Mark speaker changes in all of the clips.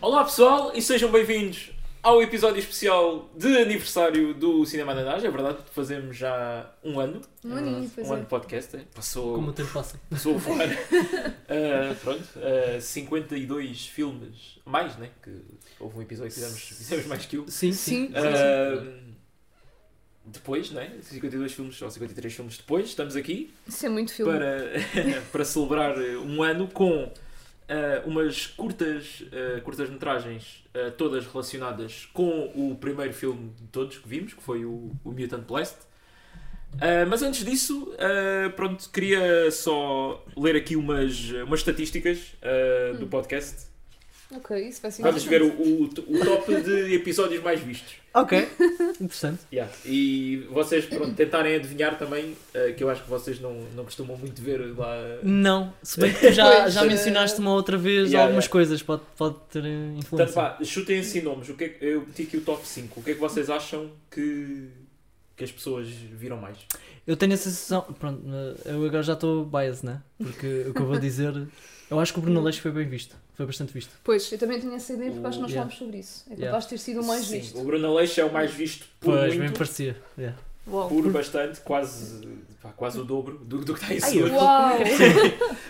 Speaker 1: Olá pessoal e sejam bem-vindos ao episódio especial de aniversário do Cinema da Nage. É verdade, fazemos já um ano.
Speaker 2: Um aninho, pois
Speaker 1: um
Speaker 2: é.
Speaker 1: ano de podcast. é. Passou,
Speaker 3: Como o tempo passa.
Speaker 1: passou a voar. Ah, pronto, ah, 52 filmes mais, né? Que houve um episódio que fizemos, fizemos mais que um.
Speaker 3: Sim,
Speaker 2: Sim.
Speaker 3: sim.
Speaker 1: Ah, depois, né? 52 filmes ou 53 filmes depois, estamos aqui
Speaker 2: Isso é muito filme.
Speaker 1: para, para celebrar eh, um ano com eh, umas curtas, eh, curtas-metragens, eh, todas relacionadas com o primeiro filme de todos que vimos, que foi o, o Mutant Blast. Eh, mas antes disso, eh, pronto, queria só ler aqui umas, umas estatísticas eh, do podcast.
Speaker 2: Ok, isso vai ser
Speaker 1: Vamos ver o, o, o top de episódios mais vistos.
Speaker 3: Ah, Ok, interessante.
Speaker 1: Yeah. E vocês pronto, tentarem adivinhar também, eh, que eu acho que vocês não, não costumam muito ver lá. eh,
Speaker 3: Não, se bem que tu já,
Speaker 2: Pois,
Speaker 3: já
Speaker 2: eh,
Speaker 3: mencionaste uma outra vez
Speaker 1: yeah,
Speaker 3: algumas
Speaker 1: yeah.
Speaker 3: coisas, pode, pode ter eh,
Speaker 1: Portanto,
Speaker 3: influência.
Speaker 1: pá, chutem assim nomes. O que é que- eu meti aqui o top 5. O que é que vocês acham que, que as pessoas viram mais?
Speaker 3: Eu tenho a sensação. Pronto, eh, eu agora já estou biased, né? Porque o que eu vou dizer. Eu acho que o Bruno Leixo foi bem visto. Foi bastante visto.
Speaker 2: Pois, eu também tinha essa ideia porque acho que nós
Speaker 3: Yeah.
Speaker 2: falámos sobre isso. É capaz
Speaker 3: Yeah.
Speaker 2: de ter sido o mais
Speaker 1: Sim,
Speaker 2: visto.
Speaker 1: O Bruno Aleixo é o mais visto por
Speaker 3: pois, bem
Speaker 1: muito,
Speaker 3: parecia. Yeah.
Speaker 2: Uau!
Speaker 1: por bastante, quase, pá, quase o dobro do, do que está
Speaker 3: Ai,
Speaker 1: esse
Speaker 3: eu-
Speaker 1: hoje.
Speaker 2: Uau!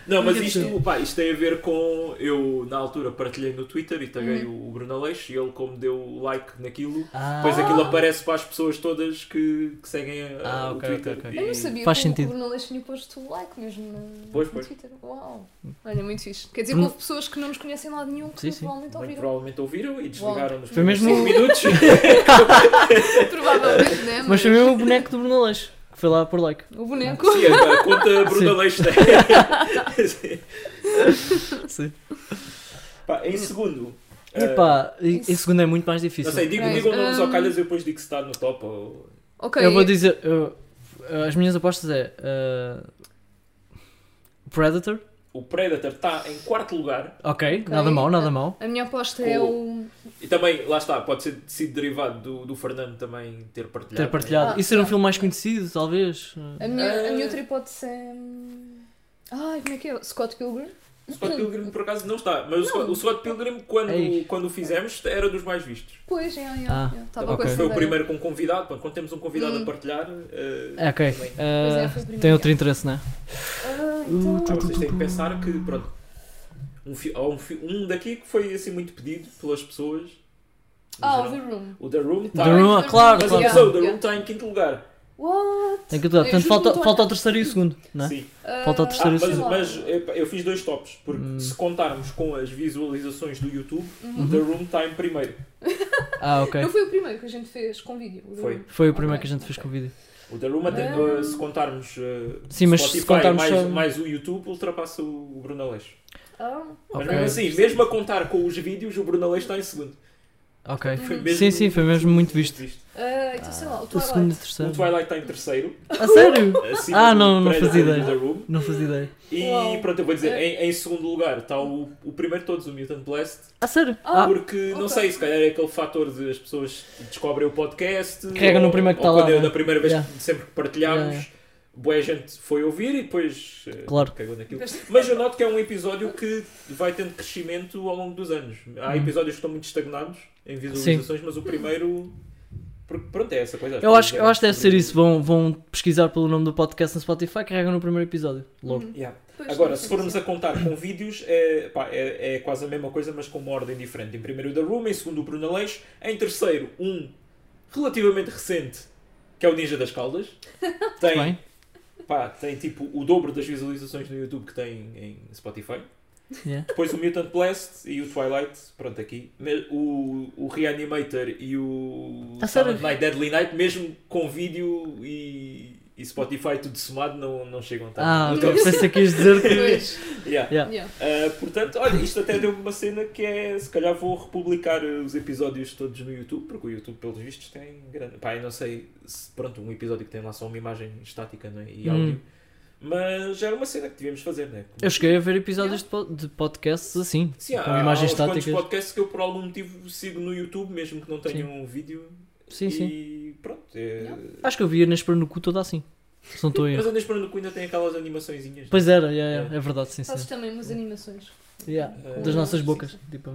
Speaker 1: Não, mas
Speaker 3: Nunca
Speaker 1: isto,
Speaker 3: percebi.
Speaker 1: pá, isto tem a ver com. Eu, na altura, partilhei no Twitter e taguei
Speaker 2: Uhum.
Speaker 1: o Bruno Aleixo e ele, como deu like naquilo.
Speaker 3: Ah,
Speaker 1: Depois aquilo aparece para as pessoas todas que, que seguem uh,
Speaker 3: Ah,
Speaker 1: o
Speaker 3: ok,
Speaker 1: Twitter.
Speaker 3: ok,
Speaker 1: E-
Speaker 2: Eu não sabia
Speaker 3: Faz
Speaker 2: que o-
Speaker 3: sentido.
Speaker 2: o Bruno Leixo tinha posto o like mesmo no,
Speaker 1: Pois,
Speaker 2: no
Speaker 1: pois.
Speaker 2: Twitter. Uau! Olha, muito fixe. Quer dizer que
Speaker 3: Bruno-
Speaker 2: houve pessoas que não nos conhecem lá de nenhum que
Speaker 3: Hum. Sim, sim.
Speaker 2: provavelmente
Speaker 1: Muito
Speaker 2: ouviram.
Speaker 1: provavelmente ouviram e desligaram nos
Speaker 3: Foi mesmo-
Speaker 1: cinco minutos.
Speaker 2: provavelmente, né?
Speaker 3: Mas foi mesmo o boneco do Bruno Leixo, que foi lá por like.
Speaker 2: O boneco.
Speaker 1: Sim, é. a conta Bruna Leixo tem.
Speaker 3: Sim.
Speaker 1: Pá, em segundo. eh,
Speaker 3: Epá, e
Speaker 2: Isso.
Speaker 3: em segundo é muito mais difícil.
Speaker 1: não sei, digo,
Speaker 2: Right.
Speaker 1: digam nomes ao
Speaker 2: Um,
Speaker 1: calhas e depois digo se está no top ou.
Speaker 2: Ok.
Speaker 3: Eu vou dizer. eu- as minhas apostas é. eh, Predator.
Speaker 1: O Predator está em quarto lugar
Speaker 3: Ok, nada mal, nada mal.
Speaker 2: A minha aposta é o.
Speaker 1: e também, lá está, pode ser sido derivado do, do Fernando também ter partilhado. né?
Speaker 3: Ter partilhado.
Speaker 2: Ah,
Speaker 3: e ser um
Speaker 2: ah.
Speaker 3: filme mais conhecido, talvez.
Speaker 2: A minha, a
Speaker 1: Ah.
Speaker 2: minha outra hipótese é. hum, Ai, como é que é? Scott Pilgrim?
Speaker 1: O Scott Pilgrim por acaso não está, mas o Scott, o Scott Pilgrim quando,
Speaker 3: Ei.
Speaker 1: quando o fizemos era dos mais vistos.
Speaker 2: Pois, é, é, é.
Speaker 3: Ah,
Speaker 2: Estava
Speaker 3: ok.
Speaker 2: com essa
Speaker 1: Foi o
Speaker 2: ideia.
Speaker 1: primeiro com convidado, pronto, quando temos um convidado
Speaker 2: Hum.
Speaker 1: a partilhar. eh,
Speaker 3: É, ok.
Speaker 1: também.
Speaker 3: Eh,
Speaker 2: Pois é, foi o primeiro.
Speaker 3: tem outro interesse, né?
Speaker 2: Ah,
Speaker 1: Pá,
Speaker 2: então.
Speaker 1: vocês têm que pensar que, pronto, um, fi- há um, fi- um daqui que foi assim muito pedido pelas pessoas. no
Speaker 2: Ah, o
Speaker 1: geral.
Speaker 2: The Room.
Speaker 1: o The Room está.
Speaker 3: The Room, ah, claro,
Speaker 1: Mas
Speaker 3: claro.
Speaker 1: atenção, o The
Speaker 2: Yeah.
Speaker 1: Room está em quinto lugar.
Speaker 2: What?
Speaker 3: Tem que atuar.
Speaker 2: Eu
Speaker 3: Portanto,
Speaker 2: juro
Speaker 3: falta,
Speaker 2: que não
Speaker 3: falta o
Speaker 2: estou
Speaker 3: terceiro e o segundo, né?
Speaker 1: Sim.
Speaker 3: Falta o
Speaker 1: Ah,
Speaker 2: Ah,
Speaker 3: terceiro
Speaker 1: mas,
Speaker 2: sei lá.
Speaker 1: mas, epá, eu fiz dois tops, porque
Speaker 3: Hum.
Speaker 1: se contarmos com as visualizações do YouTube,
Speaker 2: Uhum.
Speaker 1: o The Room está em primeiro.
Speaker 3: Ah, ok.
Speaker 2: Não foi o primeiro que a gente fez com vídeo. o The
Speaker 1: Foi.
Speaker 2: Room.
Speaker 3: Foi o primeiro que a gente fez com o vídeo.
Speaker 1: O The Room, até,
Speaker 2: Ah.
Speaker 1: eh, se contarmos eh,
Speaker 3: Sim, mas se
Speaker 1: Spotify
Speaker 3: contarmos
Speaker 1: mais,
Speaker 3: só-
Speaker 1: mais o YouTube, ultrapassa o o Bruno Aleixo.
Speaker 2: Ah,
Speaker 1: Mas
Speaker 3: Ok.
Speaker 1: mesmo assim, mesmo a contar com os vídeos, o Bruno Aleixo está em segundo.
Speaker 3: Ok.
Speaker 1: Foi
Speaker 2: Uhum.
Speaker 1: mesmo
Speaker 3: Sim, sim, foi mesmo muito visto.
Speaker 2: ah, então sei lá, o
Speaker 3: O segundo e o
Speaker 2: Twilight.
Speaker 1: O
Speaker 3: terceiro.
Speaker 1: Twilight está em terceiro.
Speaker 3: A sério?
Speaker 1: acima
Speaker 3: Ah,
Speaker 1: do
Speaker 3: não, não fazia
Speaker 1: Predator e
Speaker 3: ideia.
Speaker 1: The Room.
Speaker 3: Não fazia ideia.
Speaker 1: E
Speaker 2: Uau. É.
Speaker 1: pronto, eu vou dizer, em, em segundo lugar está o, o primeiro de todos, o Mutant Blast,
Speaker 3: A sério?
Speaker 2: Ah.
Speaker 3: Ah,
Speaker 1: porque não
Speaker 2: ok.
Speaker 1: sei, se calhar é aquele fator de as pessoas descobrem o podcast,
Speaker 3: Carregam
Speaker 1: ou-
Speaker 3: no primeiro que
Speaker 1: ou
Speaker 3: está lá,
Speaker 1: quando eu-
Speaker 3: né?
Speaker 1: da primeira vez
Speaker 3: Yeah.
Speaker 1: que sempre que partilhámos,
Speaker 3: Yeah,
Speaker 1: boa gente foi ouvir e depois eh,
Speaker 3: Claro.
Speaker 1: cagou naquilo. Mas eu noto que é um episódio que vai tendo crescimento ao longo dos anos. Há
Speaker 3: Hum.
Speaker 1: episódios que estão muito estagnados em visualizações, mas o primeiro. porque, Pronto, é essa coisa. as
Speaker 3: eu acho,
Speaker 1: pessoas
Speaker 3: eu acho que deve ser
Speaker 1: sobre-
Speaker 3: isso. Vão, vão pesquisar pelo nome do podcast no Spotify, carregam no primeiro episódio. Logo.
Speaker 2: Uhum.
Speaker 1: Yeah.
Speaker 2: Pois,
Speaker 1: Agora,
Speaker 2: não
Speaker 1: se
Speaker 2: sei
Speaker 1: formos a
Speaker 2: dizer.
Speaker 1: contar com vídeos, é, pá, é, é quase a mesma coisa, mas com uma ordem diferente. Em primeiro, o The Room, em segundo, o Bruno Aleixo, em terceiro, um relativamente recente, que é o Ninja das Caldas. Tem,
Speaker 3: Bem?
Speaker 1: pá, tem tipo o dobro das visualizações no YouTube que tem em Spotify.
Speaker 3: Yeah.
Speaker 1: Depois o Mutant Blast e o Twilight, pronto, aqui. Me- O, o Reanimator e o
Speaker 3: A sério?
Speaker 1: Silent Night, Deadly Night, mesmo com vídeo e, e Spotify tudo somado, não, não chegam tanto.
Speaker 3: Ah,
Speaker 1: No
Speaker 3: ok.
Speaker 1: top.
Speaker 3: Pensei que ias dizer que.
Speaker 2: Pois,
Speaker 1: Yeah.
Speaker 3: Yeah.
Speaker 2: yeah.
Speaker 1: Uh, portanto, olha, isto até deu-me uma cena que é, se calhar vou republicar uh, os episódios todos no YouTube, porque o YouTube, pelos vistos, tem grande... Pá, eu não sei se, pronto, um episódio que tem lá só uma imagem estática não é? e
Speaker 3: Hum.
Speaker 1: áudio, mas já era uma cena que devíamos fazer, não é? Como-
Speaker 3: Eu cheguei a ver episódios de po- de podcasts assim,
Speaker 1: Sim, há,
Speaker 3: com
Speaker 1: há
Speaker 3: imagens
Speaker 1: uns quantos
Speaker 3: estáticas.
Speaker 1: podcasts que eu, por algum motivo, sigo no YouTube, mesmo que não tenham um vídeo,
Speaker 3: Sim,
Speaker 1: e
Speaker 3: sim.
Speaker 1: pronto, é...
Speaker 3: Acho que eu vi a Nesper no cu toda assim. Se não estou a
Speaker 1: Mas
Speaker 3: erro.
Speaker 1: a Nesperando ainda tem aquelas animações
Speaker 3: Pois era, yeah, yeah, é verdade, sim,
Speaker 2: Fazes
Speaker 3: sim.
Speaker 2: também umas animações.
Speaker 3: Yeah,
Speaker 1: Eh,
Speaker 3: das nossas bocas. Tipo,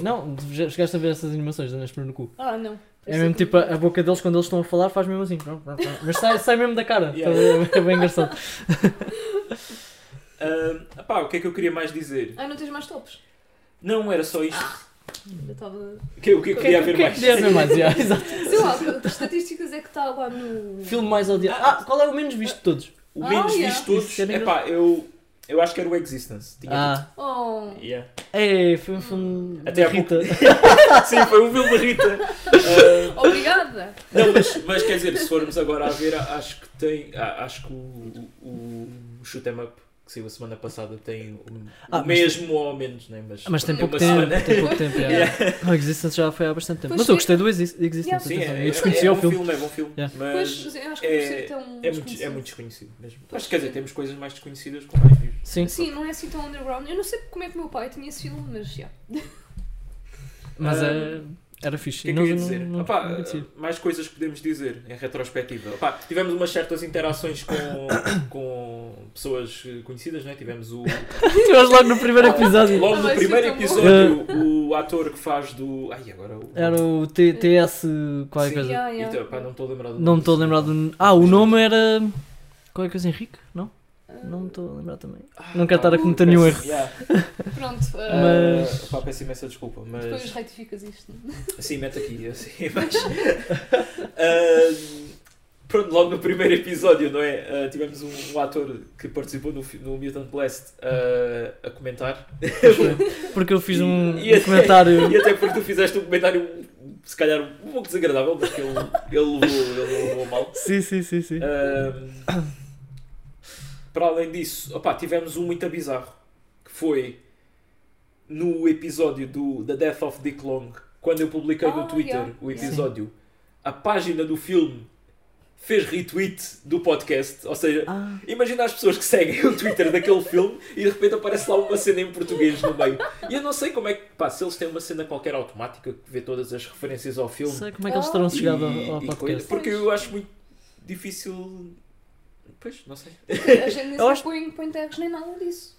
Speaker 3: não, já chegaste a ver essas animações da Nesper no cu.
Speaker 2: Ah, não.
Speaker 3: É mesmo tipo a, a boca deles quando eles estão a falar faz mesmo assim. Mas sai, sai mesmo da cara.
Speaker 1: Yeah.
Speaker 3: É bem engraçado.
Speaker 1: Ah, pá, o que é que eu queria mais dizer?
Speaker 2: Ah, não tens mais tops?
Speaker 1: Não, era só isto.
Speaker 2: Eu estava.
Speaker 1: Que- o que eu queria ver
Speaker 3: Ah. O que é
Speaker 1: mais?
Speaker 3: que queria ver mais? Yeah, exato.
Speaker 2: Sei lá, que estatísticas é que está lá no.
Speaker 3: Filme mais odiado. Ah, qual é o menos visto de todos?
Speaker 1: O
Speaker 2: Ah,
Speaker 1: menos
Speaker 2: yeah.
Speaker 1: visto de todos,
Speaker 3: Isso era
Speaker 1: é pá, eu, eu acho que era o Existence. Tinha
Speaker 3: Ah,
Speaker 2: Oh.
Speaker 1: tudo. Yeah.
Speaker 3: é, foi um filme
Speaker 1: Até
Speaker 3: da
Speaker 1: há pouco-
Speaker 3: Rita.
Speaker 1: Sim, foi o filme da Rita. Ah,
Speaker 2: Obrigada!
Speaker 1: não, mas, mas quer dizer, se formos agora a ver, a- acho que tem. a- acho que o, o, o Shoot 'em Up, que saiu a semana passada, tem o, o
Speaker 3: Ah, mas-
Speaker 1: mesmo ou ao menos, né? mas,
Speaker 3: Mas tem pouco
Speaker 1: uma
Speaker 3: tempo,
Speaker 1: semana.
Speaker 3: tem pouco tempo. Yeah.
Speaker 1: Yeah.
Speaker 3: O Existence já foi há bastante tempo.
Speaker 2: Pois
Speaker 3: Mas eu
Speaker 2: sim.
Speaker 3: gostei do Exi- Existence.
Speaker 2: Yeah.
Speaker 1: Sim, é,
Speaker 3: atenção.
Speaker 1: é,
Speaker 3: eu desconhecia
Speaker 1: é
Speaker 3: o
Speaker 1: bom
Speaker 3: filme.
Speaker 1: é bom filme.
Speaker 3: Yeah.
Speaker 1: Mas
Speaker 2: Pois, eu acho que por
Speaker 1: é,
Speaker 2: ser tão.
Speaker 1: é, muito, é
Speaker 2: desconhecido.
Speaker 1: muito desconhecido mesmo.
Speaker 2: Pois
Speaker 1: Mas quer dizer,
Speaker 2: sim.
Speaker 1: temos coisas mais desconhecidas com mais views.
Speaker 3: Sim,
Speaker 2: Sim, não é assim tão underground. Eu não sei como é que meu pai tinha esse filme, mas já.
Speaker 3: mas
Speaker 1: Ah,
Speaker 3: é- era fixe.
Speaker 1: O que é que
Speaker 3: Não-
Speaker 1: eu ia
Speaker 3: não-
Speaker 1: dizer?
Speaker 3: não-
Speaker 1: Opá,
Speaker 3: não conhecia.
Speaker 1: mais coisas que podemos dizer em retrospectiva. Opá, tivemos umas certas interações com, com pessoas conhecidas, né? tivemos o.
Speaker 3: Estivemos logo no primeiro episódio.
Speaker 1: Logo
Speaker 2: Ah,
Speaker 1: no
Speaker 2: vai ser
Speaker 1: primeiro
Speaker 2: tão bom.
Speaker 1: episódio, o ator que faz do. Ai, agora o.
Speaker 3: Era o TTS qualquer
Speaker 1: Sim.
Speaker 3: coisa.
Speaker 2: Yeah, yeah.
Speaker 1: Então, pá, não me estou a lembrar do
Speaker 3: Não me estou a lembrar do. Ah, o nome era. Qual é coisa Henrique? Não?
Speaker 2: Ah,
Speaker 3: Não me estou a lembrar também.
Speaker 1: Ah,
Speaker 3: Não quero
Speaker 1: pá,
Speaker 3: estar a cometer nenhum erro.
Speaker 1: Yeah.
Speaker 2: Pronto, ah,
Speaker 1: Mas.
Speaker 3: Mas-
Speaker 1: Pá, peço imensa desculpa,
Speaker 2: depois
Speaker 1: mas.
Speaker 2: retificas isto.
Speaker 1: Assim, mete aqui, assim, mas. Ah, Pronto, logo no primeiro episódio, não é? Ah, tivemos um, um ator que participou no, fi- no Mutant Blast ah, a comentar.
Speaker 3: Porque eu fiz um,
Speaker 1: E- e-
Speaker 3: um comentário.
Speaker 1: E até porque tu fizeste um comentário, se calhar, um pouco desagradável, mas que ele, ele, levou, ele levou a mal.
Speaker 3: Sim, sim, sim, sim.
Speaker 1: Ahm, para além disso, opá, tivemos um muito bizarro que foi no episódio do The Death of Dick Long, quando eu publiquei no
Speaker 2: Ah,
Speaker 1: Twitter
Speaker 2: yeah.
Speaker 1: o episódio, a página do filme fez retweet do podcast, ou seja,
Speaker 3: Ah,
Speaker 1: Imagina as pessoas que seguem o Twitter daquele filme e de repente aparece lá uma cena em português no meio. E eu não sei como é que. Pá, se eles têm uma cena qualquer automática que vê todas as referências ao filme.
Speaker 3: sei como é que eles terão
Speaker 2: Ah.
Speaker 3: chegado
Speaker 1: e-
Speaker 3: ao, ao
Speaker 1: e coisa-
Speaker 3: podcast.
Speaker 1: porque eu acho muito difícil. Pois, não sei.
Speaker 2: A gente nem
Speaker 3: Eu
Speaker 2: sequer
Speaker 3: acho-
Speaker 2: põe, põe tags nem nada disso.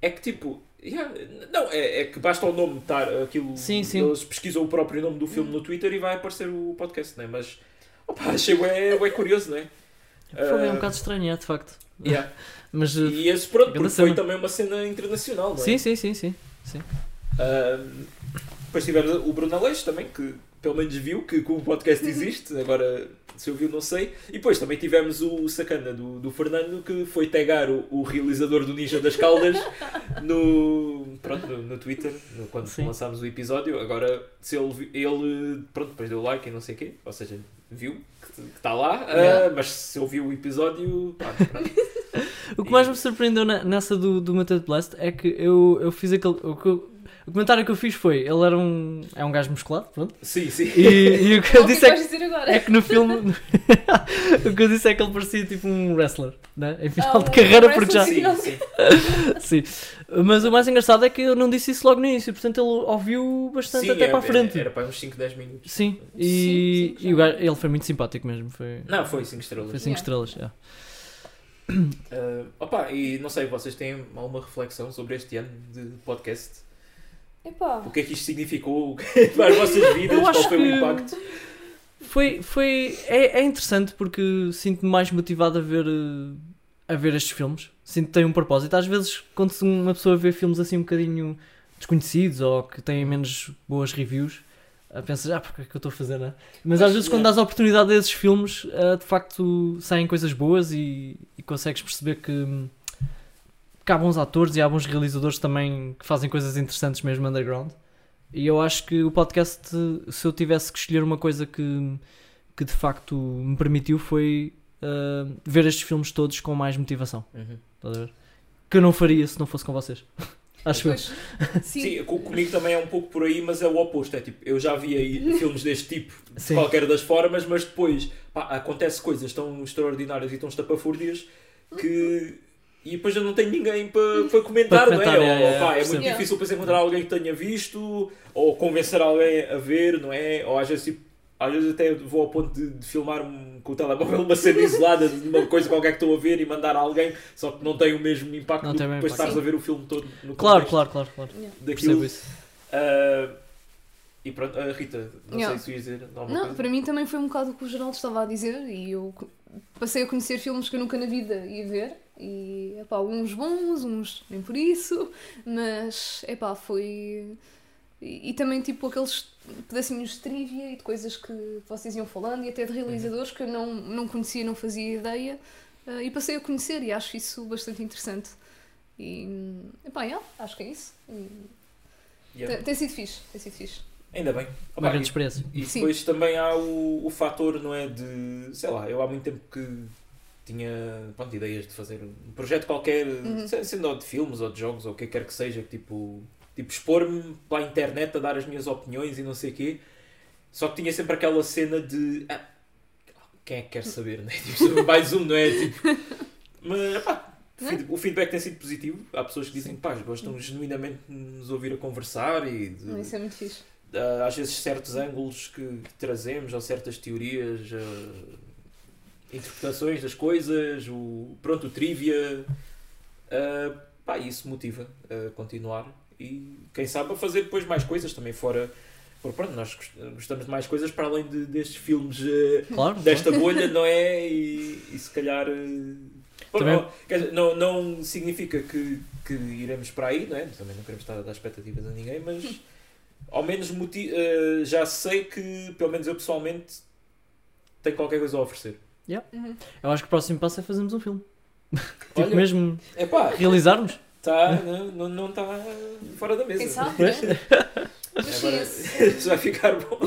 Speaker 1: É que tipo. yeah, não, é, é que basta o nome estar aquilo.
Speaker 3: Sim, sim.
Speaker 1: Eles pesquisam o próprio nome do filme no Twitter e vai aparecer o podcast, né? Mas. Opa, achei é, é curioso, né?
Speaker 3: Foi um
Speaker 1: Ah,
Speaker 3: bocado estranho, é, de facto.
Speaker 1: yeah.
Speaker 3: Mas. uh,
Speaker 1: E esse pronto, porque
Speaker 3: Grande
Speaker 1: foi
Speaker 3: cena.
Speaker 1: também uma cena internacional, não é?
Speaker 3: Sim, sim, sim, sim.
Speaker 1: Ahm, depois tivemos o Bruno Aleixo também, que pelo menos viu que, que o podcast existe, agora se ouviu não sei. E depois também tivemos o sacana do, do Fernando, que foi tagar o, o realizador do Ninja das Caldas no, pronto, no, no Twitter, no- quando
Speaker 3: Sim.
Speaker 1: lançámos o episódio. Agora, se ele, vi- ele pronto, depois deu like e não sei o quê, ou seja, viu que está lá, ah,
Speaker 3: Yeah.
Speaker 1: mas se ouviu o episódio, pá, pronto.
Speaker 3: O que
Speaker 1: E-
Speaker 3: mais me surpreendeu na- nessa do, do Matheus Blast é que eu, eu fiz aquele. O, que eu- o comentário que eu fiz foi: ele era um. É um gajo musculado, pronto.
Speaker 1: sim, sim.
Speaker 3: E, e o que eu
Speaker 2: o que é
Speaker 3: disse
Speaker 2: que
Speaker 3: é
Speaker 2: vais
Speaker 3: que.
Speaker 2: dizer agora?
Speaker 3: É que no filme. o que eu disse é que ele parecia tipo um wrestler, né? Em final
Speaker 2: Ah,
Speaker 3: de
Speaker 2: um
Speaker 3: carreira, porque já.
Speaker 2: wrestler,
Speaker 1: Sim, sim.
Speaker 3: Sim. Mas o mais engraçado é que eu não disse isso logo no início, portanto ele ouviu bastante
Speaker 1: Sim,
Speaker 3: até
Speaker 1: é-
Speaker 3: para a frente.
Speaker 1: Era para uns 5, 10 minutos.
Speaker 3: Sim,
Speaker 2: Sim,
Speaker 3: e,
Speaker 2: sim, é.
Speaker 3: e o
Speaker 2: já.
Speaker 3: gajo- ele foi muito simpático mesmo. Foi 5
Speaker 1: Não, foi 5 estrelas.
Speaker 3: foi
Speaker 2: Yeah.
Speaker 3: cinco estrelas. é. yeah.
Speaker 1: Ah, opa, e não sei, vocês têm alguma reflexão sobre este ano de podcast?
Speaker 2: Epá.
Speaker 1: O que é que é isto significou para as vossas vidas?
Speaker 3: Eu
Speaker 1: Qual
Speaker 3: acho
Speaker 1: foi o
Speaker 3: que-
Speaker 1: impacto?
Speaker 3: Foi, foi é, é interessante porque sinto-me mais motivado a ver eh, a ver estes filmes. Sinto que tem um propósito. Às vezes, quando se uma pessoa vê filmes assim um bocadinho desconhecidos ou que têm menos boas reviews, eh, pensas, ah, porque é que eu estou a fazer, né? Mas às
Speaker 1: Pois,
Speaker 3: vezes,
Speaker 1: é.
Speaker 3: quando dás a oportunidade a esses filmes, eh, de facto saem coisas boas e, e consegues perceber que, hum, que há bons atores e há bons realizadores também que fazem coisas interessantes mesmo underground. E eu acho que o podcast, se eu tivesse que escolher uma coisa que, que de facto me permitiu, foi ah, ver estes filmes todos com mais motivação.
Speaker 1: Uhum.
Speaker 3: Estás a ver? Que eu não faria se não fosse com vocês. acho eu.
Speaker 2: Pois, sim.
Speaker 1: Sim, co- comigo também é um pouco por aí, mas é o oposto. É tipo, eu já vi aí filmes deste tipo, de
Speaker 3: Sim.
Speaker 1: qualquer das formas, mas depois pá, acontece coisas tão extraordinárias e tão estapafúrdias que. E depois eu não tenho ninguém para comentar,
Speaker 3: Para
Speaker 1: não
Speaker 3: comentar,
Speaker 1: é?
Speaker 3: é,
Speaker 1: Ou,
Speaker 3: é,
Speaker 1: pá, é
Speaker 3: percebo.
Speaker 1: muito
Speaker 2: Yeah.
Speaker 1: difícil depois encontrar alguém que tenha visto, ou convencer alguém a ver, não é? Ou às vezes tipo, Às vezes até vou ao ponto de, de filmar um- com o telemóvel uma cena isolada de uma coisa qualquer que estou a ver e mandar a alguém, só que não tem o mesmo impacto
Speaker 3: Não
Speaker 1: do que
Speaker 3: tem o mesmo
Speaker 1: depois
Speaker 2: impacto.
Speaker 1: estares a ver o filme todo no
Speaker 3: Claro,
Speaker 1: contexto
Speaker 3: claro, claro, claro.
Speaker 2: Yeah.
Speaker 1: daquilo.
Speaker 3: Percebo isso.
Speaker 1: Ah, e pronto, ah, Rita, não sei
Speaker 2: Yeah.
Speaker 1: se tu ias dizer alguma
Speaker 2: Não,
Speaker 1: coisa.
Speaker 2: para mim também foi um bocado o que o Geraldo estava a dizer e eu co- passei a conhecer filmes que eu nunca na vida ia ver e, epá, uns bons, uns nem por isso, mas, epá, foi... E, e também, tipo, aqueles pedacinhos de trivia e de coisas que vocês iam falando e até de realizadores
Speaker 1: Uhum.
Speaker 2: que eu não, não conhecia, não fazia ideia eh, e passei a conhecer e acho isso bastante interessante. E, epá, yeah, acho que é isso. E,
Speaker 1: Yeah.
Speaker 2: tem, tem sido fixe, tem sido fixe.
Speaker 1: Ainda bem.
Speaker 3: Uma
Speaker 1: Opa,
Speaker 3: grande experiência.
Speaker 1: E
Speaker 2: Sim.
Speaker 1: depois também há o, o fator, não é? De sei lá, eu há muito tempo que tinha pronto, ideias de fazer um projeto qualquer,
Speaker 2: Uhum.
Speaker 1: se- sendo ou de filmes ou de jogos ou o que quer que seja, tipo, tipo expor-me para a internet a dar as minhas opiniões e não sei o quê. Só que tinha sempre aquela cena de ah, quem é que quer saber, né? Tipo, mais um, não é? Tipo, mas epá, feed- o feedback tem sido positivo. Há pessoas que dizem, pá, gostam genuinamente de nos ouvir a conversar e de,
Speaker 2: Isso é muito fixe.
Speaker 1: ah, às vezes certos ângulos que trazemos ou certas teorias ah, interpretações das coisas o pronto o trivia ah, pá, isso motiva a continuar e quem sabe a fazer depois mais coisas também fora porque pronto nós gost- gostamos de mais coisas para além de- destes filmes ah,
Speaker 3: Claro.
Speaker 1: desta bolha não é e, e se calhar ah, pô,
Speaker 3: Também-
Speaker 1: não, quer dizer, não, não significa que, que iremos para aí não é também não queremos estar a dar expectativas a ninguém mas ao menos moti- eh, já sei que, pelo menos eu pessoalmente, tenho qualquer coisa a oferecer.
Speaker 2: Uhum.
Speaker 3: Eu acho que o próximo passo é fazermos um filme. tipo,
Speaker 1: Olha.
Speaker 3: mesmo
Speaker 1: Epá,
Speaker 3: realizarmos.
Speaker 1: tá, não- não está fora da mesa.
Speaker 2: Quem sabe?
Speaker 3: Pois.
Speaker 2: né?
Speaker 3: É
Speaker 2: Mas sim,
Speaker 1: Agora,
Speaker 2: esse-
Speaker 1: isso vai ficar bom.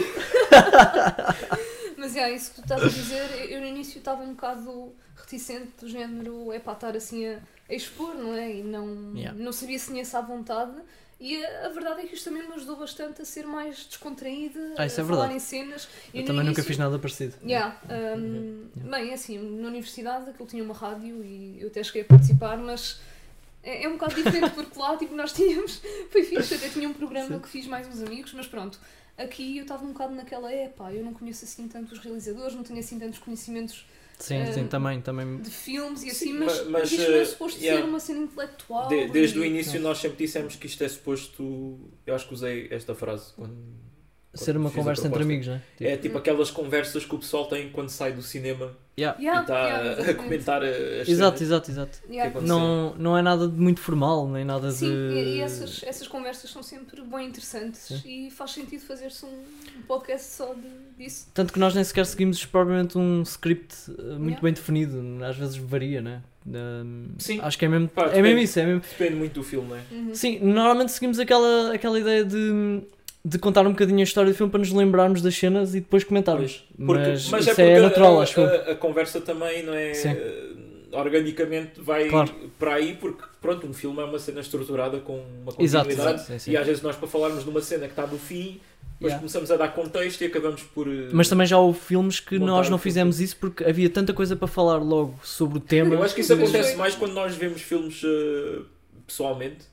Speaker 2: mas é isso que tu estás a dizer. Eu no início estava um bocado reticente do género é para estar assim a, a expor, não é? E não,
Speaker 3: Yeah.
Speaker 2: não sabia se tinha essa à vontade. E a, a verdade é que isto também me ajudou bastante a ser mais descontraída,
Speaker 3: Ah, isso
Speaker 2: a
Speaker 3: é
Speaker 2: falar
Speaker 3: verdade.
Speaker 2: em cenas.
Speaker 3: Eu,
Speaker 2: no
Speaker 3: também nunca
Speaker 2: início-
Speaker 3: fiz nada parecido.
Speaker 2: Yeah,
Speaker 1: Uhum.
Speaker 2: um,
Speaker 3: Yeah.
Speaker 2: Bem, assim, na universidade aquilo tinha uma rádio e eu até cheguei a participar, mas é, é um bocado diferente porque lá tipo, nós tínhamos, foi fixe, até tinha um programa
Speaker 3: Sim.
Speaker 2: que fiz mais uns amigos, mas pronto, aqui eu estava um bocado naquela epá, eu não conheço assim tanto os realizadores, não tenho assim tantos conhecimentos
Speaker 3: Sim,
Speaker 2: Eh,
Speaker 3: sim, também, também.
Speaker 2: de filmes e assim,
Speaker 1: Sim,
Speaker 2: mas,
Speaker 1: ma- mas,
Speaker 2: isto não é
Speaker 1: eh,
Speaker 2: suposto
Speaker 1: yeah.
Speaker 2: ser uma cena intelectual.
Speaker 1: De- desde o
Speaker 2: e-
Speaker 1: início nós sempre dissemos que isto é suposto. Eu acho que usei esta frase quando.
Speaker 3: Ser uma
Speaker 1: fiz a
Speaker 3: conversa entre
Speaker 1: proposta.
Speaker 3: amigos, né? Tipo,
Speaker 1: É tipo aquelas conversas que o pessoal tem quando sai do cinema
Speaker 3: yeah.
Speaker 1: e
Speaker 2: Yeah,
Speaker 1: está
Speaker 2: yeah,
Speaker 1: tá a
Speaker 2: exatamente.
Speaker 1: comentar as
Speaker 3: Exato,
Speaker 1: cenas.
Speaker 3: exato, exato.
Speaker 2: Yeah.
Speaker 1: Que é Pode
Speaker 3: Não, não é nada de muito formal, nem nada
Speaker 2: Sim,
Speaker 3: de.
Speaker 2: e, e
Speaker 1: eh,
Speaker 2: essas, essas conversas são sempre bem interessantes
Speaker 3: Sim.
Speaker 2: e faz sentido fazer-se um um podcast só de- disso.
Speaker 3: Tanto que nós nem sequer seguimos propriamente um script eh, muito
Speaker 2: Yeah.
Speaker 3: bem definido, às vezes varia, né? Ahm,
Speaker 1: Sim.
Speaker 3: Acho que é mesmo,
Speaker 1: Pá,
Speaker 3: é mesmo
Speaker 1: depende.
Speaker 3: isso, é mesmo.
Speaker 1: Depende muito do filme, não é?
Speaker 2: Uhum.
Speaker 3: Sim, normalmente seguimos aquela, aquela ideia de, de contar um bocadinho a história do filme para nos lembrarmos das cenas e depois comentarmos.
Speaker 1: Porque-
Speaker 3: mas, isso é,
Speaker 1: porque
Speaker 3: natural,
Speaker 1: a,
Speaker 3: acho eu.
Speaker 1: a, a conversa também não é
Speaker 3: Sim.
Speaker 1: eh, organicamente vai
Speaker 3: Claro.
Speaker 1: para aí porque pronto um filme é uma cena estruturada com uma
Speaker 3: Exato,
Speaker 1: continuidade
Speaker 3: exato. Sim, sim.
Speaker 1: e às vezes nós para falarmos de uma cena que está no fim depois
Speaker 3: Yeah.
Speaker 1: começamos a dar contexto e acabamos por eh,
Speaker 3: Mas também já houve filmes que
Speaker 1: Montar
Speaker 3: nós
Speaker 1: o
Speaker 3: não
Speaker 1: filme.
Speaker 3: fizemos isso porque havia tanta coisa para falar logo sobre o tema.
Speaker 1: eu acho que isso acontece
Speaker 2: Mas-
Speaker 1: mais quando nós vemos filmes eh, pessoalmente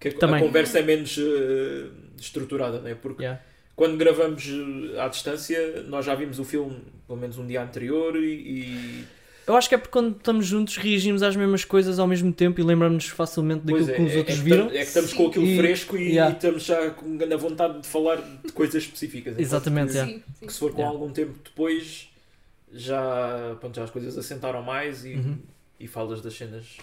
Speaker 1: que a, a
Speaker 3: Também.
Speaker 1: conversa é menos eh, estruturada não é porque
Speaker 3: Yeah.
Speaker 1: quando gravamos eh, à distância nós já vimos o filme pelo menos um dia anterior e, e
Speaker 3: Eu acho que é porque quando estamos juntos reagimos às mesmas coisas ao mesmo tempo e lembramos-nos facilmente daquilo
Speaker 1: Pois é,
Speaker 3: que os
Speaker 1: é-
Speaker 3: outros
Speaker 1: é que
Speaker 3: viram.
Speaker 1: tam- É que estamos com aquilo
Speaker 3: E-
Speaker 1: fresco e,
Speaker 3: yeah.
Speaker 1: e estamos já com grande vontade de falar de coisas específicas. Enquanto
Speaker 3: Exatamente,
Speaker 1: que-
Speaker 3: yeah.
Speaker 2: Sim, sim.
Speaker 1: Que se for com
Speaker 3: Yeah.
Speaker 1: algum tempo depois, já, pronto, já as coisas assentaram mais e,
Speaker 3: Uhum.
Speaker 1: e falas das cenas.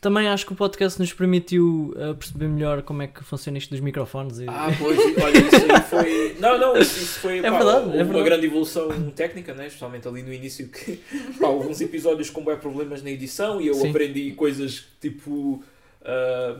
Speaker 3: Também acho que o podcast nos permitiu uh, perceber melhor como é que funciona isto dos microfones. E...
Speaker 1: Ah, pois, olha, isso aí foi. Não, não, isso, isso foi
Speaker 3: É
Speaker 1: pá,
Speaker 3: verdade, é
Speaker 1: uma
Speaker 3: verdade.
Speaker 1: grande evolução técnica, né? especialmente ali no início, que pá, houve uns episódios com bué problemas na edição e eu
Speaker 3: Sim.
Speaker 1: aprendi coisas tipo. ah,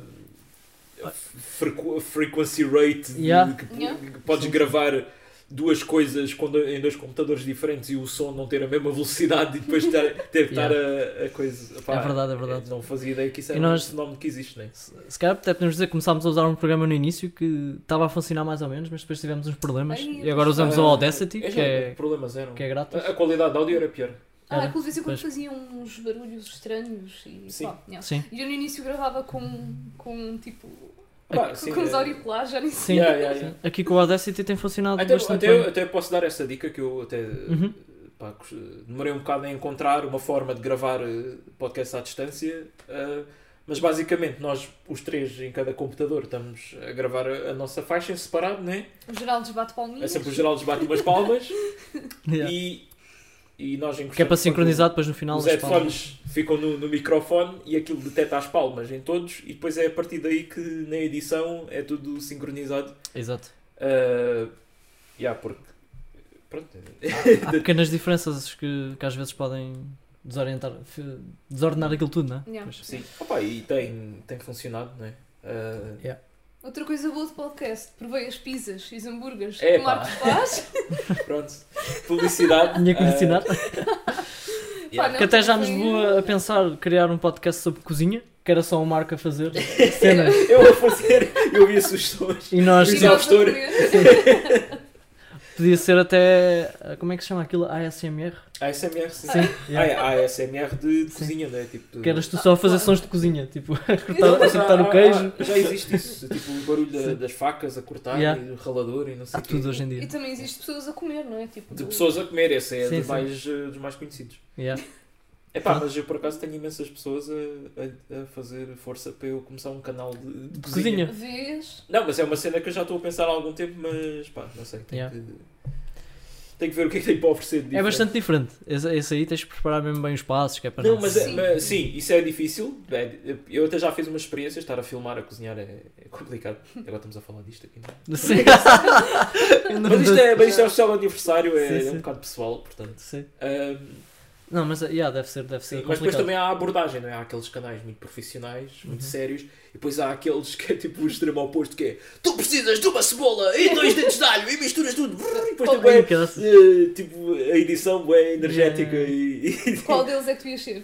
Speaker 1: frequ- frequency rate, de-
Speaker 3: Ah. Yeah.
Speaker 1: que,
Speaker 2: Yeah.
Speaker 1: que podes gravar duas coisas com do- em dois computadores diferentes e o som não ter a mesma velocidade e depois ter, ter que estar a, a coisa. Pá,
Speaker 3: É verdade, é verdade.
Speaker 1: Não fazia ideia que isso
Speaker 3: E
Speaker 1: era
Speaker 3: nós-
Speaker 1: um fenómeno que existe, né?
Speaker 3: Se se calhar até podemos dizer que começámos a usar um programa no início que estava a funcionar mais ou menos, mas depois tivemos uns problemas
Speaker 2: Ai,
Speaker 3: e agora usamos
Speaker 1: Ah,
Speaker 3: o Audacity,
Speaker 1: eu
Speaker 3: que
Speaker 1: já- Ah,
Speaker 3: é,
Speaker 1: problemas eram.
Speaker 3: que é grátis.
Speaker 1: A a qualidade de áudio era pior.
Speaker 2: Ah,
Speaker 3: Era.
Speaker 2: aquilo de vez em quando
Speaker 3: Pois.
Speaker 2: faziam uns barulhos estranhos e
Speaker 1: Sim.
Speaker 2: pá, yeah.
Speaker 3: Sim.
Speaker 2: E eu no início gravava com, com tipo
Speaker 1: Pá,
Speaker 2: Com-
Speaker 1: sim,
Speaker 2: com os
Speaker 1: é-
Speaker 2: auriculares, já nem sei.
Speaker 3: Sim.
Speaker 1: Yeah, yeah, yeah.
Speaker 3: Sim. Aqui com o Audacity tem funcionado
Speaker 1: Até,
Speaker 3: bastante
Speaker 1: até,
Speaker 3: bem.
Speaker 1: até posso dar essa dica que eu até
Speaker 3: Uhum.
Speaker 1: pá, cus- demorei um bocado em encontrar uma forma de gravar eh, podcast à distância, eh, mas basicamente nós, os três em cada computador, estamos a gravar a, a nossa faixa em separado, né?
Speaker 2: O Geraldo bate
Speaker 1: é?
Speaker 2: palminhas.
Speaker 1: sempre o Geraldo bate umas palmas
Speaker 3: Yeah.
Speaker 1: e, e nós encostamos.
Speaker 3: Que é para
Speaker 1: quando
Speaker 3: sincronizar depois no final
Speaker 1: Os
Speaker 3: das palmas.
Speaker 1: headphones ficam no, no microfone e aquilo detecta as palmas em todos, e depois é a partir daí que na edição é tudo sincronizado.
Speaker 3: Exato.
Speaker 1: Eh, yeah, porque. Pronto,
Speaker 3: Há pequenas diferenças que, que às vezes podem desorientar, f- desordenar aquilo tudo, não é?
Speaker 2: Yeah.
Speaker 3: Pois.
Speaker 1: Sim, Opa, e tem, tem funcionado, não é? Ah,
Speaker 2: Outra coisa boa de podcast, provei as pizzas e os hambúrgueres que
Speaker 1: Epá.
Speaker 2: o Marcos faz.
Speaker 1: pronto, publicidade.
Speaker 3: Tinha que lhe
Speaker 1: ah,
Speaker 3: ensinar.
Speaker 1: Yeah.
Speaker 2: Pá,
Speaker 3: que até já nos
Speaker 2: foi- um
Speaker 3: levou a pensar criar um podcast sobre cozinha, que era só o Marco a fazer cenas.
Speaker 1: eu a fazer, eu vi sugestões.
Speaker 3: E nós
Speaker 2: E
Speaker 1: Sim.
Speaker 2: nós a
Speaker 1: Sim.
Speaker 2: comer.
Speaker 3: podia ser até. Como é que se chama aquilo? ASMR?
Speaker 1: Ah, ASMR, sim.
Speaker 3: Sim.
Speaker 1: Ah,
Speaker 3: yeah.
Speaker 1: é, ASMR de, de
Speaker 3: Sim.
Speaker 1: cozinha, não é? Tipo,
Speaker 3: Que eras tu só a fazer
Speaker 2: Ah, claro.
Speaker 3: sons de cozinha, tipo, a
Speaker 1: Não,
Speaker 3: cortar, a
Speaker 1: mas há-
Speaker 3: cortar
Speaker 1: há-
Speaker 3: o queijo.
Speaker 1: há- Já existe isso, tipo o barulho da-
Speaker 3: Sim.
Speaker 1: das facas a cortar
Speaker 3: Yeah.
Speaker 1: e o ralador e não sei
Speaker 3: Há
Speaker 1: o quê.
Speaker 3: tudo hoje em
Speaker 2: E
Speaker 3: dia.
Speaker 2: também existe pessoas a comer, não é? Tipo,
Speaker 1: De pessoas a comer, esse é
Speaker 3: Sim,
Speaker 1: dos,
Speaker 3: sim.
Speaker 1: Mais, ah, dos mais conhecidos.
Speaker 3: Yeah. É
Speaker 1: Epá,
Speaker 3: Pronto.
Speaker 1: mas eu por acaso tenho imensas pessoas a, a- a fazer força para eu começar um canal de, de cozinha.
Speaker 3: Cozinha.
Speaker 2: Vês?
Speaker 1: Não, mas é uma cena que eu já estou a pensar há algum tempo, mas pá, não sei. Tenho,
Speaker 3: Yeah.
Speaker 1: que, tenho que ver o que é que tem para oferecer. de
Speaker 3: É
Speaker 1: diferente.
Speaker 3: bastante diferente. Esse, esse aí tens de preparar mesmo bem os passos, que é para
Speaker 1: Não, mas, é-
Speaker 2: Sim.
Speaker 1: mas, sim, isso é difícil. É, eu até já fiz uma experiência, estar a filmar, a cozinhar é, é complicado. Agora estamos a falar disto aqui. não é?
Speaker 3: Sim.
Speaker 1: Mas isto é, mas isto é o seu aniversário, é,
Speaker 3: Sim,
Speaker 1: é um
Speaker 3: sim.
Speaker 1: bocado pessoal, portanto.
Speaker 3: Sim.
Speaker 1: Ahm,
Speaker 3: Não, mas yeah, deve ser, deve ser
Speaker 1: sim, mas depois
Speaker 3: é complicado. Uhum.
Speaker 1: também há a abordagem, não é? Há aqueles canais muito profissionais, muito sérios, e depois há aqueles que é tipo o extremo oposto, que é tu precisas de uma cebola e dois dentes de alho e misturas tudo. E depois também
Speaker 3: Ai, caraças.
Speaker 1: Eh, tipo, a edição é energética e, e-
Speaker 2: Qual deles é que tu ias ser?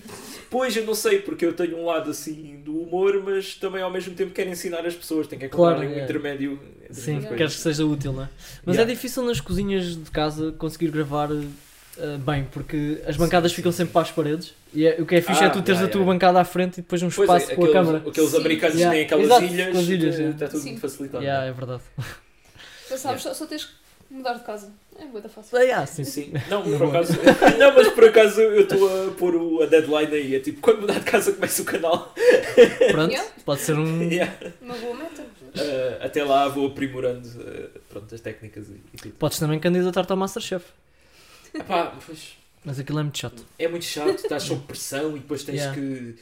Speaker 1: Pois, eu não sei, porque eu tenho um lado assim do humor, mas também ao mesmo tempo quero ensinar as pessoas, tenho que encontrar
Speaker 3: Claro,
Speaker 1: ali um
Speaker 3: é.
Speaker 1: intermédio. entre as
Speaker 3: Sim,
Speaker 1: duas coisas.
Speaker 3: queres que seja útil, não é? Mas
Speaker 1: Yeah.
Speaker 3: é difícil nas cozinhas de casa conseguir gravar eh, bem, porque as bancadas
Speaker 1: Sim,
Speaker 3: ficam
Speaker 1: sim,
Speaker 3: sempre para as paredes. E é- o que é fixe
Speaker 1: Ah,
Speaker 3: é tu teres
Speaker 1: yeah,
Speaker 3: a tua
Speaker 1: yeah.
Speaker 3: bancada à frente e depois um
Speaker 1: Pois é,
Speaker 3: espaço com a
Speaker 1: aqueles-
Speaker 3: câmara.
Speaker 1: Aqueles
Speaker 2: Sim.
Speaker 1: americanos que
Speaker 3: Yeah.
Speaker 1: têm aquelas
Speaker 3: Exato,
Speaker 1: ilhas,
Speaker 3: com as ilhas,
Speaker 1: eh,
Speaker 3: yeah.
Speaker 1: está tudo
Speaker 2: Sim.
Speaker 1: muito facilitado.
Speaker 3: Yeah, é verdade.
Speaker 2: Já sabes, só, só tens que mudar de casa. É boa da fácil.
Speaker 3: Yeah, sim.
Speaker 1: Sim. Não, por acaso, não, mas por acaso eu estou a pôr o- a deadline aí. É tipo, quando mudar de casa começa o canal.
Speaker 3: Pronto,
Speaker 2: Yeah.
Speaker 3: pode ser um.
Speaker 1: Yeah.
Speaker 2: Uma boa meta.
Speaker 1: Eh, até lá vou aprimorando eh, pronto, as técnicas e, e tudo.
Speaker 3: Podes também candidatar-te ao Masterchef.
Speaker 1: Epá, pois,
Speaker 3: Mas aquilo é muito chato.
Speaker 1: É muito chato, estás sob pressão e depois tens
Speaker 3: Yeah.
Speaker 1: que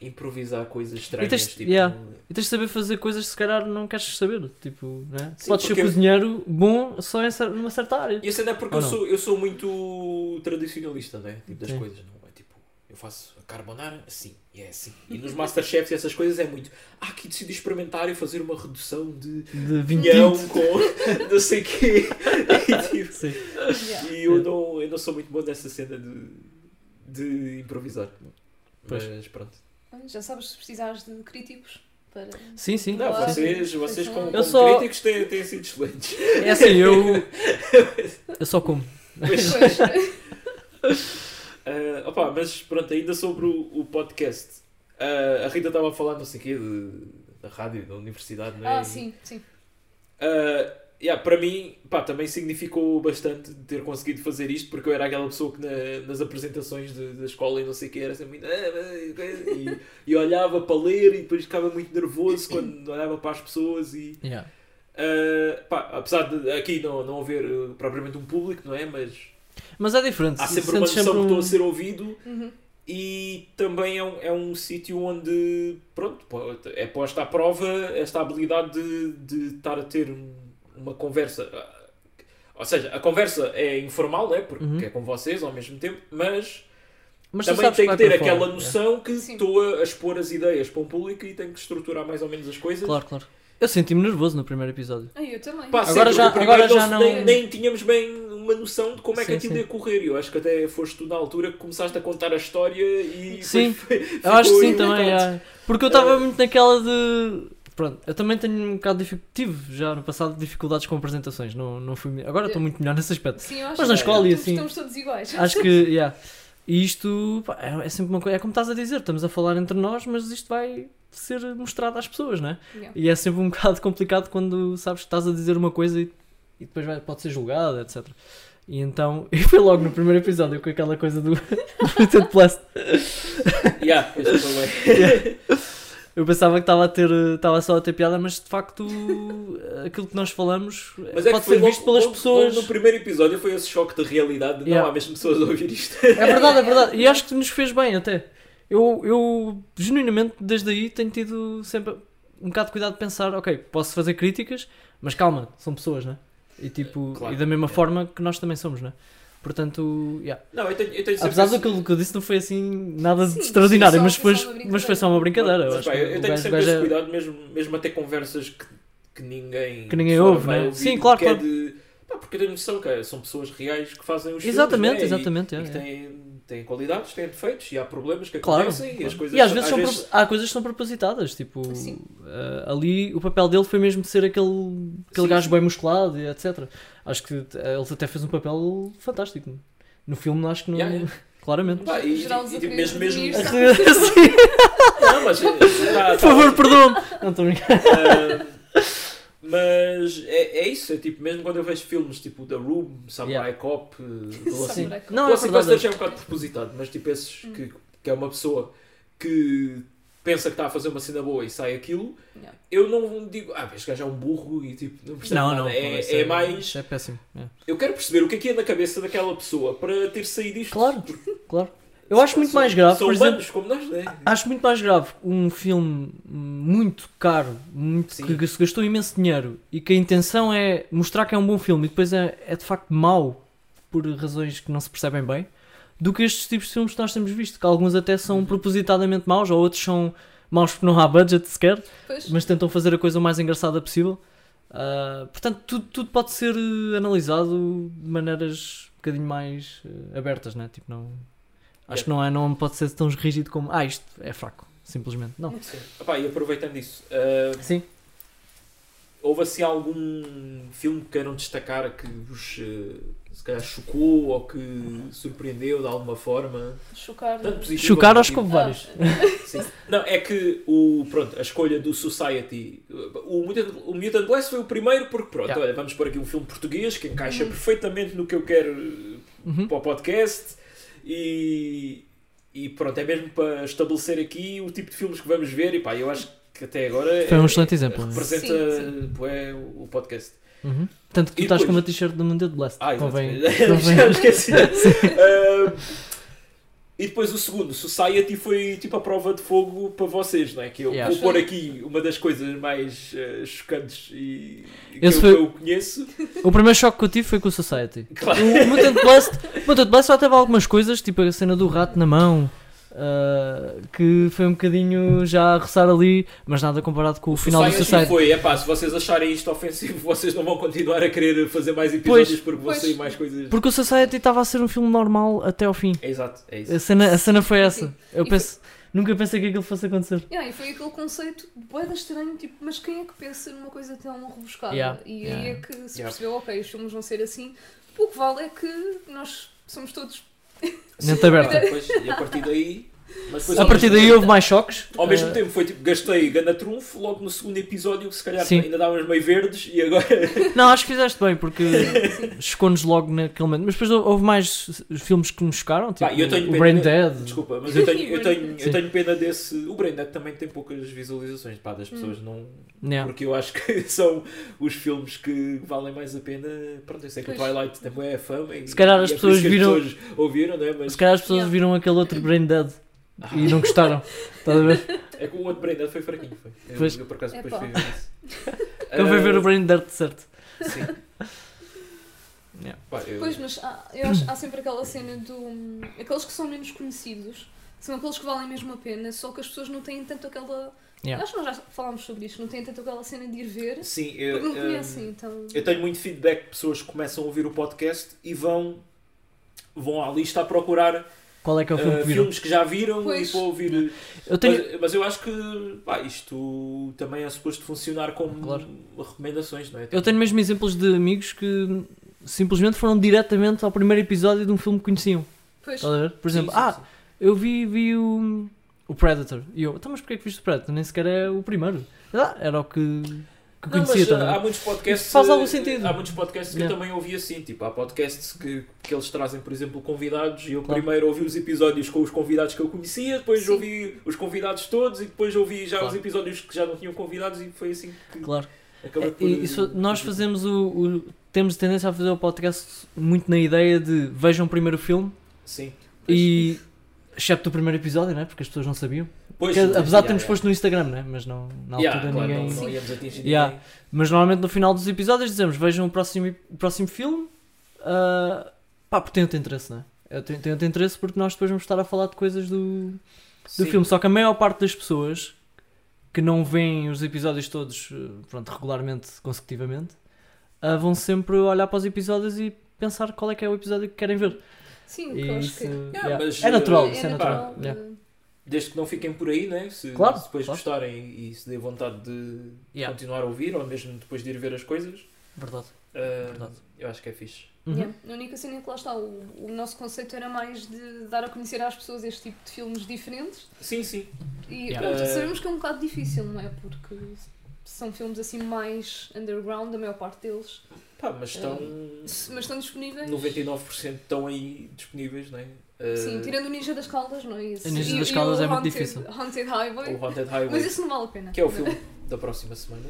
Speaker 1: improvisar coisas estranhas.
Speaker 3: tens-
Speaker 1: tipo,
Speaker 3: yeah. E tens de saber fazer coisas que se calhar não queres saber. Tipo, né?
Speaker 1: Sim,
Speaker 3: Podes ser
Speaker 1: porque-
Speaker 3: cozinheiro bom só em cer- numa certa área.
Speaker 1: E a cena é porque
Speaker 3: Ou
Speaker 1: eu
Speaker 3: não?
Speaker 1: sou, eu sou muito tradicionalista, né? Tipo, das
Speaker 3: Sim.
Speaker 1: coisas, não é? Tipo, eu faço a carbonara assim, e é assim. E nos Masterchefs e essas coisas é muito. Ah, aqui decidi experimentar e fazer uma redução de
Speaker 3: De vinho
Speaker 1: pinhão
Speaker 3: tinto.
Speaker 1: com não sei o quê. E, tipo,
Speaker 3: Sim.
Speaker 2: Yeah.
Speaker 1: e eu, não, eu não sou muito bom nessa cena de, de improvisar. é?
Speaker 3: Pois.
Speaker 1: Mas pronto.
Speaker 2: Já sabes se precisares de críticos para.
Speaker 3: Sim, sim.
Speaker 1: Não,
Speaker 2: Claro.
Speaker 1: vocês, vocês como,
Speaker 2: Eu
Speaker 1: como
Speaker 3: só-
Speaker 1: críticos têm, têm sido excelentes.
Speaker 3: É assim, eu. Eu só como.
Speaker 2: Pois.
Speaker 1: Ah, opa, mas pronto, ainda sobre o, o podcast. Ah, a Rita estava a falar, não sei o quê, de- da rádio, da universidade, não é?
Speaker 2: Ah, sim, sim.
Speaker 1: Ah, yeah, para mim, pá, também significou bastante ter conseguido fazer isto, porque eu era aquela pessoa que na- nas apresentações de- da escola e não sei o quê, era sempre muito... "Ah, ah, ah", E, e olhava para ler e depois ficava muito nervoso quando olhava para as pessoas e...
Speaker 3: Yeah.
Speaker 1: ah, pá, apesar de aqui não, não haver eh, propriamente um público, não é? Mas
Speaker 3: Mas é diferente.
Speaker 1: há
Speaker 3: se-
Speaker 1: sempre uma noção
Speaker 3: sentes sempre
Speaker 1: que estou a
Speaker 3: um-
Speaker 1: ser ouvido
Speaker 2: Uhum.
Speaker 1: e também é um, é um sítio onde pronto, po- é posta à prova esta habilidade de, de estar a ter um- uma conversa. Ah, Ou seja, a conversa é informal, né? porque
Speaker 3: Uhum.
Speaker 1: é com vocês ao mesmo tempo, mas,
Speaker 3: Mas tu
Speaker 1: também
Speaker 3: sabes
Speaker 1: tem que
Speaker 3: vai
Speaker 1: ter
Speaker 3: para fora,
Speaker 1: aquela
Speaker 3: é.
Speaker 1: noção que
Speaker 2: Sim.
Speaker 1: estou a, a expor as ideias para um público e tenho que estruturar mais ou menos as coisas.
Speaker 3: É. Claro, claro. Eu senti-me nervoso no primeiro episódio.
Speaker 2: Ah, eu também.
Speaker 1: Pá,
Speaker 3: Agora
Speaker 1: sempre,
Speaker 3: já-
Speaker 1: o primeiro
Speaker 3: agora já
Speaker 1: se-
Speaker 3: não-
Speaker 1: Nem, nem tínhamos bem uma noção de como é que
Speaker 3: Sim,
Speaker 1: aquilo
Speaker 3: sim.
Speaker 1: ia correr. Eu acho que até foste tu na altura que começaste a contar a história e
Speaker 3: Sim.
Speaker 1: depois foi-
Speaker 3: Eu acho que
Speaker 1: ficou
Speaker 3: sim
Speaker 1: irritante.
Speaker 3: também. é. Porque eu estava muito naquela de. Pronto, eu também tenho um bocado de dific... Tive já no passado dificuldades com apresentações. Não, não fui...
Speaker 1: É.
Speaker 3: Agora estou muito melhor nesse aspecto.
Speaker 2: Sim, eu acho
Speaker 3: Mas na
Speaker 2: que
Speaker 3: escola e
Speaker 2: estamos,
Speaker 3: assim.
Speaker 2: estamos todos iguais.
Speaker 3: Acho que. Yeah. E isto pá, é é sempre uma coisa. É como estás a dizer, estamos a falar entre nós, mas isto vai. ser mostrada às pessoas, né?
Speaker 2: Yeah.
Speaker 3: E é sempre um bocado complicado quando sabes que estás a dizer uma coisa e, e depois vai- pode ser julgada, etc. E então, e foi logo no primeiro episódio com aquela coisa do, do teu plástico.
Speaker 1: Yeah, este foi bué.
Speaker 3: Eu pensava que estava a ter, estava só a ter piada, mas de facto aquilo que nós falamos eh,
Speaker 1: Mas é
Speaker 3: pode
Speaker 1: que foi
Speaker 3: ser visto
Speaker 1: logo-
Speaker 3: pelas
Speaker 1: logo-
Speaker 3: pessoas.
Speaker 1: logo No primeiro episódio foi esse choque de realidade. de Não
Speaker 3: Yeah.
Speaker 1: há mesmo pessoas a ouvir isto.
Speaker 3: É verdade, é verdade. E acho que nos fez bem até. Eu, eu genuinamente desde aí tenho tido sempre um bocado de cuidado de pensar, ok, posso fazer críticas, mas calma, são pessoas, né? E tipo,
Speaker 1: Claro,
Speaker 3: e da mesma
Speaker 1: é.
Speaker 3: forma que nós também somos, né? Portanto, yeah.
Speaker 1: Não, eu tenho, eu tenho sempre
Speaker 3: apesar
Speaker 1: esse-
Speaker 3: daquilo que é eu disse não foi assim nada
Speaker 2: Sim,
Speaker 3: de extraordinário,
Speaker 2: foi
Speaker 3: mas,
Speaker 2: só- foi
Speaker 3: foi,
Speaker 2: só uma
Speaker 3: mas foi só uma brincadeira. Eu
Speaker 1: Mas,
Speaker 3: acho
Speaker 1: pá,
Speaker 3: que
Speaker 1: eu
Speaker 3: o
Speaker 1: tenho
Speaker 3: gajo, o
Speaker 1: sempre
Speaker 3: gajo
Speaker 1: esse
Speaker 3: é-
Speaker 1: cuidado, mesmo, mesmo até conversas que, que ninguém.
Speaker 3: Que ninguém
Speaker 1: fora
Speaker 3: ouve,
Speaker 1: vai
Speaker 3: né?
Speaker 1: ouvir,
Speaker 3: Sim, claro,
Speaker 1: que é
Speaker 3: claro.
Speaker 1: de- pá, porque eu tenho noção, cara, são pessoas reais que fazem os filmes,
Speaker 3: Exatamente,
Speaker 1: né? E-
Speaker 3: exatamente. é,
Speaker 1: E que
Speaker 3: é.
Speaker 1: têm, têm qualidades, têm defeitos e há problemas que
Speaker 3: Claro,
Speaker 1: acontecem e as
Speaker 3: claro.
Speaker 1: coisas
Speaker 3: E às vezes,
Speaker 1: às
Speaker 3: são pro- há coisas que são propositadas, tipo,
Speaker 2: Sim.
Speaker 3: eh, ali o papel dele foi mesmo ser aquele, aquele
Speaker 1: Sim,
Speaker 3: gajo
Speaker 1: sim.
Speaker 3: bem musculado e etc. Acho que eh, ele até fez um papel fantástico. No filme acho que não,
Speaker 1: Yeah, yeah.
Speaker 3: claramente.
Speaker 1: Pá, e-
Speaker 2: Geraldo
Speaker 1: e- e
Speaker 2: Zacarias
Speaker 1: mesmo- mesmo-
Speaker 2: Rodrigues.
Speaker 3: Sim,
Speaker 1: Não, mas. tá-
Speaker 3: Por
Speaker 1: tá-
Speaker 3: favor, perdoa-me! Não estou a brincar.
Speaker 1: Ah, mas é, é isso, é tipo, mesmo quando eu vejo filmes tipo The Room, Samurai Cop, eh, ou assim,
Speaker 3: Sim.
Speaker 2: Samurai Hum. Cop.
Speaker 3: Não, é
Speaker 1: Classic Busters
Speaker 3: verdade.
Speaker 1: é um bocado propositado, mas tipo esses que, que é uma pessoa que pensa que está a fazer uma cena boa e sai aquilo,
Speaker 2: Yeah.
Speaker 1: eu não digo, ah, este gajo é um burro e tipo, não percebe
Speaker 3: Não,
Speaker 1: nada.
Speaker 3: não,
Speaker 1: é,
Speaker 3: isso
Speaker 1: é mais,
Speaker 3: É péssimo. é.
Speaker 1: eu quero perceber o que é que é na cabeça daquela pessoa para ter saído isto.
Speaker 3: Claro, claro. Eu acho muito
Speaker 1: São-
Speaker 3: mais grave,
Speaker 1: são
Speaker 3: por exemplo,
Speaker 1: humanos como nós, né?
Speaker 3: Acho muito mais grave um filme muito caro, muito
Speaker 1: Sim.
Speaker 3: que se gastou imenso dinheiro e que a intenção é mostrar que é um bom filme e depois é, é de facto mau por razões que não se percebem bem, do que estes tipos de filmes que nós temos visto, que alguns até são propositadamente maus, ou outros são maus porque não há budget sequer,
Speaker 2: Pois,
Speaker 3: mas tentam fazer a coisa o mais engraçada possível. Ah, portanto, tudo, tudo pode ser eh, analisado de maneiras um bocadinho mais eh, abertas, né? Tipo, não. Acho que não, é, não pode ser tão rígido como. Ah, isto é fraco, simplesmente. Não.
Speaker 1: Sim. Epá, e aproveitando isso, ah,
Speaker 3: Sim.
Speaker 1: houve assim algum filme que queiram destacar que vos eh, se calhar chocou ou que surpreendeu de alguma forma?
Speaker 2: chocar. Ah,
Speaker 1: Tanto positivo
Speaker 3: Chocar
Speaker 1: ou
Speaker 3: aos
Speaker 1: negativo.
Speaker 3: como vários.
Speaker 1: Sim. Não, é que o, pronto, a escolha do Society. O Mutant, o Mutant Blast foi o primeiro, porque pronto,
Speaker 3: Yeah.
Speaker 1: olha, vamos pôr aqui um filme português que encaixa
Speaker 2: Uhum.
Speaker 1: perfeitamente no que eu quero eh,
Speaker 3: Uhum.
Speaker 1: para o podcast e, e pronto, é mesmo para estabelecer aqui o tipo de filmes que vamos ver. E pá, eu acho que até agora
Speaker 3: Foi
Speaker 1: é-
Speaker 3: um excelente exemplo. né?
Speaker 1: representa
Speaker 2: Sim,
Speaker 1: bué, o podcast.
Speaker 3: Uhum. Tanto que tu
Speaker 1: E
Speaker 3: estás
Speaker 1: depois?
Speaker 3: com uma t-shirt do Mundo de Blast.
Speaker 1: Ah,
Speaker 3: convém.
Speaker 1: exatamente.
Speaker 3: convém-
Speaker 1: Já me esqueci. Ah, e depois o segundo, Society, foi tipo a prova de fogo para vocês, não é? Que eu
Speaker 3: Yeah.
Speaker 1: vou pôr aqui uma das coisas mais ah, chocantes e e que eu,
Speaker 3: Esse foi-
Speaker 1: que eu conheço.
Speaker 3: O primeiro choque que eu tive foi com o Society.
Speaker 1: Claro.
Speaker 3: O Mutant Blast, o Mutant Blast só teve algumas coisas, tipo a cena do rato na mão, ah, que foi um bocadinho já a roçar ali, mas nada comparado com o, final do
Speaker 1: Society
Speaker 3: Society.
Speaker 1: foi, é pá, se vocês acharem isto ofensivo, vocês não vão continuar a querer fazer mais episódios
Speaker 3: Pois,
Speaker 1: porque vão
Speaker 2: pois.
Speaker 1: sair mais coisas.
Speaker 3: Porque o Society estava a ser um filme normal até ao fim.
Speaker 1: É exato, é isso.
Speaker 3: A cena, a cena foi essa. Eu
Speaker 2: E
Speaker 3: penso, nunca pensei que aquilo fosse acontecer.
Speaker 2: Yeah, e foi aquele conceito bué de estranho, tipo, mas quem é que pensa numa coisa tão rebuscada?
Speaker 3: Yeah,
Speaker 2: E aí
Speaker 3: yeah.
Speaker 2: é que se
Speaker 1: Yeah.
Speaker 2: percebeu, ok, os filmes vão ser assim. O que vale é que nós somos todos.
Speaker 3: Mente aberta.
Speaker 1: Depois, e a partir daí. mas depois
Speaker 3: A
Speaker 1: ao
Speaker 3: partir
Speaker 1: mesmo
Speaker 3: daí houve mais choques.
Speaker 1: Ao mesmo
Speaker 3: Ah,
Speaker 1: tempo foi tipo, gastei ganda trunfo, logo no segundo episódio, se calhar
Speaker 3: Sim.
Speaker 1: ainda dávamos meio verdes e agora.
Speaker 3: Não, acho que fizeste bem, porque chocou-nos logo naquele momento. Mas depois houve mais filmes que nos chocaram, tipo
Speaker 1: Pá, eu tenho
Speaker 3: o
Speaker 1: pena-
Speaker 3: Brain Dead.
Speaker 1: Desculpa, mas eu tenho, eu tenho, eu
Speaker 3: Sim.
Speaker 1: tenho pena desse. O Braindead também tem poucas visualizações, pá, das pessoas
Speaker 2: Hum.
Speaker 1: não.
Speaker 3: Yeah.
Speaker 1: Porque eu acho que são os filmes que valem mais a pena. Pronto, eu sei que o
Speaker 2: Pois.
Speaker 1: Twilight também é fama. E,
Speaker 3: Se calhar
Speaker 1: e
Speaker 3: as
Speaker 1: é por isso
Speaker 3: pessoas
Speaker 1: que
Speaker 3: viram-
Speaker 1: As pessoas ouviram, não é? Mas
Speaker 3: Se calhar as pessoas
Speaker 2: Yeah.
Speaker 3: viram aquele outro Brain Dead e não gostaram. Estás a ver?
Speaker 1: é que o outro Braindead foi fraquinho. Foi. Eu,
Speaker 3: Pois.
Speaker 1: eu, por acaso depois
Speaker 2: Epá.
Speaker 1: fui ver isso.
Speaker 3: Quem foi
Speaker 1: Ah,
Speaker 3: ver o Brain Dead de certo?
Speaker 1: Sim.
Speaker 3: Yeah.
Speaker 1: Pá, eu-
Speaker 2: Pois, mas há, eu acho, há sempre aquela cena do. hum, Aqueles que são menos conhecidos são aqueles que valem mesmo a pena, só que as pessoas não têm tanto aquela.
Speaker 3: Yeah.
Speaker 2: Acho que nós já falámos sobre isto, não têm tanto aquela cena de ir ver,
Speaker 1: Sim, eu,
Speaker 2: porque não
Speaker 1: ah,
Speaker 2: conhecem, então.
Speaker 1: Eu tenho muito feedback de pessoas que começam a ouvir o podcast e vão, vão à lista a procurar
Speaker 3: Qual é que é o filme
Speaker 1: eh,
Speaker 3: que viram?
Speaker 1: filmes que já viram
Speaker 2: Pois.
Speaker 1: e para ouvir.
Speaker 3: Eu tenho.
Speaker 1: Mas, mas eu acho que pá, isto também é suposto funcionar como
Speaker 3: Claro.
Speaker 1: recomendações, não é?
Speaker 3: Eu tenho mesmo exemplos de amigos que simplesmente foram diretamente ao primeiro episódio de um filme que conheciam.
Speaker 2: Pois,
Speaker 3: Estás a ver? Por exemplo,
Speaker 1: Sim, sim,
Speaker 3: ah,
Speaker 1: sim.
Speaker 3: eu vi, vi o. O Predator. E eu, então, mas porquê que viste o Predator? Nem sequer é o primeiro. Ah, era o que, que
Speaker 1: Não,
Speaker 3: conhecia
Speaker 1: mas ah,
Speaker 3: também.
Speaker 1: há muitos podcasts.
Speaker 3: Isso faz algum
Speaker 1: eh,
Speaker 3: sentido.
Speaker 1: Há muitos podcasts que
Speaker 3: Yeah.
Speaker 1: eu também ouvi assim. Tipo, há podcasts que, que eles trazem, por exemplo, convidados. E eu
Speaker 3: Claro.
Speaker 1: primeiro ouvi os episódios com os convidados que eu conhecia, depois
Speaker 2: Sim.
Speaker 1: ouvi os convidados todos e depois ouvi já os
Speaker 3: Claro.
Speaker 1: episódios que já não tinham convidados e foi assim que
Speaker 3: Claro.
Speaker 1: acabei eh, tipo,
Speaker 3: É, e isso- nós fazemos o, o- Temos tendência a fazer o podcast muito na ideia de vejam primeiro o filme
Speaker 1: Sim.
Speaker 3: e. Excepto o primeiro episódio, né? Porque as pessoas não sabiam.
Speaker 1: Pois,
Speaker 3: Porque, apesar de
Speaker 1: yeah,
Speaker 3: termos
Speaker 1: yeah.
Speaker 3: posto no Instagram, né? Mas não, na altura
Speaker 1: Yeah, claro,
Speaker 3: ninguém.
Speaker 1: não, não íamos atingir
Speaker 3: Yeah.
Speaker 1: ninguém.
Speaker 3: Mas normalmente no final dos episódios dizemos: vejam o próximo, o próximo filme. ah, pá, porque tem outro interesse, né? Eu tenho, tenho outro interesse porque nós depois vamos estar a falar de coisas do, do
Speaker 1: Sim.
Speaker 3: filme. Só que a maior parte das pessoas que não veem os episódios todos eh, pronto, regularmente, consecutivamente, ah, vão sempre olhar para os episódios e pensar qual é que é o episódio que querem ver.
Speaker 2: Sim,
Speaker 3: E
Speaker 2: que eu acho
Speaker 3: isso,
Speaker 2: que é.
Speaker 1: Yeah,
Speaker 3: yeah.
Speaker 1: mas,
Speaker 3: é natural,
Speaker 1: eh,
Speaker 3: isso é
Speaker 1: é
Speaker 3: natural.
Speaker 1: natural,
Speaker 3: yeah.
Speaker 2: de-
Speaker 1: Desde que não fiquem por aí, né? Se,
Speaker 3: Claro,
Speaker 1: se depois
Speaker 3: claro.
Speaker 1: gostarem e se dê vontade de
Speaker 3: Yeah.
Speaker 1: continuar a ouvir ou mesmo depois de ir ver as coisas,
Speaker 3: Verdade.
Speaker 1: ah,
Speaker 3: Verdade.
Speaker 1: eu acho que é fixe.
Speaker 3: Uhum.
Speaker 2: Yeah. A única cena é que lá está, o, o nosso conceito era mais de dar a conhecer às pessoas este tipo de filmes diferentes
Speaker 1: Sim, sim.
Speaker 2: e
Speaker 3: Yeah.
Speaker 2: pronto,
Speaker 1: Eh,
Speaker 2: sabemos que é um bocado difícil, não é? Porque são filmes assim mais underground, a maior parte deles,
Speaker 1: Pá, mas estão.
Speaker 2: mas estão
Speaker 3: Eh,
Speaker 2: disponíveis.
Speaker 1: 99% estão aí disponíveis, não é? Ah,
Speaker 2: Sim, tirando o Ninja das Caldas, não é isso?
Speaker 3: O Ninja
Speaker 2: E-
Speaker 3: das
Speaker 2: e
Speaker 3: Caldas
Speaker 2: o
Speaker 3: é muito
Speaker 2: Haunted-
Speaker 3: difícil.
Speaker 2: Haunted Highway.
Speaker 1: O Haunted Highway,
Speaker 2: Mas isso não vale a pena.
Speaker 1: que é o
Speaker 2: não
Speaker 1: filme da próxima semana.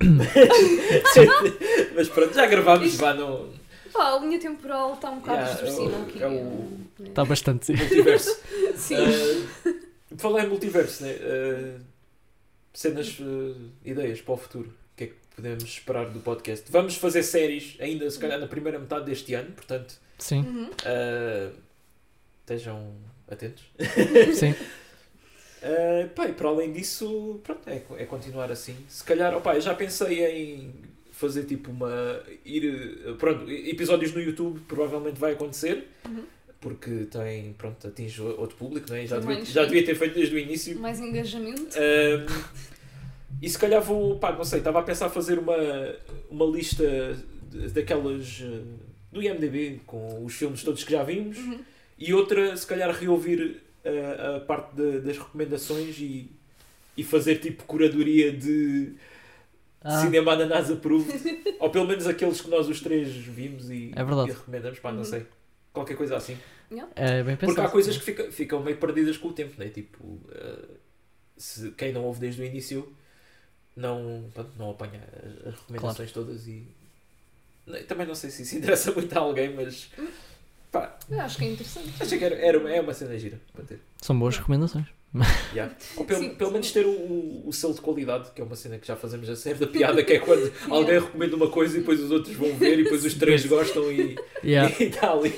Speaker 1: mas pronto, já gravámos, vá, não.
Speaker 2: Pá, a linha temporal está um bocado
Speaker 1: Yeah,
Speaker 2: distorcida
Speaker 1: é o-
Speaker 2: aqui. Tá.
Speaker 1: é o-
Speaker 3: Está Tá bastante.
Speaker 1: O multiverso.
Speaker 3: Tá.
Speaker 2: Sim.
Speaker 1: Ah, falar em multiverso, né? Ah, cenas, ah, ideias para o futuro. O que é que podemos esperar do podcast? Vamos fazer séries ainda, se calhar, na primeira metade deste ano, portanto,
Speaker 3: Sim,
Speaker 2: Uhum.
Speaker 1: ah, estejam atentos.
Speaker 3: sim.
Speaker 1: Uh, pá, e para além disso, pronto, é, é continuar assim. Se calhar, opá, eu já pensei em fazer tipo uma. ir. eh, Pronto, episódios no YouTube provavelmente vai acontecer,
Speaker 2: Uhum.
Speaker 1: porque tem. pronto, atinge o- outro público, não é? já,
Speaker 2: Também
Speaker 1: devia,
Speaker 2: sim.
Speaker 1: já devia ter feito desde o início.
Speaker 2: Mais engajamento.
Speaker 1: Um, e se calhar vou. pá, não sei, estava a pensar fazer uma, uma lista de- daquelas. eh, do IMDB, com os filmes todos que já vimos.
Speaker 2: Uhum.
Speaker 1: E outra, se calhar, reouvir uh, a parte da- das recomendações e, e fazer tipo curadoria de
Speaker 3: Ah,
Speaker 1: cinema ananás approved. ou pelo menos aqueles que nós os três vimos e,
Speaker 3: É verdade.
Speaker 1: e recomendamos. Pá, não
Speaker 2: Uhum.
Speaker 1: sei. Qualquer coisa assim.
Speaker 3: é bem pensado.
Speaker 1: Porque há coisas que fica- ficam meio perdidas com o tempo, né? Tipo, uh, se, quem não ouve desde o início não, pronto, não apanha as- as recomendações todas e. Não, Também não sei se isso interessa muito a alguém, mas
Speaker 2: Eu acho que é interessante.
Speaker 1: achei que era, era uma, é uma cena gira para ter.
Speaker 3: São boas recomendações.
Speaker 1: Yeah. Ou pelo,
Speaker 2: Sim,
Speaker 1: pelo
Speaker 2: sim.
Speaker 1: menos ter o, o, o selo de qualidade, que é uma cena que já fazemos a série da piada, que é quando alguém recomenda uma coisa e depois os outros vão ver e depois os três gostam e
Speaker 3: Yeah.
Speaker 1: está ali.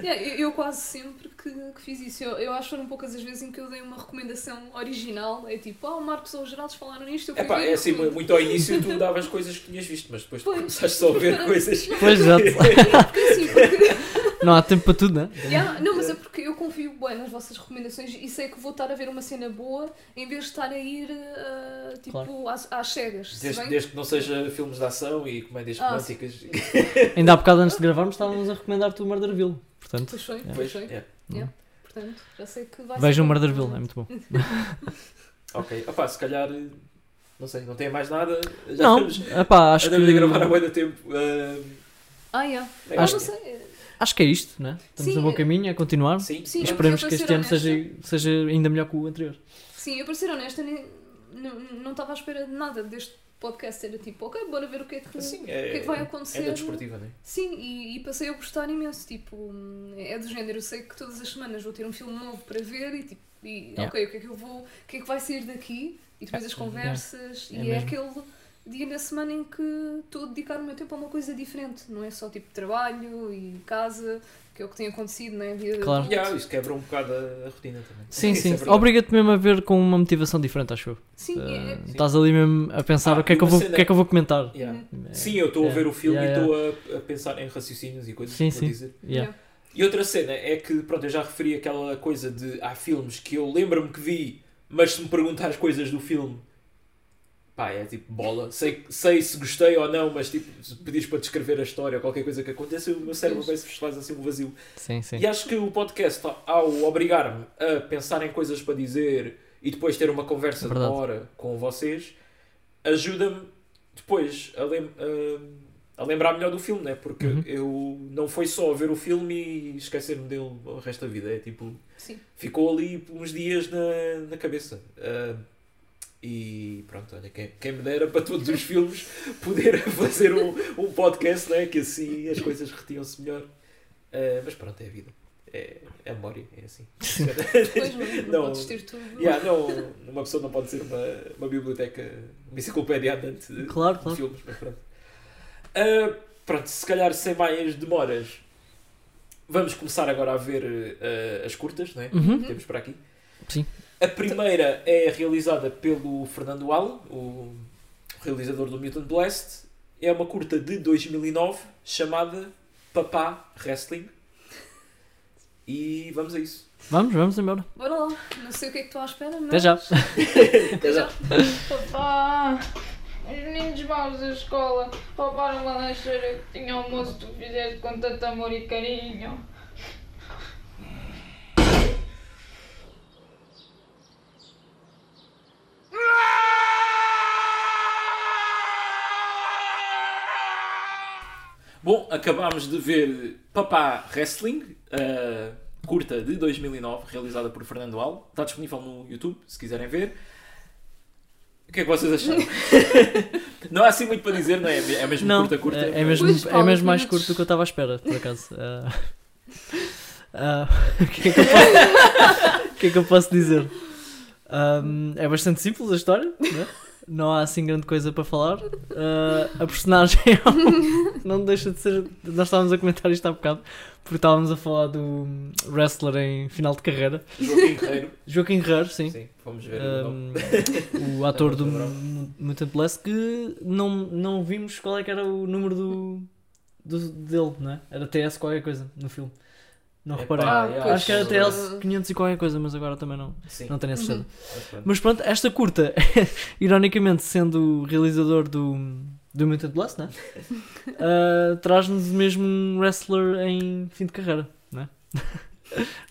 Speaker 2: Yeah, eu, eu quase sempre que, que fiz isso. Eu, eu acho que foram poucas as vezes em que eu dei uma recomendação original. É tipo, ah, o Marcos ou o Geraldo falaram nisto. Eu fui
Speaker 1: Epá,
Speaker 2: ver
Speaker 1: é
Speaker 2: e
Speaker 1: assim, mu-
Speaker 2: recomendo.
Speaker 1: muito ao início tu davas coisas que tinhas visto, mas depois tu
Speaker 2: Pois.
Speaker 1: começaste só a ver coisas.
Speaker 3: Pois, exato.
Speaker 2: Porque assim, porque-
Speaker 3: Não há tempo para tudo, né?
Speaker 2: Yeah, não, mas é porque eu confio bem nas vossas recomendações e sei que vou estar a ver uma cena boa em vez de estar a ir ah, tipo às, às cegas. Se
Speaker 1: Desde,
Speaker 2: bem
Speaker 1: desde que não seja filmes de ação e comédias
Speaker 2: Ah, sim.
Speaker 1: românticas.
Speaker 3: Ainda há bocado antes de gravarmos estávamos a recomendar-te o Murderville. Portanto, é.
Speaker 2: Pois foi, pois
Speaker 1: Pois,
Speaker 2: foi.
Speaker 1: yeah.
Speaker 2: Portanto, já sei que vai
Speaker 3: vejam o
Speaker 2: bom.
Speaker 3: Murderville, é muito bom.
Speaker 1: Ok, opá, se calhar, eh, não sei, não tem mais nada. Já
Speaker 3: Não,
Speaker 1: estamos,
Speaker 3: epá, acho,
Speaker 1: andamos a gravar há
Speaker 3: que,
Speaker 1: muito tempo. Ah,
Speaker 2: Ah, yeah.
Speaker 1: é,
Speaker 2: Ah,
Speaker 3: Acho
Speaker 2: não
Speaker 1: que-
Speaker 2: sei.
Speaker 3: acho que é isto, né? Estamos
Speaker 2: Sim,
Speaker 3: no bom
Speaker 2: é-
Speaker 3: caminho, é continuar.
Speaker 1: Sim,
Speaker 2: Sim,
Speaker 3: E
Speaker 2: eu
Speaker 3: esperemos
Speaker 2: vou
Speaker 3: que este
Speaker 2: ser
Speaker 3: ano
Speaker 2: honesta.
Speaker 3: seja, seja ainda melhor que o anterior.
Speaker 2: Sim, eu para ser honesta, nem- não não estava à espera de nada deste podcast. Era tipo, ok, bora ver o que é que,
Speaker 1: Sim,
Speaker 2: o que, é que vai acontecer.
Speaker 1: assim É da desportiva, não é?
Speaker 2: Sim, e, e passei a gostar imenso. Tipo, hum, é do género. Eu sei que todas as semanas vou ter um filme novo para ver e tipo, e,
Speaker 3: Yeah.
Speaker 2: ok, o que é que eu vou, o que é que vai sair daqui? E depois as
Speaker 3: É,
Speaker 2: conversas.
Speaker 3: é. É
Speaker 2: e é
Speaker 3: mesmo.
Speaker 2: aquele dia na semana em que estou a dedicar o meu tempo a uma coisa diferente. Não é só tipo trabalho e casa, que é o que tem acontecido, não é? Vida de
Speaker 3: Claro.
Speaker 2: adulto.
Speaker 1: Yeah, isso quebra um bocado a a rotina também.
Speaker 3: Sim,
Speaker 1: Isso
Speaker 3: sim.
Speaker 1: é verdade.
Speaker 3: Obriga-te mesmo a ver com uma motivação diferente, acho eu.
Speaker 2: Sim, é-
Speaker 3: Uh, estás ali mesmo a pensar
Speaker 1: Ah,
Speaker 3: o, que é que eu
Speaker 1: uma
Speaker 3: vou, o
Speaker 1: cena-
Speaker 3: que é que eu vou comentar.
Speaker 1: Yeah.
Speaker 3: É,
Speaker 1: Sim, eu estou a ver o filme
Speaker 3: yeah,
Speaker 1: e estou a, a pensar em raciocínios e coisas
Speaker 3: Sim,
Speaker 1: para
Speaker 3: sim.
Speaker 1: dizer.
Speaker 2: é,
Speaker 3: Eh, yeah.
Speaker 1: E outra cena é que, pronto, eu já referi aquela coisa de há filmes que eu lembro-me que vi, mas se me perguntar as coisas do filme, pá, Pá, é tipo bola. Sei, sei se gostei ou não, mas tipo, se pedires para descrever a história ou qualquer coisa que aconteça, o meu cérebro vai se faz assim um vazio.
Speaker 3: Sim, sim.
Speaker 1: E acho que o podcast, ao obrigar-me a pensar em coisas para dizer e depois ter uma conversa de
Speaker 3: Verdade.
Speaker 1: uma hora com vocês, ajuda-me depois a, lem- a- a lembrar melhor do filme, né? Porque
Speaker 3: Uhum.
Speaker 1: eu não foi só ver o filme e esquecer-me dele o resto da vida. É tipo,
Speaker 2: Sim.
Speaker 1: ficou ali uns dias na, na cabeça. Ah, e pronto, olha, quem, quem me dera para todos os filmes poder fazer um, um podcast, né? que assim as coisas retiam-se melhor. Ah, mas pronto, é a vida. É, é a memória, é assim.
Speaker 2: Pois não, não,
Speaker 1: Não.
Speaker 2: podes ter tudo.
Speaker 1: Yeah, não, uma pessoa não pode ser uma, uma biblioteca, uma enciclopédia andante de,
Speaker 3: Claro,
Speaker 1: de
Speaker 3: claro.
Speaker 1: filmes, mas pronto. Ah, pronto, se calhar sem mais demoras, vamos começar agora a ver ah, as curtas, não é?
Speaker 3: Uhum.
Speaker 1: Temos para aqui.
Speaker 3: Sim.
Speaker 1: A primeira é realizada pelo Fernando Allen, o realizador do Mutant Blast. É uma curta de 2009 chamada Papá Wrestling. E vamos a isso.
Speaker 3: Vamos, vamos embora.
Speaker 2: Bora lá. Não sei o que é que estou à espera, mas.
Speaker 3: Até já.
Speaker 1: Até já.
Speaker 4: Papá, os meninos maus da escola roubaram a lancheira que tinha almoço que tu fizeste com tanto amor e carinho.
Speaker 1: Bom, acabámos de ver Papá Wrestling, eh, curta de 2009, realizada por Fernando Al. Está disponível no YouTube, se quiserem ver. O que é que vocês acharam? não há assim muito para dizer, não é? É mesmo
Speaker 3: Não,
Speaker 1: curta, curta.
Speaker 3: É, é mesmo,
Speaker 2: Pois,
Speaker 3: é
Speaker 2: Paulo,
Speaker 3: mesmo mais
Speaker 2: minutos.
Speaker 3: curto do que eu estava à espera, por acaso. Ah, ah, o que é que eu posso- o que é que eu posso dizer? Ahm, é bastante simples a história, né? não há assim grande coisa para falar. Ah, a personagem é um- não deixa de ser. Nós estávamos a comentar isto há bocado, porque estávamos a falar do hum, wrestler em final de carreira,
Speaker 1: Joaquim Guerreiro.
Speaker 3: Joaquim Guerreiro, sim.
Speaker 1: Sim, fomos ver o nome.
Speaker 3: Um, o ator do
Speaker 1: Estava a lembrar.
Speaker 3: Mu- Mutant Blast que não, não vimos qual é que era o número do, do- dele, não é? Era TS qualquer coisa no filme. Não
Speaker 1: Epá,
Speaker 3: reparei.
Speaker 2: Ah,
Speaker 1: yeah,
Speaker 2: pois.
Speaker 3: Acho que era
Speaker 2: pois.
Speaker 3: TS 500 e qualquer coisa, mas agora também não,
Speaker 1: Sim,
Speaker 3: não tenho a certeza.
Speaker 1: mas pronto.
Speaker 3: Mas pronto, esta curta, ironicamente sendo o realizador do, do Mutant Blast, né? Ah, traz-nos mesmo um wrestler em fim de carreira, não é?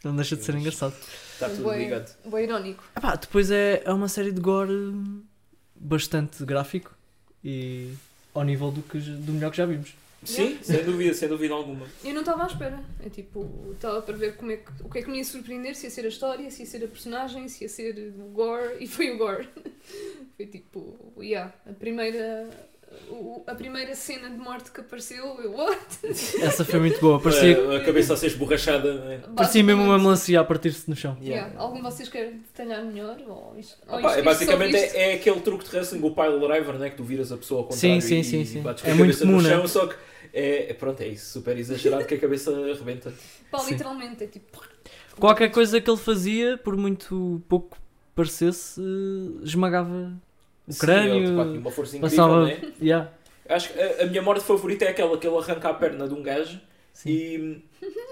Speaker 3: Não deixa de ser engraçado.
Speaker 1: está tudo
Speaker 2: Boi-
Speaker 1: ligado.
Speaker 2: Boi irónico.
Speaker 3: Epá, depois é, é uma série de gore hum, bastante gráfico e ao nível do, que, j- do melhor que já vimos.
Speaker 1: Sim, sem dúvida, sem dúvida alguma.
Speaker 2: Eu não estava à espera. É tipo, estava para ver como é que, o que é que me ia surpreender, se ia ser a história, se ia ser a personagem, se ia ser o gore, e foi o gore. Foi tipo, yeah, a primeira, o- a primeira cena de morte que apareceu, eu, what?
Speaker 3: Essa foi muito boa, parecia,
Speaker 1: A- A cabeça a ser esborrachada. não é?
Speaker 3: parecia mesmo uma
Speaker 2: Basicamente,
Speaker 3: melancia a partir-se no chão.
Speaker 2: Yeah. Algum de vocês quer detalhar melhor? Ou isto, ou
Speaker 1: Opa,
Speaker 2: isto-
Speaker 1: é
Speaker 2: isto
Speaker 1: basicamente
Speaker 2: só isto?
Speaker 1: é, é aquele truque de wrestling, o pile driver, né? Que tu viras a pessoa ao
Speaker 3: Sim,
Speaker 1: contrário
Speaker 3: sim,
Speaker 1: e,
Speaker 3: sim, sim.
Speaker 1: e bates
Speaker 3: É
Speaker 1: com a
Speaker 3: muito
Speaker 1: cabeça no
Speaker 3: comum, né?
Speaker 1: chão, só que é, é- pronto, é isso, super exagerado que a cabeça arrebenta.
Speaker 2: Pá,
Speaker 3: Sim.
Speaker 2: literalmente, é tipo,
Speaker 3: Qualquer coisa que ele fazia, por muito pouco parecesse, eh, esmagava. O
Speaker 1: Sim,
Speaker 3: crânio,
Speaker 1: ele, pá, tinha uma força incrível,
Speaker 3: Passava.
Speaker 1: né?
Speaker 3: Yeah.
Speaker 1: Acho que a, a minha morte favorita é aquela que ele arranca a perna de um gajo
Speaker 3: Sim.
Speaker 1: e,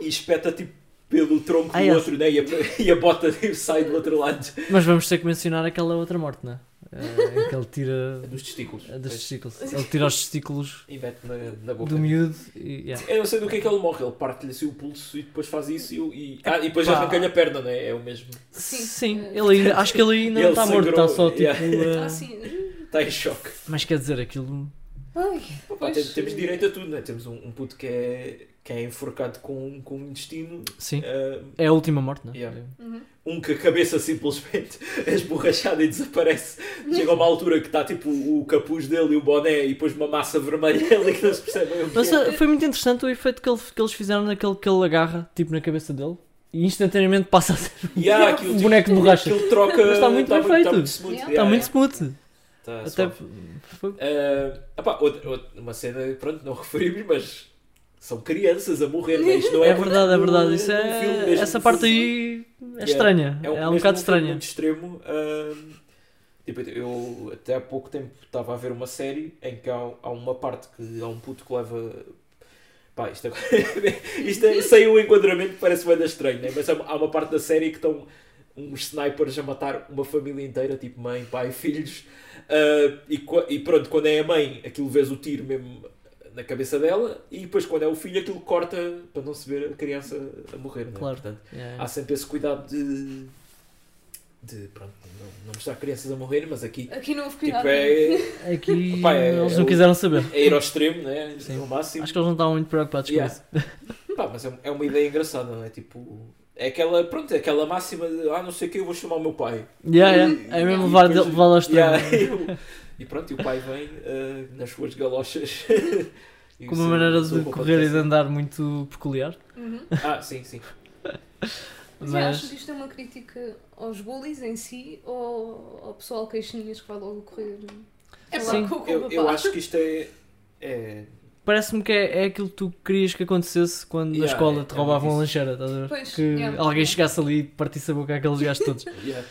Speaker 1: e espeta tipo pelo tronco
Speaker 3: Ah,
Speaker 1: do
Speaker 3: essa.
Speaker 1: outro, né? E a, e a bota tipo, sai do outro lado
Speaker 3: Mas vamos ter que mencionar aquela outra morte, não é? Eh, em que ele tira
Speaker 1: dos testículos.
Speaker 3: eh, dos testículos. Ele tira os testículos
Speaker 1: E mete na, na boca.
Speaker 3: do miúdo e. Yeah.
Speaker 1: Eu não sei do que é que ele morre, ele parte-lhe assim o pulso e depois faz isso e, o- e- ah, e depois
Speaker 3: Epá.
Speaker 1: arranca-lhe a perna, né? É o mesmo.
Speaker 2: Sim.
Speaker 3: Sim, ele ainda, acho que ele ainda
Speaker 1: Ele
Speaker 3: não está morto,
Speaker 1: sangrou,
Speaker 3: está só tipo.
Speaker 1: yeah.
Speaker 3: eh,
Speaker 2: ah, assim,
Speaker 1: Está Tá em choque.
Speaker 3: Mas quer dizer, aquilo.
Speaker 2: ai,
Speaker 1: Pá,
Speaker 2: pois,
Speaker 1: tem- temos direito a tudo, né? Temos um, um puto que é, que é enforcado com, com um intestino.
Speaker 3: Sim.
Speaker 1: ah,
Speaker 3: É a última morte, não é?
Speaker 1: Yeah.
Speaker 2: Uhum.
Speaker 1: um que a cabeça simplesmente é esborrachada e desaparece. Chega a uma altura que está tipo o capuz dele e o boné e depois uma massa vermelha ali que não se percebe bem o que
Speaker 3: Mas
Speaker 1: é.
Speaker 3: ah, foi muito interessante o efeito que, ele- que eles fizeram naquele que ele agarra, tipo na cabeça dele, e instantaneamente passa a ser
Speaker 1: E há aquilo,
Speaker 3: um
Speaker 1: tipo,
Speaker 3: boneco de borracha.
Speaker 1: aquilo troca.
Speaker 3: Mas está muito bem
Speaker 1: Está
Speaker 3: feito.
Speaker 1: muito smooth.
Speaker 2: Está
Speaker 3: Está
Speaker 1: yeah,
Speaker 3: muito
Speaker 1: yeah. É
Speaker 3: smooth.
Speaker 1: Está
Speaker 3: Até
Speaker 1: suave.
Speaker 3: foi.
Speaker 1: Ah, epá, outra- outra- uma cena, pronto, não referimos, mas são crianças a morrer, né? isto não é,
Speaker 3: É verdade, é
Speaker 1: muito
Speaker 3: verdade.
Speaker 1: do-
Speaker 3: Isso
Speaker 1: do filme
Speaker 3: é,
Speaker 1: mesmo.
Speaker 3: essa parte aí é
Speaker 1: Yeah.
Speaker 3: estranha. É um
Speaker 1: mesmo
Speaker 3: bocado
Speaker 1: filme
Speaker 3: estranha.
Speaker 1: Muito extremo. hum, tipo, eu até há pouco tempo estava a ver uma série em que há, há uma parte que há um puto que leva. Pá, isto, é, isto é- sem o enquadramento parece bem estranho, né? mas há, há uma parte da série que estão. uns snipers a matar uma família inteira, tipo mãe, pai, filhos. Ah, e, co- e pronto, quando é a mãe, aquilo vês o tiro mesmo na cabeça dela, e depois quando é o filho, aquilo corta para não se ver a criança a morrer. Né?
Speaker 3: Claro.
Speaker 1: Portanto,
Speaker 3: Yeah.
Speaker 1: há sempre esse cuidado de. de pronto, não, não mostrar crianças a morrer, mas aqui.
Speaker 2: Aqui não houve cuidado.
Speaker 1: Tipo, é,
Speaker 3: Aqui
Speaker 1: Opa, é-
Speaker 3: eles
Speaker 1: é
Speaker 3: não
Speaker 1: o-
Speaker 3: quiseram saber.
Speaker 1: é ir ao extremo, né?
Speaker 3: Sim.
Speaker 1: No máximo.
Speaker 3: Acho que eles não estavam muito preocupados
Speaker 1: Yeah.
Speaker 3: com isso.
Speaker 1: Pá, mas é, é uma ideia engraçada, não é? Tipo. É aquela, pronto, é aquela máxima de ah, não sei o que, eu vou chamar o meu pai.
Speaker 3: Yeah, yeah. É mesmo
Speaker 1: E
Speaker 3: levar
Speaker 1: depois-
Speaker 3: levar ao extremo.
Speaker 1: Yeah, e o- e pronto, e o pai vem ah, nas suas galochas. E o
Speaker 3: Com uma
Speaker 1: seu-
Speaker 3: maneira
Speaker 1: o seu
Speaker 3: de
Speaker 1: roupa
Speaker 3: correr e de
Speaker 1: acontece.
Speaker 3: andar muito peculiar.
Speaker 2: Uhum.
Speaker 1: Ah, sim, sim.
Speaker 2: Mas, eu acho
Speaker 3: Mas
Speaker 2: que isto é uma crítica aos bullies em si ou ao pessoal queixinhas que vai logo correr
Speaker 1: É
Speaker 2: falar
Speaker 3: Sim.
Speaker 2: com, com o
Speaker 1: Eu, eu
Speaker 2: papá.
Speaker 1: acho que isto é. é
Speaker 3: parece-me que é, é aquilo que tu querias que acontecesse quando na
Speaker 1: Yeah,
Speaker 3: escola
Speaker 1: é-
Speaker 3: te
Speaker 1: é
Speaker 3: roubavam a
Speaker 1: muito
Speaker 3: lancheira, estás a ver?
Speaker 2: Pois, é,
Speaker 3: que
Speaker 2: yeah.
Speaker 3: alguém chegasse ali e partisse a boca àqueles gajos todos.
Speaker 1: yeah.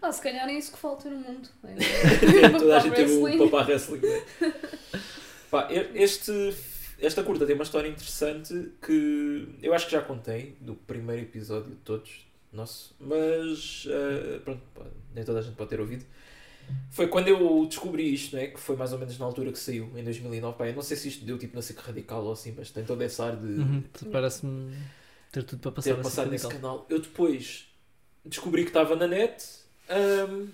Speaker 2: Ah, se calhar é isso que falta no mundo. É.
Speaker 1: Toda a gente teve um o papá wrestling. né? Pá, e- este, esta curta tem uma história interessante que eu acho que já contei do primeiro episódio de todos, nosso, mas eh, pronto, pá, nem toda a gente pode ter ouvido. Foi quando eu descobri isto, né, que foi mais ou menos na altura que saiu, em 2009. Pá, eu não sei se isto deu tipo na SIC Radical ou assim, mas tem todo esse ar de
Speaker 3: Uhum, Parece-me ter tudo para passar
Speaker 1: ter
Speaker 3: assim
Speaker 1: passado nesse
Speaker 3: radical.
Speaker 1: canal. Eu depois descobri que estava na net hum,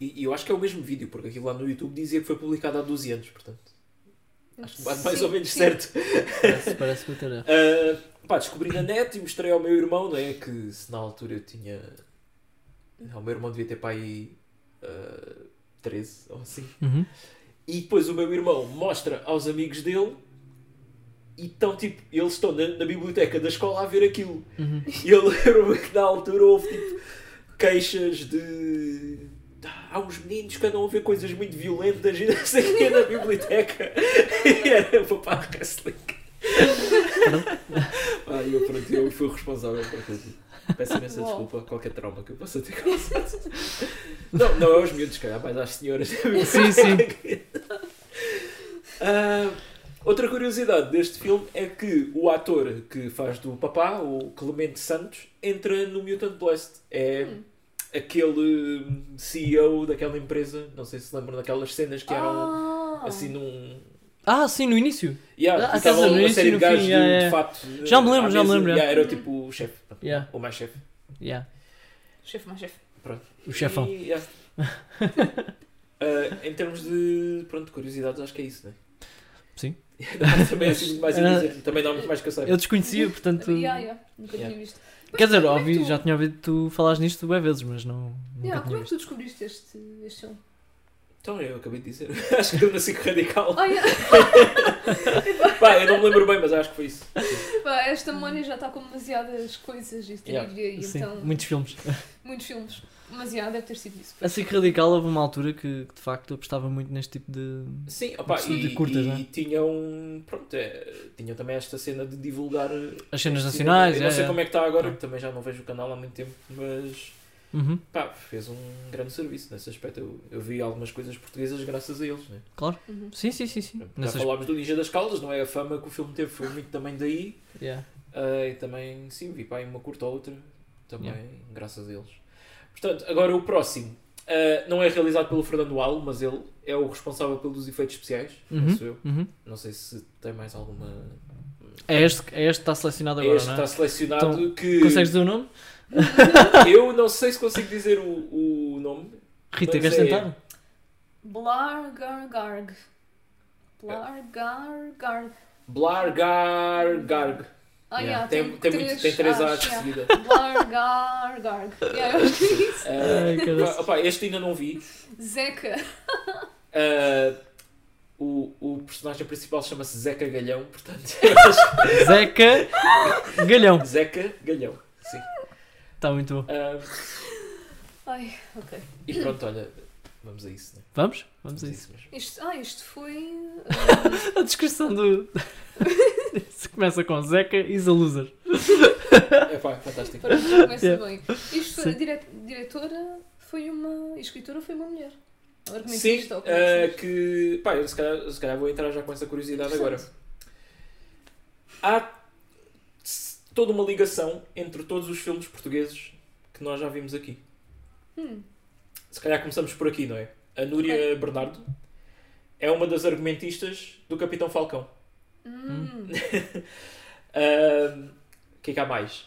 Speaker 1: e, e eu acho que é o mesmo vídeo, porque aquilo lá no YouTube dizia que foi publicado há 12 anos, portanto, acho que bate mais ou menos certo.
Speaker 3: Parece, parece bater. é.
Speaker 1: Uh, pá, descobri na net e mostrei ao meu irmão, não é? Que se na altura eu tinha. Não, o meu irmão devia ter para aí uh, 13 ou assim.
Speaker 3: Uhum.
Speaker 1: E depois o meu irmão mostra aos amigos dele e estão tipo, eles estão na, na biblioteca da escola a ver aquilo.
Speaker 3: Uhum.
Speaker 1: E eu lembro-me que na altura houve tipo, queixas de. "Ah, Há uns meninos que andam a ver coisas muito violentas e não sei o que na biblioteca. E era o papá wrestling. Ah, e eu, pronto, eu fui o responsável por aquilo. Peço imensa
Speaker 2: Uau.
Speaker 1: desculpa a qualquer trauma que eu possa ter causado. Não, não aos miúdos, se calhar, mas às senhoras da biblioteca.
Speaker 3: Sim, sim.
Speaker 1: Ah, outra curiosidade deste filme é que o ator que faz do papá, o Clemente Santos, entra no Mutant Blast. É
Speaker 2: Hum.
Speaker 1: aquele hum, CEO daquela empresa, não sei se lembram daquelas cenas que eram
Speaker 2: Ah,
Speaker 1: assim num.
Speaker 3: Ah, sim, no início.
Speaker 1: Yeah,
Speaker 3: Ah,
Speaker 1: que estavam
Speaker 3: sim, no
Speaker 1: uma
Speaker 3: início,
Speaker 1: série de
Speaker 3: no
Speaker 1: gajos
Speaker 3: fim,
Speaker 1: de,
Speaker 3: yeah, yeah.
Speaker 1: de fato.
Speaker 3: Já me lembro,
Speaker 1: à
Speaker 3: já me
Speaker 1: mesa.
Speaker 3: lembro,
Speaker 1: Yeah, era tipo o chefe,
Speaker 3: Yeah.
Speaker 1: ou mais chefe.
Speaker 3: Yeah.
Speaker 2: Chefe mais chefe.
Speaker 3: O chefão.
Speaker 1: E, yeah. Ah, em termos de pronto, curiosidades, acho que é isso, né?
Speaker 3: Sim.
Speaker 1: também é assim muito mais
Speaker 3: Era-
Speaker 1: interessante, também não há muito mais que eu saiba.
Speaker 3: Eu desconhecia, portanto.
Speaker 2: Yeah, yeah. Nunca
Speaker 1: Yeah.
Speaker 2: tinha visto.
Speaker 3: Quer dizer,
Speaker 2: Como é que
Speaker 3: ouvi,
Speaker 2: tu-
Speaker 3: já tinha ouvido tu falares nisto bem vezes, mas não. Nunca
Speaker 2: Yeah, como
Speaker 3: tinha
Speaker 2: é que
Speaker 3: visto.
Speaker 2: tu descobriste este, este filme?
Speaker 1: Então, eu acabei de dizer. acho que deu na SIC radical.
Speaker 2: Ah, yeah.
Speaker 1: Pá, eu não me lembro bem, mas acho que foi isso.
Speaker 2: Pá, esta memória já está com demasiadas coisas e
Speaker 1: Yeah.
Speaker 2: trivia e
Speaker 3: Sim,
Speaker 2: então
Speaker 3: assim, muitos filmes.
Speaker 2: muitos filmes. Mas yeah, deve ter sido isso.
Speaker 3: Assim que radical, houve uma altura que, que de facto apostava muito neste tipo de.
Speaker 1: Sim, opá,
Speaker 3: Sim,
Speaker 1: e,
Speaker 3: de curtas,
Speaker 1: e
Speaker 3: né?
Speaker 1: tinham. Pronto, é, tinham também esta cena de divulgar.
Speaker 3: As cenas
Speaker 1: este cinema.
Speaker 3: nacionais,
Speaker 1: Eu
Speaker 3: é,
Speaker 1: não sei
Speaker 3: é.
Speaker 1: como é que está agora, porque também já não vejo o canal há muito tempo, mas.
Speaker 3: Uhum.
Speaker 1: Pá, fez um grande serviço nesse aspecto. Eu, eu vi algumas coisas portuguesas graças a eles, né?
Speaker 2: Uhum.
Speaker 3: Sim, sim, sim, sim.
Speaker 1: Já
Speaker 3: Nessas...
Speaker 1: falámos do Ninja das Caldas, não é? A fama que o filme teve foi muito também daí.
Speaker 3: Yeah.
Speaker 1: Ah, e também, sim, vi pá, em uma curta ou outra. Também,
Speaker 3: Yeah.
Speaker 1: graças a eles. Portanto, agora o próximo. ah, não é realizado pelo Fernando Alo, mas ele é o responsável pelos efeitos especiais.
Speaker 3: Uhum.
Speaker 1: Penso eu.
Speaker 3: Uhum.
Speaker 1: Não sei se tem mais alguma.
Speaker 3: É este, é este que está selecionado agora,
Speaker 1: este
Speaker 3: não é?
Speaker 1: está selecionado que.
Speaker 3: Consegues dizer o nome?
Speaker 1: Eu não sei se consigo dizer o, o nome.
Speaker 3: Rita,
Speaker 1: Mas
Speaker 3: queres
Speaker 1: é-
Speaker 3: tentar?
Speaker 2: Blargargarg. Blargargarg.
Speaker 1: Blargargarg.
Speaker 2: Ah,
Speaker 1: Yeah.
Speaker 2: yeah,
Speaker 1: tem, tem, muito- tem três A's de
Speaker 2: yeah.
Speaker 1: seguida.
Speaker 2: Blargargarg. Yeah, eu acho que é isso.
Speaker 1: Ah,
Speaker 3: Ai, caralho.
Speaker 1: pá, opá, este ainda não vi.
Speaker 2: Zeca.
Speaker 1: Ah, o, o personagem principal chama-se Zeca Galhão, portanto. eu acho
Speaker 3: Zeca Galhão.
Speaker 1: que Zeca Galhão. Sim.
Speaker 3: Está muito bom.
Speaker 1: Ah,
Speaker 2: Ai, ok.
Speaker 1: e pronto, olha, vamos a isso, né?
Speaker 3: Vamos? Vamos a isso.
Speaker 1: mesmo.
Speaker 2: Isto, ah, isto foi.
Speaker 3: A descrição do. Se começa com Zeca e a loser.
Speaker 1: É pá, fantástico.
Speaker 2: Para começa
Speaker 3: Yeah.
Speaker 2: bem. Isto foi a dire- diretora foi uma. e escritora foi uma mulher. Agora como é que
Speaker 1: Sim,
Speaker 2: isto, ou como
Speaker 1: ah,
Speaker 2: é que isto?
Speaker 1: que. Pá, eu se calhar, se calhar vou entrar já com essa curiosidade agora.
Speaker 2: Interessante.
Speaker 1: Há s- toda uma ligação entre todos os filmes portugueses que nós já vimos aqui.
Speaker 2: Hum.
Speaker 1: Se calhar começamos por aqui, não é? A Núria Bernardo é uma das argumentistas do Capitão Falcão.
Speaker 2: Hum.
Speaker 1: Ahm, O que é que há mais?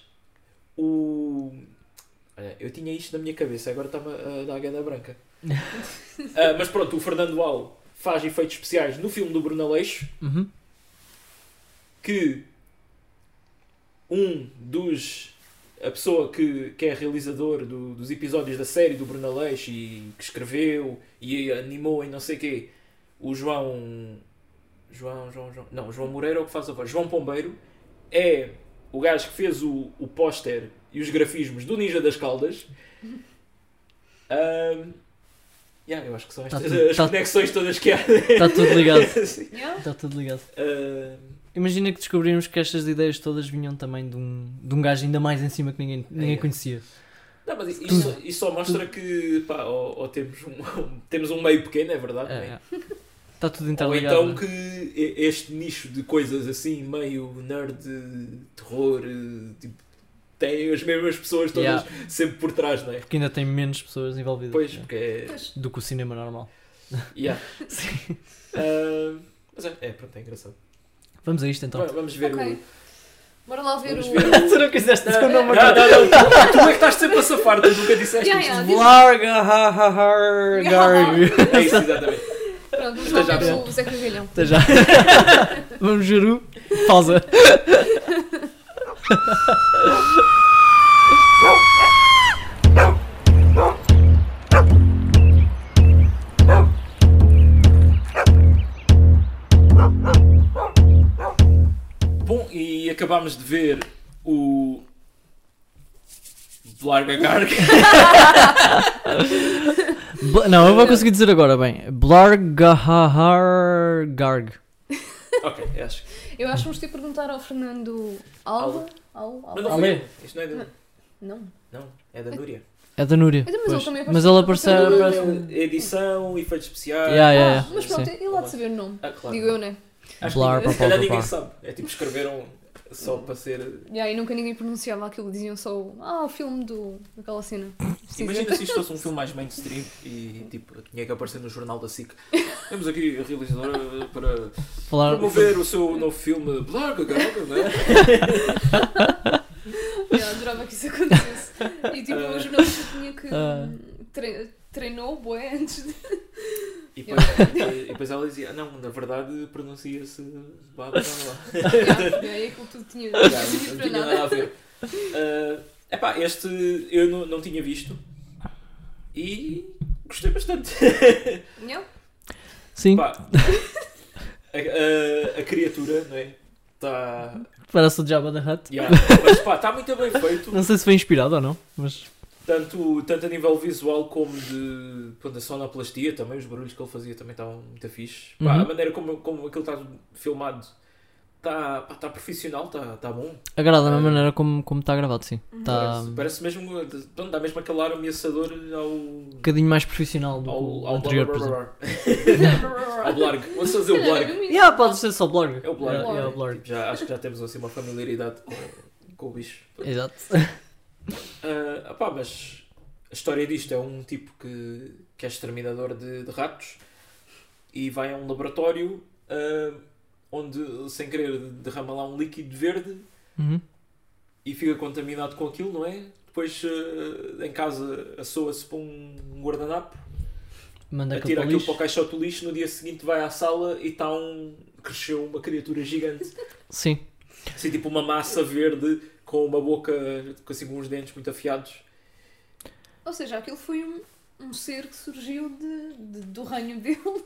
Speaker 1: O... Olha, eu tinha isto na minha cabeça, agora estava a dar a gada branca. Ah, mas pronto, o Fernando Al faz efeitos especiais no filme do Bruno Aleixo,
Speaker 3: Uhum.
Speaker 1: que um dos. a pessoa que, que é realizador do- dos episódios da série do Bruno Aleixo e que escreveu e animou em não sei quê, o João. João, João, João. Não, João Moreira é o que faz a voz. João Pombeiro é o gajo que fez o, o póster e os grafismos do Ninja das Caldas. Ahm, yeah, eu acho que são
Speaker 3: Tá
Speaker 1: estas
Speaker 3: tudo-
Speaker 1: as
Speaker 3: tá-
Speaker 1: conexões todas que há.
Speaker 3: Está tudo ligado.
Speaker 1: Sim.
Speaker 2: Yeah.
Speaker 3: Está tudo ligado.
Speaker 1: Ahm,
Speaker 3: Imagina que descobrimos que estas ideias todas vinham também de um, de um gajo ainda mais em cima que ninguém, ninguém
Speaker 1: É.
Speaker 3: conhecia.
Speaker 1: Não, mas isso, isso- isso só mostra que pá, ou, ou temos, um, temos um meio pequeno, é verdade. né?
Speaker 3: Está tudo
Speaker 1: Ou
Speaker 3: interligado.
Speaker 1: então
Speaker 3: né?
Speaker 1: que e- este nicho de coisas assim, meio nerd, eh, terror, eh, tipo, tem as mesmas pessoas todas
Speaker 3: Yeah.
Speaker 1: sempre por trás, não é?
Speaker 3: Porque ainda tem menos pessoas envolvidas
Speaker 1: Pois,
Speaker 3: né?
Speaker 1: porque é.
Speaker 2: Pois.
Speaker 3: do que o cinema normal.
Speaker 1: Yeah. Ah, mas é, é, pronto, é engraçado.
Speaker 3: Vamos a isto então.
Speaker 1: Vamos- vamos ver
Speaker 2: Ok.
Speaker 1: o.
Speaker 2: Bora lá ver
Speaker 1: Vamos
Speaker 2: o.
Speaker 1: ver o-
Speaker 3: tu não quiseste
Speaker 1: Não,
Speaker 3: o
Speaker 1: não, não,
Speaker 3: nome
Speaker 1: não, tu- tu é que estás sempre a safar, tu nunca disseste
Speaker 2: Yeah,
Speaker 1: isto.
Speaker 2: yeah, diz-
Speaker 3: Larga, ha, ha, har, gar.
Speaker 1: É isso, exatamente.
Speaker 2: Pronto, vamos lá
Speaker 1: Já
Speaker 2: ver
Speaker 1: percebi.
Speaker 2: o Zé Carvalhão.
Speaker 3: Até já. Vamos ver o. Pausa.
Speaker 1: Bom, e acabámos de ver o. Larga Garga.
Speaker 3: Bl- Não, eu vou conseguir dizer agora bem. Blargahar Garg.
Speaker 1: ok, é, acho. que-
Speaker 2: Eu acho que vamos ter que perguntar ao Fernando Alva. Alva?
Speaker 1: Mas
Speaker 2: Alva?
Speaker 1: não
Speaker 3: Ale.
Speaker 1: foi. Isto não é da.
Speaker 2: Não.
Speaker 1: Não, é da Núria.
Speaker 3: É da Núria.
Speaker 2: Então, mas
Speaker 3: pois.
Speaker 2: ele também
Speaker 3: mas
Speaker 2: apareceu-
Speaker 3: ele apareceu.
Speaker 2: Ah,
Speaker 1: Não,
Speaker 2: apareceu-
Speaker 3: aparece-
Speaker 1: não, Edição, efeitos especiais.
Speaker 3: é Yeah, yeah,
Speaker 2: Ah,
Speaker 3: yeah.
Speaker 2: mas pronto,
Speaker 3: Sim.
Speaker 2: ele há de saber o nome.
Speaker 1: Ah, claro.
Speaker 2: Digo eu, né?
Speaker 1: Acho que
Speaker 3: Blar,
Speaker 1: ninguém- se calhar
Speaker 3: blá, blá, blá,
Speaker 1: ninguém
Speaker 3: blá.
Speaker 1: sabe. É tipo, escreveram só para ser.
Speaker 2: E aí nunca ninguém pronunciava aquilo, diziam só o- ah, o filme do. aquela cena.
Speaker 1: Imagina se isto fosse um filme mais mainstream e tipo, tinha que aparecer no jornal da SIC. Temos aqui a realizadora para
Speaker 3: Falar.
Speaker 1: promover o seu novo filme Blarga Garga, não é?
Speaker 2: Eu adorava que isso acontecesse. E tipo, o jornalista tinha que.
Speaker 3: Ah.
Speaker 2: tre- treinou, boé, antes de.
Speaker 1: E depois, e depois ela dizia: "Ah, Não, na verdade pronuncia-se. blá, blá, blá."
Speaker 2: Yeah, e aí aquilo tudo tinha.
Speaker 1: Já,
Speaker 2: Não tinha
Speaker 1: não
Speaker 2: para
Speaker 1: tinha
Speaker 2: nada.
Speaker 1: nada a ver. Ah, epá, este eu não, não tinha visto e gostei bastante.
Speaker 2: Yeah.
Speaker 3: Sim,
Speaker 1: Pá, a, a- a criatura, não é? Está
Speaker 3: parece o Jabba da Hutt.
Speaker 1: yeah, mas, pá, está muito bem feito,
Speaker 3: Não sei se foi inspirado ou não, mas.
Speaker 1: tanto, tanto a nível visual como de pronto, da sonoplastia também. Os barulhos que ele fazia também estavam muito fixe. Pá,
Speaker 3: Uhum.
Speaker 1: A maneira como, como aquilo está filmado está tá profissional, está tá bom.
Speaker 3: Agrada-me a
Speaker 1: Eh.
Speaker 3: maneira como como está gravado, sim. Está
Speaker 1: Parece,
Speaker 3: um
Speaker 1: parece mesmo, pronto, dá mesmo aquele ar ameaçador ao,
Speaker 3: bocadinho mais profissional do que
Speaker 1: ao,
Speaker 3: o
Speaker 1: ao
Speaker 3: anterior, por exemplo.
Speaker 1: Ao É Blarg. Vamos fazer o Blarg.
Speaker 3: Yeah, pode ser só blog.
Speaker 1: É o Blarg.
Speaker 3: Yeah, yeah, blog.
Speaker 1: Tipo, já, acho que já temos assim uma familiaridade com, com o bicho.
Speaker 3: Exato.
Speaker 1: Ah, pá, mas a história disto é um tipo que, que é exterminador de, de ratos e vai a um laboratório ah, onde, sem querer, derrama lá um líquido verde
Speaker 3: Uhum.
Speaker 1: e fica contaminado com aquilo, não é? Depois ah, em casa assoa-se para um guardanapo
Speaker 3: Manda
Speaker 1: Atira
Speaker 3: aquilo
Speaker 1: um
Speaker 3: para
Speaker 1: aquilo
Speaker 3: o
Speaker 1: para o
Speaker 3: lixo.
Speaker 1: caixote do lixo, no dia seguinte vai à sala e está um. cresceu uma criatura gigante.
Speaker 3: Sim.
Speaker 1: Assim, tipo uma massa verde com uma boca, com assim, com uns dentes muito afiados.
Speaker 2: Ou seja, aquilo foi um, um ser que surgiu de, de- do reino dele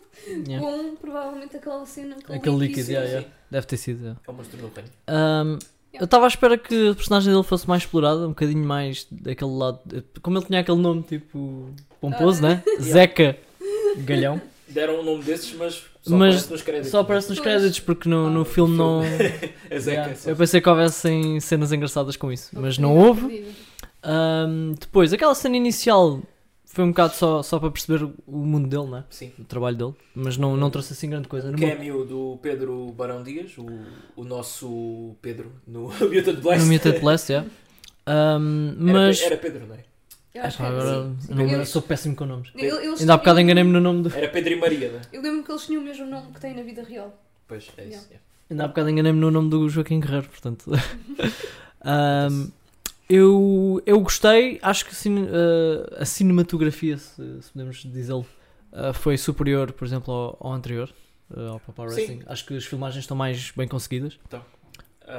Speaker 3: Yeah.
Speaker 2: com provavelmente aquela cena.
Speaker 3: Aquele líquido,
Speaker 2: sim,
Speaker 3: yeah,
Speaker 2: sim.
Speaker 3: yeah. Deve ter sido. yeah.
Speaker 1: É um monstro do reino.
Speaker 3: Um, eu estava à espera que a personagem dele fosse mais explorada, um bocadinho mais daquele lado. Como ele tinha aquele nome tipo pomposo, né? Zeca Galhão.
Speaker 1: Deram um nome desses, mas só
Speaker 3: Mas
Speaker 1: aparece nos créditos.
Speaker 3: Só aparece
Speaker 1: tipo-
Speaker 3: nos
Speaker 2: Pois.
Speaker 3: créditos porque no, no
Speaker 2: Ah,
Speaker 3: filme não.
Speaker 1: É Zeca.
Speaker 3: Yeah.
Speaker 1: só.
Speaker 3: Eu pensei que houvessem cenas engraçadas com isso, mas não houve. Um, depois, aquela cena inicial foi um bocado só, só para perceber o mundo dele, né?
Speaker 1: Sim. é
Speaker 3: O trabalho dele, mas não, não trouxe assim grande
Speaker 1: O
Speaker 3: coisa. Era uma-
Speaker 1: cameo do Pedro Barão Dias, o, o nosso Pedro, no é Mutant
Speaker 3: No
Speaker 1: Blast.
Speaker 3: Muted Blast, yeah. Um,
Speaker 1: Era,
Speaker 3: mas
Speaker 1: Pe- era Pedro, não é?
Speaker 2: Eu
Speaker 3: É,
Speaker 2: acho
Speaker 3: pá,
Speaker 2: que é,
Speaker 3: agora
Speaker 2: sim, sim.
Speaker 3: não me-
Speaker 2: Eu-
Speaker 3: sou péssimo com nomes.
Speaker 2: eu- eles
Speaker 3: Ainda há bocado
Speaker 2: tinham-
Speaker 3: enganei-me no nome do.
Speaker 1: Era Pedro e Maria, né?
Speaker 2: um- Eu lembro que eles tinham o mesmo nome que têm na vida real.
Speaker 1: Pois, é isso. é.
Speaker 3: Ainda há bocado enganei-me no nome do Joaquim Guerreiro, portanto. Ahm, eu, eu gostei, acho que cine- ah, a cinematografia, se, se podemos dizê-lo, ah, foi superior, por exemplo, ao, ao anterior, ah, ao Papa
Speaker 1: Sim.
Speaker 3: Wrestling. Acho que as filmagens estão mais bem conseguidas.
Speaker 1: Ah,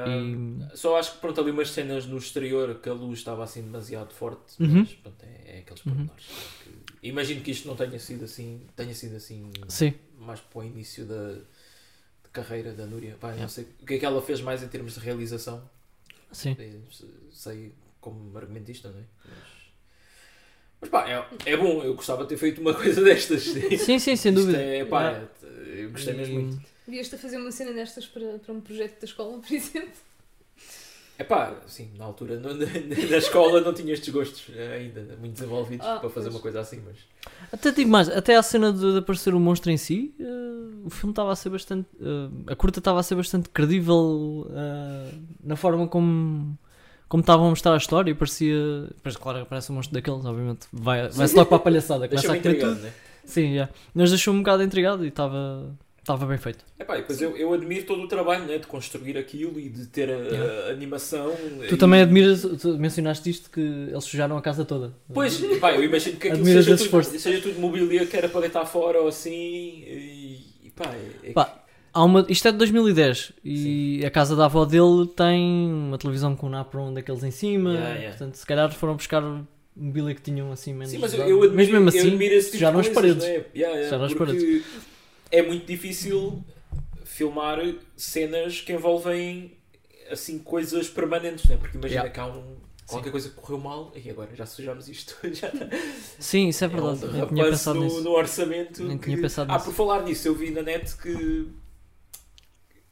Speaker 3: E,
Speaker 1: Só acho que pronto, ali umas cenas no exterior que a luz estava assim demasiado forte,
Speaker 3: Uhum.
Speaker 1: mas pronto, é, é aqueles
Speaker 3: Uhum.
Speaker 1: pormenores. é? que- Imagino que isto não tenha sido assim, tenha sido assim
Speaker 3: sim,
Speaker 1: mais para o início da de carreira da Núria. Pá,
Speaker 3: Yeah.
Speaker 1: não sei o que é que ela fez mais em termos de realização.
Speaker 3: sim.
Speaker 1: Se- Sei como argumentista, não é? Mas, mas pá, é, é bom, eu gostava de ter feito uma coisa destas.
Speaker 3: Sim, sim, sem
Speaker 1: Isto
Speaker 3: dúvida. Ah.
Speaker 1: É, pá,
Speaker 3: Yeah.
Speaker 1: é- eu gostei mesmo muito.
Speaker 2: Vieste a fazer uma cena destas para, para um projeto da escola, por exemplo.
Speaker 1: É pá, sim, na altura, no- na, na escola não tinha estes gostos eh, ainda muito desenvolvidos
Speaker 2: Ah,
Speaker 1: para fazer
Speaker 2: pois.
Speaker 1: uma coisa assim, mas.
Speaker 3: Até digo mais, até a cena de, de aparecer o monstro em si, eh, o filme estava a ser bastante. eh, a curta estava a ser bastante credível eh, na forma como. Como estavam a mostrar a história e parecia. Pois, claro, aparece um monstro daqueles, obviamente. vai- Vai-se logo para a palhaçada. Começa
Speaker 1: Deixa-me
Speaker 3: a comer
Speaker 1: intrigado,
Speaker 3: tudo.
Speaker 1: né?
Speaker 3: Sim, já. Mas deixou-me um bocado intrigado e estava. Estava bem feito.
Speaker 1: É pá, e depois eu, eu admiro todo o trabalho né, de construir aquilo e de ter a, a animação.
Speaker 3: Tu também admiras. Tu mencionaste isto que eles sujaram a casa toda.
Speaker 1: Pois, e pá, eu imagino que aquilo
Speaker 3: Admiras
Speaker 1: seja
Speaker 3: esse
Speaker 1: tudo,
Speaker 3: esforço.
Speaker 1: seja tudo mobília que era para deitar fora ou assim. E, e pá, é, é
Speaker 3: Pá, Há uma, isto é de 2010 e a casa da avó dele tem uma televisão com um napron daqueles em cima.
Speaker 1: Yeah, yeah.
Speaker 3: Portanto, se calhar foram buscar mobília que tinham assim menos.
Speaker 1: Sim, mas eu,
Speaker 3: usado.
Speaker 1: eu admiro,
Speaker 3: mas mesmo assim,
Speaker 1: eu admiro esse tipo
Speaker 3: sujaram
Speaker 1: de
Speaker 3: as
Speaker 1: coisas,
Speaker 3: paredes.
Speaker 1: né? Yeah, yeah,
Speaker 3: Sujaram as
Speaker 1: porque É muito difícil filmar cenas que envolvem assim coisas permanentes, né? porque imagina
Speaker 3: Yeah.
Speaker 1: que há um. Qualquer coisa que correu mal, e agora já sujamos isto. Já está.
Speaker 3: Sim, isso é
Speaker 1: É um
Speaker 3: verdade. nem tinha
Speaker 1: rapaz
Speaker 3: pensado
Speaker 1: no,
Speaker 3: nisso.
Speaker 1: no orçamento.
Speaker 3: Nem tinha
Speaker 1: que-
Speaker 3: pensado
Speaker 1: Ah,
Speaker 3: nisso.
Speaker 1: por falar nisso, eu vi na net que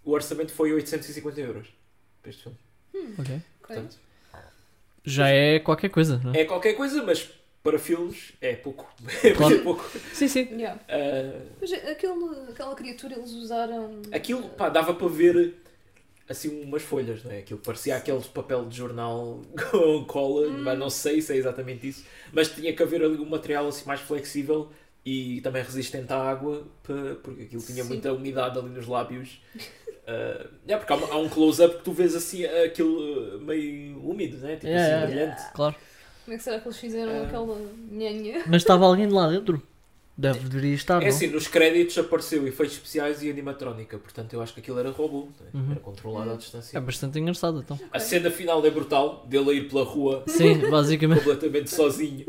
Speaker 1: o orçamento foi 850 euros para este
Speaker 3: É
Speaker 1: filme.
Speaker 3: Ok.
Speaker 2: Ok?
Speaker 1: Portanto,
Speaker 3: Já é qualquer coisa, não é?
Speaker 1: é qualquer coisa, mas para filmes é pouco. É
Speaker 3: Claro.
Speaker 1: muito pouco.
Speaker 3: Sim, sim.
Speaker 2: Yeah.
Speaker 1: Ah,
Speaker 2: Mas aquele, aquela criatura eles usaram.
Speaker 1: Aquilo, pá, dava para ver assim umas folhas, não é? Aquilo parecia aquele papel de jornal com cola, mas não sei se é exatamente isso, mas tinha que haver ali um material assim mais flexível e também resistente à água, pa- porque aquilo tinha
Speaker 2: Sim.
Speaker 1: muita umidade ali nos lábios. Ah, é, porque há, uma- há um close-up que tu vês assim aquilo ah, meio úmido, né? Tipo
Speaker 3: É, é.
Speaker 1: assim, brilhante.
Speaker 3: Claro.
Speaker 2: Como é que será que eles fizeram
Speaker 1: Ah.
Speaker 2: aquela nhanha?
Speaker 3: Mas estava alguém lá dentro? Deve, deveria estar,
Speaker 1: É
Speaker 3: não?
Speaker 1: assim, nos créditos apareceu efeitos especiais e animatrónica, portanto eu acho que aquilo era robô, não é?
Speaker 3: Uhum.
Speaker 1: era controlado à distância.
Speaker 3: É bastante engraçado, então.
Speaker 1: A cena final é brutal, dele a ir pela rua
Speaker 3: Sim, basicamente.
Speaker 1: completamente sozinho.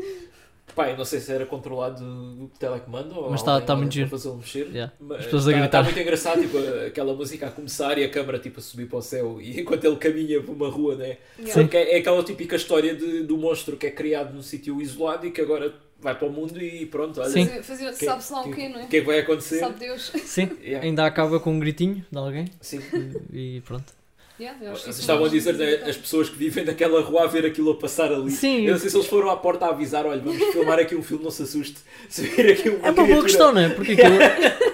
Speaker 1: Pá, eu não sei se era controlado o telecomando ou
Speaker 3: Mas tá-
Speaker 1: alguém
Speaker 3: tá
Speaker 1: lá
Speaker 3: muito
Speaker 1: dentro
Speaker 3: giro.
Speaker 1: a fazê-lo mexer.
Speaker 3: Yeah.
Speaker 1: Mas
Speaker 3: As pessoas a
Speaker 1: tá-
Speaker 3: gritar.
Speaker 1: tá muito engraçado, tipo, aquela música a começar e a câmara tipo, a subir para o céu e enquanto ele caminha por uma rua, né?
Speaker 2: Yeah.
Speaker 3: Sim.
Speaker 1: Porque é é aquela típica história de- do monstro que é criado num sítio isolado e que agora vai para o mundo e pronto, olha.
Speaker 3: Sim.
Speaker 1: o
Speaker 2: Fazer- fazer-
Speaker 1: Que-
Speaker 2: Sabe-se lá o
Speaker 1: que-
Speaker 2: quê, não é?
Speaker 1: que é que vai acontecer?
Speaker 2: Sabe Deus.
Speaker 3: Sim.
Speaker 1: Yeah.
Speaker 3: Ainda acaba com um gritinho de alguém
Speaker 1: Sim.
Speaker 3: e pronto.
Speaker 2: Yeah, eu acho
Speaker 1: Vocês
Speaker 2: isso é
Speaker 1: estavam a
Speaker 2: muito
Speaker 1: dizer né,
Speaker 2: engraçado.
Speaker 1: as pessoas que vivem naquela rua a ver aquilo a passar ali.
Speaker 3: Sim.
Speaker 1: Eu não sei se eles foram à porta a avisar, olha, vamos filmar aqui um filme, não se assuste. Se vir aqui uma
Speaker 3: É uma boa
Speaker 1: criatura-
Speaker 3: questão, não é? Porque aquilo-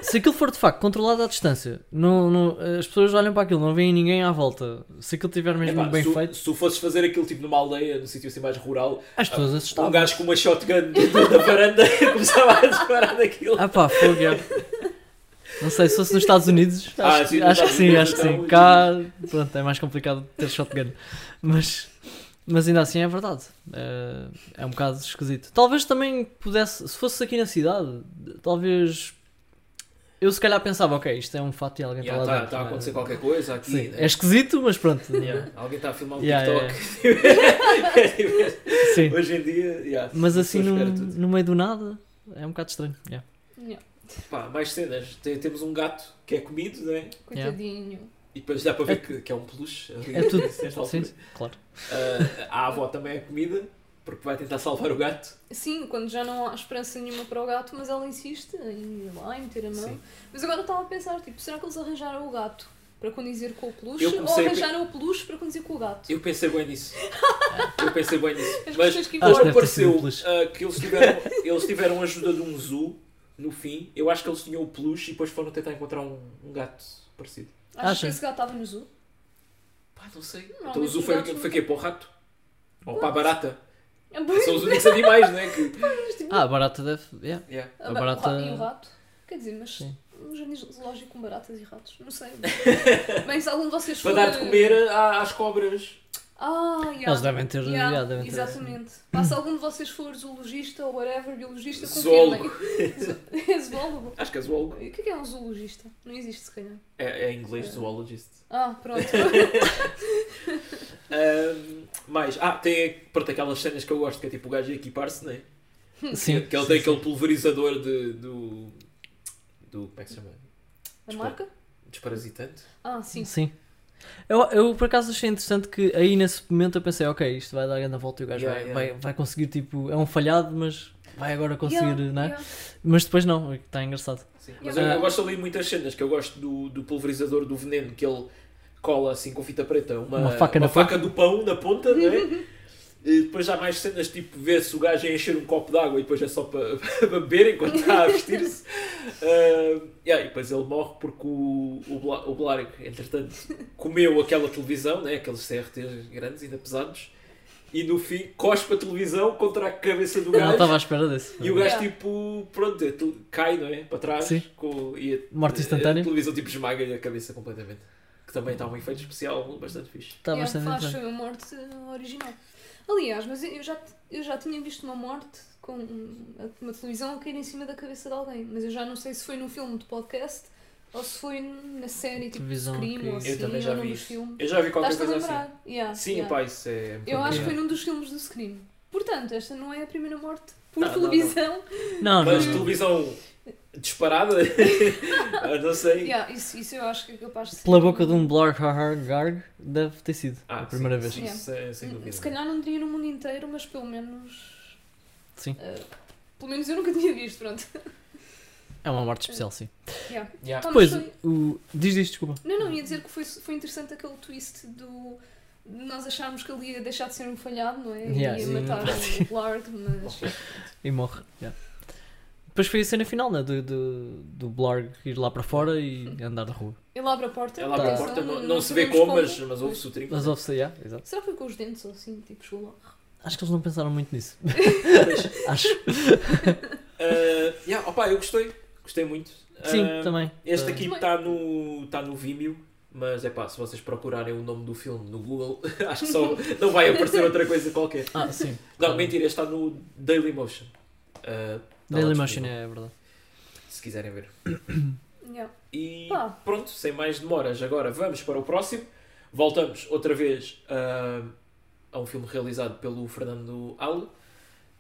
Speaker 3: se aquilo for de facto controlado à distância, não, não- as pessoas olham para aquilo, não veem ninguém à volta. Se aquilo estiver mesmo
Speaker 1: Epá,
Speaker 3: bem
Speaker 1: se,
Speaker 3: feito,
Speaker 1: se tu fosses fazer aquilo tipo numa aldeia, num sítio assim mais rural,
Speaker 3: as pessoas
Speaker 1: um
Speaker 3: assustavam.
Speaker 1: gajo com uma shotgun dentro da varanda começava a disparar daquilo.
Speaker 3: Ah pá, fogo, yeah. Não sei, se fosse nos Estados Unidos, acho,
Speaker 1: Ah, sim, nos
Speaker 3: acho que
Speaker 1: Estados
Speaker 3: sim,
Speaker 1: Unidos,
Speaker 3: acho que sim.
Speaker 1: então,
Speaker 3: Cá, pronto, é mais complicado ter shotgun. Mas, mas ainda assim é verdade. É, é um bocado esquisito. Talvez também pudesse, se fosse aqui na cidade, talvez. Eu se calhar pensava, ok, isto é um fato e alguém
Speaker 1: Está
Speaker 3: está lá dentro.
Speaker 1: tá, a
Speaker 3: né?
Speaker 1: acontecer qualquer coisa aqui.
Speaker 3: Sim,
Speaker 1: né?
Speaker 3: é esquisito, mas pronto.
Speaker 1: Yeah, Alguém está a filmar um
Speaker 3: Yeah,
Speaker 1: TikTok.
Speaker 3: Sim.
Speaker 1: Tipo, Hoje em dia, yeah,
Speaker 3: Mas
Speaker 1: a
Speaker 3: assim,
Speaker 1: pessoa
Speaker 3: no,
Speaker 1: espera tudo.
Speaker 3: no meio do nada, é um bocado estranho. Yeah.
Speaker 2: Yeah,
Speaker 1: Pá, mais cenas. Tem- Temos um gato que é comido, não é?
Speaker 2: Coitadinho.
Speaker 1: E depois dá para ver que, que é um peluche. ali,
Speaker 3: É tudo.
Speaker 1: nesta altura.
Speaker 3: Sim, claro.
Speaker 1: Ah, a avó também é comida, porque vai tentar salvar o gato.
Speaker 2: Sim, quando já não há esperança nenhuma para o gato, mas ela insiste em ir lá, em meter a mão.
Speaker 1: Sim.
Speaker 2: Mas agora eu estava a pensar, tipo, será que eles arranjaram o gato para condizer com o peluche?
Speaker 1: Eu
Speaker 2: Ou
Speaker 1: comecei a pe-
Speaker 2: arranjaram o peluche para condizer com o gato?
Speaker 1: Eu pensei bem nisso. Eu pensei bem nisso. Mas
Speaker 2: As pessoas que
Speaker 3: Acho que
Speaker 1: agora
Speaker 3: deve ter sido
Speaker 1: pareceu
Speaker 3: um peluche.
Speaker 1: ah, que eles tiveram, eles tiveram ajuda de um zoo no fim. Eu acho que eles tinham o peluche e depois foram tentar encontrar um, um gato parecido.
Speaker 2: Achas
Speaker 3: Acha?
Speaker 2: que esse gato estava no zoo?
Speaker 1: Pá, não sei.
Speaker 2: Não,
Speaker 1: então o
Speaker 2: mas
Speaker 1: zoo
Speaker 2: os
Speaker 1: foi,
Speaker 2: gatos
Speaker 1: foi,
Speaker 2: não-
Speaker 1: quê? Para o rato? Ou para a barata?
Speaker 2: É
Speaker 1: São os únicos animais, né? Que...
Speaker 2: tipo,
Speaker 3: Ah, a barata deve. yeah.
Speaker 1: Yeah.
Speaker 2: A
Speaker 3: A
Speaker 2: ba-
Speaker 3: barata-
Speaker 2: o ra- E o rato? Quer dizer, mas
Speaker 3: Sim.
Speaker 2: um jardim zoológico com baratas e ratos, não sei. Bem, se algum de vocês
Speaker 1: Para
Speaker 2: for...
Speaker 1: dar de comer a- às cobras.
Speaker 2: Ah, yeah.
Speaker 3: Eles devem ter-
Speaker 2: Yeah,
Speaker 3: yeah, devem ter-
Speaker 2: Exatamente. Pá, se algum de vocês for zoologista ou whatever, biologista,
Speaker 1: Zoólogo.
Speaker 2: confirmem. É zoólogo.
Speaker 1: Acho que é zoólogo.
Speaker 2: O que é que é um zoologista? Não existe, se calhar.
Speaker 1: É, é em inglês, zoologist.
Speaker 2: Ah, pronto.
Speaker 1: Ahm, mais, ah, tem pronto, aquelas cenas que eu gosto, que é tipo o gajo a equipar-se, né?
Speaker 3: Sim.
Speaker 1: Que ele tem aquele pulverizador de, do. do. como é que se chama?
Speaker 2: A marca?
Speaker 1: Desparasitante.
Speaker 2: Ah, sim.
Speaker 3: Sim. Eu, eu por acaso achei interessante que aí nesse momento eu pensei, ok, isto vai dar grande volta e o gajo
Speaker 1: Yeah,
Speaker 3: vai,
Speaker 1: yeah.
Speaker 3: Vai, vai conseguir tipo, é um falhado, mas vai agora conseguir,
Speaker 2: Yeah,
Speaker 3: não é?
Speaker 2: yeah.
Speaker 3: Mas depois não, está engraçado.
Speaker 1: Sim. Mas eu, eu gosto ali de muitas cenas, que eu gosto do, do pulverizador do veneno que ele cola assim com fita preta, uma,
Speaker 3: Uma faca na
Speaker 1: faca do pão na ponta, não é? E depois há mais cenas tipo ver se o gajo é encher um copo de água e depois é só para para beber enquanto está a vestir-se. Ah, yeah, e depois ele morre porque o, o, Bla- o Blarg, entretanto, comeu aquela televisão, né? aqueles CRTs grandes, ainda pesados, e no fim cospe a televisão contra a cabeça do
Speaker 3: Eu não
Speaker 1: gajo.
Speaker 3: estava à espera desse.
Speaker 1: E o gajo,
Speaker 2: Yeah.
Speaker 1: tipo, pronto, é tu- cai, não é? Para trás.
Speaker 3: Sim.
Speaker 1: Com, e a,
Speaker 3: Morte instantânea.
Speaker 1: A televisão, tipo, esmaga-lhe a cabeça completamente. Que também está um efeito especial bastante fixe.
Speaker 3: Está
Speaker 2: Yeah,
Speaker 3: bastante
Speaker 2: É, faz
Speaker 3: interessante.
Speaker 2: a morte uh, original. Aliás, mas eu já, eu já tinha visto uma morte com um- uma televisão a cair em cima da cabeça de alguém, mas eu já não sei se foi num filme de podcast ou se foi na série tipo
Speaker 3: Televisão
Speaker 2: Scream
Speaker 3: que-
Speaker 2: ou
Speaker 3: Eu
Speaker 2: assim,
Speaker 1: eu também já
Speaker 2: ou num
Speaker 1: vi
Speaker 2: dos
Speaker 1: isso.
Speaker 2: filmes.
Speaker 1: Eu já vi qualquer
Speaker 2: Estás-te a
Speaker 1: coisa
Speaker 2: lembrar?
Speaker 1: assim.
Speaker 2: Yeah,
Speaker 1: Sim,
Speaker 2: yeah.
Speaker 1: pá, isso é...
Speaker 2: Eu acho que foi
Speaker 3: Yeah.
Speaker 2: num dos filmes do Scream. Portanto, esta não é a primeira morte por
Speaker 1: Não, não,
Speaker 2: televisão.
Speaker 3: Não, não,
Speaker 1: Mas
Speaker 3: não.
Speaker 1: televisão disparada? Ah, não sei.
Speaker 2: Yeah, isso, isso eu acho que é capaz de ser.
Speaker 3: Pela boca de um Blargarg deve ter sido
Speaker 1: Ah,
Speaker 3: a primeira
Speaker 1: sim,
Speaker 3: vez.
Speaker 1: sim,
Speaker 2: Yeah.
Speaker 1: sem, sem dúvida.
Speaker 2: Se calhar não diria no mundo inteiro, mas pelo menos.
Speaker 3: Sim.
Speaker 2: uh, pelo menos eu nunca tinha visto, pronto.
Speaker 3: É uma morte especial, sim.
Speaker 2: Yeah.
Speaker 1: Yeah.
Speaker 2: Pá, mas
Speaker 3: Depois,
Speaker 2: foi-
Speaker 3: o... diz isto, desculpa.
Speaker 2: Não, não, ia dizer que foi, foi interessante aquele twist do de nós acharmos que ele ia deixar de ser um falhado, não é?
Speaker 3: Yeah,
Speaker 2: ia
Speaker 3: sim,
Speaker 2: matar
Speaker 3: sim.
Speaker 2: o Lard, mas.
Speaker 3: E morre. yeah. Depois foi a cena final, né? Do, do, do Blarg ir lá para fora e andar na rua.
Speaker 2: Ele abre a porta.
Speaker 1: Ela abre a
Speaker 3: Tá.
Speaker 2: atenção,
Speaker 1: É porta, não, não se vê
Speaker 2: sabemos
Speaker 1: como, mas, mas ouve-se o trinco.
Speaker 3: Mas ouve-se, yeah, exato.
Speaker 2: Será que foi com os dentes ou assim? Tipo, chegou lá.
Speaker 3: Acho que eles não pensaram muito nisso. Acho.
Speaker 1: Ah, yeah, opa, eu gostei. Gostei muito.
Speaker 3: Sim,
Speaker 1: Ah,
Speaker 3: também.
Speaker 1: Este
Speaker 3: Também.
Speaker 1: aqui está no, tá no Vimeo, mas é pá, se vocês procurarem o nome do filme no Google, acho que só não vai aparecer outra coisa qualquer.
Speaker 3: Ah, sim.
Speaker 1: Não, mentira, este está no Dailymotion. Ah, tipo- tá lá
Speaker 3: Dailymotion,
Speaker 1: disponível,
Speaker 3: é verdade.
Speaker 1: Se quiserem ver.
Speaker 2: Yeah.
Speaker 1: E
Speaker 2: Pá.
Speaker 1: pronto, sem mais demoras, agora vamos para o próximo. Voltamos outra vez ah, a um filme realizado pelo Fernando Al.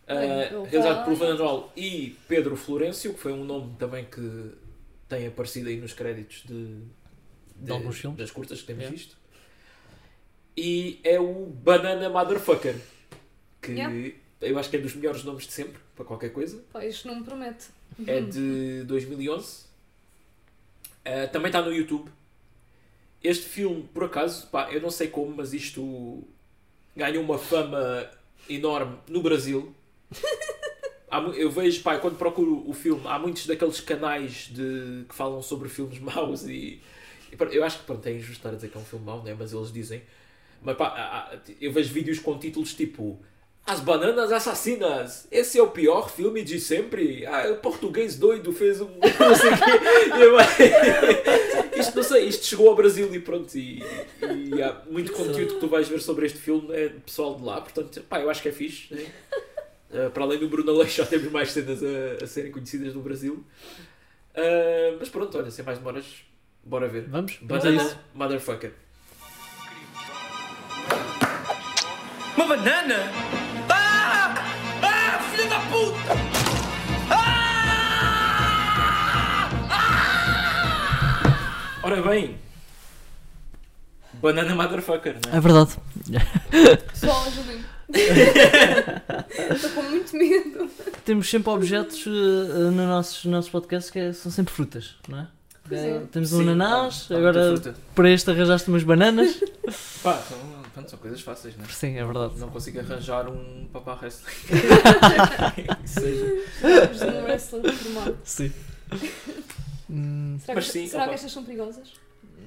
Speaker 1: ah,
Speaker 2: Bem, eu-
Speaker 1: realizado pelo
Speaker 2: Ai.
Speaker 1: Fernando Al e Pedro Florencio, que foi um nome também que tem aparecido aí nos créditos de,
Speaker 3: De alguns filmes.
Speaker 1: Das curtas que temos
Speaker 3: Yeah.
Speaker 1: visto. E é o Banana Motherfucker. Que
Speaker 2: Yeah.
Speaker 1: eu acho que é dos melhores nomes de sempre, para qualquer coisa.
Speaker 2: Pá, isto não me promete.
Speaker 1: É de 2011. Ah, também está no YouTube. Este filme, por acaso, pá, eu não sei como, mas isto ganhou uma fama enorme no Brasil. Há mu- eu vejo, pá, quando procuro o filme, há muitos daqueles canais de, que falam sobre filmes maus e. e pá, Eu acho que pronto, é injusto estar a dizer que é um filme mau, né? mas eles dizem. Mas pá, há- há- eu vejo vídeos com títulos tipo As Bananas Assassinas, esse é o pior filme de sempre. Ah, o português doido fez um. Não sei o quê. E eu- isto, não sei, isto chegou ao Brasil e pronto. E, e há muito conteúdo que tu vais ver sobre este filme é do pessoal de lá, portanto, pá, eu acho que é fixe. né? Uh, para além do Bruno Leix, já temos mais cenas a, a serem conhecidas no Brasil. Uh, mas pronto, olha, sem mais demoras, bora ver.
Speaker 3: Vamos? Vamos a
Speaker 1: Banana
Speaker 3: é isso.
Speaker 1: Motherfucker.
Speaker 5: Uma banana? Ah! Ah, filha da puta! Ah!
Speaker 1: Ora bem, Banana Motherfucker, né?
Speaker 3: É verdade.
Speaker 2: Pessoal, ajudem-me. Estou com muito medo.
Speaker 3: Temos sempre objetos eh, eh, no nossos nosso podcast que é- são sempre frutas, não é?
Speaker 2: Pois é.
Speaker 3: Eh, Temos um
Speaker 1: Sim,
Speaker 3: ananás,
Speaker 1: tá- tá
Speaker 3: agora
Speaker 1: muita fruta.
Speaker 3: para este arranjaste umas bananas.
Speaker 1: Pá, são, pronto, são coisas fáceis, né?
Speaker 3: Sim, é verdade.
Speaker 1: Não consigo arranjar um papá wrestling. Que seja.
Speaker 2: Precisamos de um wrestler formado.
Speaker 3: Sim. Hum,
Speaker 2: Será,
Speaker 1: Mas
Speaker 2: que,
Speaker 1: sim,
Speaker 2: será
Speaker 1: opa.
Speaker 2: que estas são perigosas?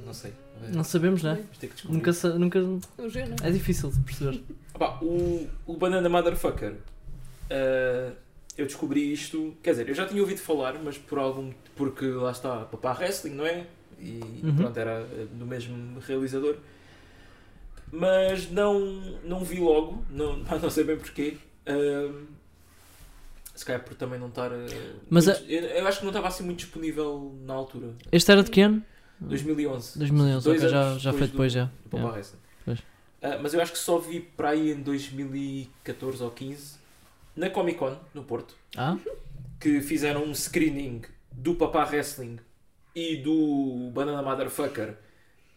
Speaker 1: Não sei.
Speaker 3: Não sabemos,
Speaker 2: é.
Speaker 3: né?
Speaker 1: Vamos ter que descobrir.
Speaker 3: Nunca, sa- nunca.
Speaker 2: Vamos ver, não é?
Speaker 3: É difícil de perceber.
Speaker 1: Opá, o, o Banana Motherfucker. eh, eu descobri isto. Quer dizer, eu já tinha ouvido falar, mas por algum. Porque lá está Papá Wrestling, não é? E
Speaker 3: Uhum.
Speaker 1: pronto, era eh, do mesmo realizador. Mas não, não vi logo, não, pá, não sei bem porquê. Ahm, se calhar por também não estar. eh,
Speaker 3: Mas
Speaker 1: muito- eu, eu acho que não estava assim muito disponível na altura.
Speaker 3: Este era de que ano?
Speaker 1: 2011.
Speaker 3: 2011,
Speaker 1: Dois
Speaker 3: ok, já,
Speaker 1: anos
Speaker 3: já foi depois
Speaker 1: do-
Speaker 3: já.
Speaker 1: do Papa
Speaker 3: Yeah.
Speaker 1: Wrestling.
Speaker 3: Pois.
Speaker 1: Tipo, Ah, mas eu acho que só vi para aí em 2014 ou 15 na Comic Con, no Porto,
Speaker 3: Ah?
Speaker 1: que fizeram um screening do Papá Wrestling e do Banana Motherfucker